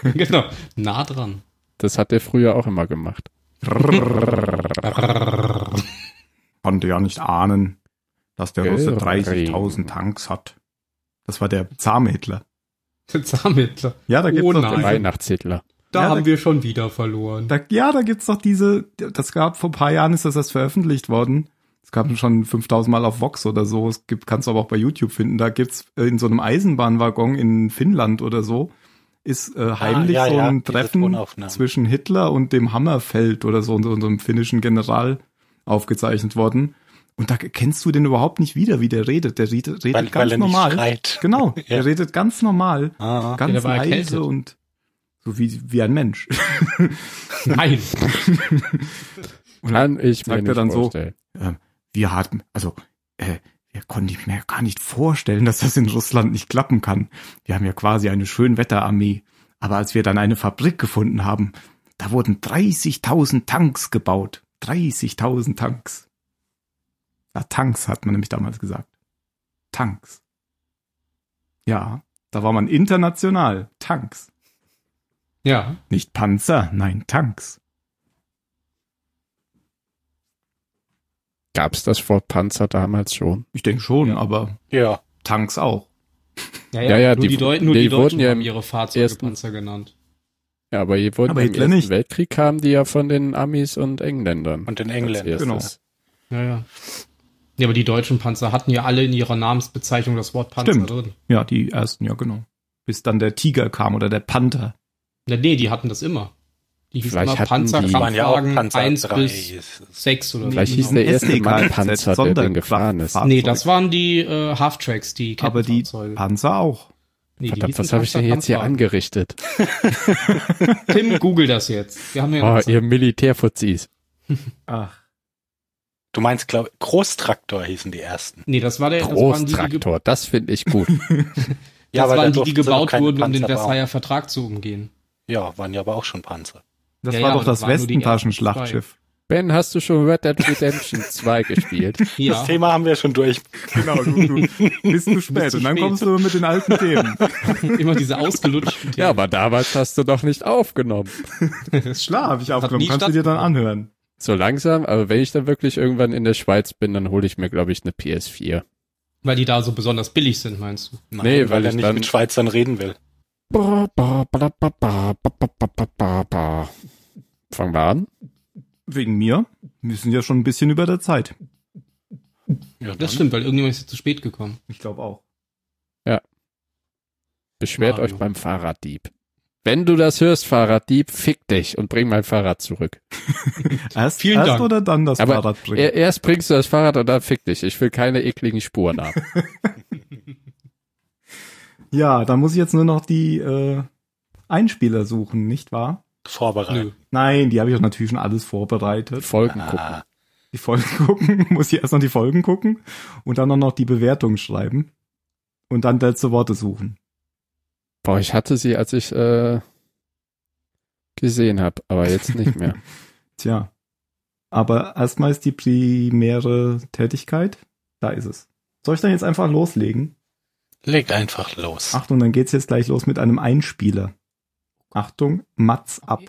Speaker 7: genau. Nah dran. [LAUGHS]
Speaker 5: Das hat er früher auch immer gemacht.
Speaker 3: [LAUGHS] konnte ja nicht ahnen, dass der Russe
Speaker 5: Irre.
Speaker 3: 30.000 Tanks hat. Das war der zahme Hitler.
Speaker 7: Zahm Hitler.
Speaker 3: Ja, da gibt's
Speaker 7: Oh
Speaker 3: doch
Speaker 7: nein.
Speaker 5: Der
Speaker 7: Also-
Speaker 3: diese,
Speaker 5: Weihnachtshittler.
Speaker 7: Da
Speaker 3: Ja,
Speaker 7: haben
Speaker 3: da-
Speaker 7: wir schon wieder verloren.
Speaker 3: da, ja, da gibt's doch diese, das gab vor ein paar Jahren ist das erst veröffentlicht worden. Es gab schon 5000 Mal auf Vox oder so. Es gibt, kannst du aber auch bei YouTube finden. Da gibt's äh, in so einem Eisenbahnwaggon in Finnland oder so ist äh, heimlich
Speaker 4: Ah, ja,
Speaker 3: so
Speaker 4: ja,
Speaker 3: ein
Speaker 4: diese
Speaker 3: Treffen
Speaker 4: Tonaufnahmen.
Speaker 3: zwischen Hitler und dem Hammerfeld oder so, und so einem finnischen General aufgezeichnet worden. Und da kennst du den überhaupt nicht wieder, wie der redet. Der redet, redet
Speaker 4: Weil,
Speaker 3: ganz
Speaker 4: weil er nicht
Speaker 3: normal.
Speaker 4: schreit. [LAUGHS]
Speaker 3: Genau, er redet ganz normal,
Speaker 4: Ah,
Speaker 3: ganz
Speaker 7: der war
Speaker 3: leise
Speaker 7: erkältet.
Speaker 3: und so wie, wie ein Mensch. [LAUGHS]
Speaker 7: Nein.
Speaker 5: Kann ich mir
Speaker 3: sagt er
Speaker 5: nicht
Speaker 3: dann so,
Speaker 5: vorstellen.
Speaker 3: wir hatten, also, äh, wir konnten ich mir gar nicht vorstellen, dass das in Russland nicht klappen kann. Wir haben ja quasi eine Schönwetterarmee. Aber als wir dann eine Fabrik gefunden haben, da wurden 30.000 Tanks gebaut. 30.000 Tanks. Ja, Tanks hat man nämlich damals gesagt. Tanks. Ja, da war man international. Tanks.
Speaker 6: Ja.
Speaker 3: Nicht Panzer, nein, Tanks.
Speaker 5: Gab es das Wort Panzer damals schon?
Speaker 3: Ich denke schon, aber
Speaker 4: Ja.
Speaker 3: Tanks auch.
Speaker 5: Ja, ja,
Speaker 6: nur die,
Speaker 5: die-
Speaker 6: Deu nur
Speaker 5: die
Speaker 6: die,
Speaker 5: wurden
Speaker 6: Deutschen
Speaker 5: ja
Speaker 6: haben
Speaker 5: im
Speaker 6: ihre Fahrzeuge
Speaker 5: ersten-
Speaker 6: Panzer genannt.
Speaker 5: Ja, aber hier wurden
Speaker 3: Aber
Speaker 5: im
Speaker 3: Hitler
Speaker 5: Ersten
Speaker 3: nicht.
Speaker 5: Weltkrieg kamen die ja von den Amis und Engländern.
Speaker 4: Und den
Speaker 5: als
Speaker 4: Engländern.
Speaker 5: erstes.
Speaker 3: Genau.
Speaker 6: Ja, ja. Ja, aber die deutschen Panzer hatten ja alle in ihrer Namensbezeichnung das Wort Panzer
Speaker 3: Stimmt.
Speaker 6: drin.
Speaker 3: Ja, die ersten, ja genau. Bis dann der Tiger kam oder der Panther.
Speaker 6: Na, nee, die hatten das immer. Die hießen
Speaker 5: Vielleicht
Speaker 6: immer
Speaker 5: hatten
Speaker 6: Panzer,
Speaker 5: die-
Speaker 4: Die waren ja auch
Speaker 6: Kampfwagen
Speaker 4: Panzer
Speaker 6: 1
Speaker 4: 3.
Speaker 6: bis 6 oder
Speaker 5: Vielleicht
Speaker 6: so. genau.
Speaker 5: hieß der erste
Speaker 3: SDK
Speaker 5: Mann
Speaker 3: als
Speaker 5: Panzer, der den gefahren ist.
Speaker 3: Sonderkraftfahrzeug.
Speaker 6: Nee, das waren die äh, Halftracks, die
Speaker 3: Aber die
Speaker 6: Kettenfahrzeuge.
Speaker 3: Panzer auch.
Speaker 6: nee,
Speaker 5: Ah, Verdammt,
Speaker 6: hießen
Speaker 5: was habe ich denn jetzt hier
Speaker 6: Panzer-
Speaker 5: angerichtet?
Speaker 6: Tim, google das jetzt. Wir haben ja
Speaker 5: Oh,
Speaker 6: noch Zeit.
Speaker 5: ihr Militärfuzis.
Speaker 3: Ach.
Speaker 4: Du meinst, glaube Großtraktor hießen die ersten.
Speaker 6: Nee, das war der das waren die, die, ge-
Speaker 5: Großtraktor, das finde ich
Speaker 6: [LAUGHS]
Speaker 5: gut.
Speaker 4: Ja,
Speaker 6: das
Speaker 4: aber
Speaker 6: waren
Speaker 4: da
Speaker 6: die,
Speaker 4: durften
Speaker 6: die
Speaker 4: sie noch
Speaker 6: gebaut
Speaker 4: keine
Speaker 6: wurden, um den
Speaker 4: Panzer bauen.
Speaker 6: Versailler Vertrag zu
Speaker 4: [LAUGHS]
Speaker 6: umgehen.
Speaker 4: Ja, waren ja aber auch schon Panzer.
Speaker 3: Das
Speaker 6: Ja,
Speaker 3: war
Speaker 6: ja,
Speaker 3: doch
Speaker 6: aber
Speaker 3: das
Speaker 6: das waren nur die ersten
Speaker 3: Westentaschenschlachtschiff.
Speaker 5: Ben, hast du schon Red Dead Redemption 2 gespielt?
Speaker 6: [LAUGHS] Ja.
Speaker 4: Das Thema haben wir schon durch.
Speaker 3: [LAUGHS] Genau, du, du bist zu spät. Und dann
Speaker 6: spät.
Speaker 3: kommst du mit den alten
Speaker 6: [LAUGHS]
Speaker 3: Themen.
Speaker 6: Immer
Speaker 4: [LAUGHS]
Speaker 6: diese ausgelutschten
Speaker 5: Ja, aber damals hast du doch nicht aufgenommen.
Speaker 3: Klar, habe ich aufgenommen.
Speaker 6: nie
Speaker 3: Kannst du dir dann anhören.
Speaker 5: So langsam, aber wenn ich dann wirklich irgendwann in der Schweiz bin, dann hole ich mir, glaube ich, eine PS4.
Speaker 6: Weil die da so besonders billig sind, meinst du?
Speaker 4: Nein,
Speaker 5: Nee, weil
Speaker 4: er
Speaker 5: ich
Speaker 4: nicht
Speaker 5: dann-
Speaker 4: mit Schweizern reden will.
Speaker 5: Ba, ba, ba, ba, ba, ba, ba, ba, ba, ba, ba. Fangen wir an.
Speaker 3: Wegen mir. Wir sind ja schon ein bisschen über der Zeit.
Speaker 4: Ja,
Speaker 6: Das
Speaker 4: dann-
Speaker 6: stimmt, weil irgendjemand ist ja zu spät gekommen.
Speaker 3: Ich glaube auch.
Speaker 5: Beschwert
Speaker 6: Mario.
Speaker 5: euch beim Fahrraddieb. Wenn du das hörst, Fahrraddieb, fick dich und bring mein Fahrrad zurück.
Speaker 3: Erst,
Speaker 6: Vielen
Speaker 3: erst
Speaker 6: Dank.
Speaker 3: oder dann das
Speaker 5: Aber
Speaker 3: Fahrrad bringen.
Speaker 5: Er, erst bringst du das Fahrrad und dann fick dich. Ich will keine ekligen Spuren haben.
Speaker 3: ja, dann muss ich jetzt nur noch die äh, Einspieler suchen, nicht wahr?
Speaker 4: Vorbereitet.
Speaker 3: Nein, die habe ich doch natürlich schon alles vorbereitet.
Speaker 5: Folgen gucken.
Speaker 4: Ah,
Speaker 3: die Folgen [LAUGHS] gucken, muss ich erst noch die Folgen gucken und dann auch noch die Bewertung schreiben und dann letzte Worte suchen.
Speaker 5: Boah, ich hatte sie, als ich äh, gesehen habe, aber jetzt nicht mehr.
Speaker 3: Tja. Aber erstmal ist die primäre Tätigkeit, da ist es. Soll ich dann jetzt einfach loslegen?
Speaker 4: legt einfach los.
Speaker 3: Achtung, dann geht's jetzt gleich los mit einem Einspieler. Achtung, Mats ab.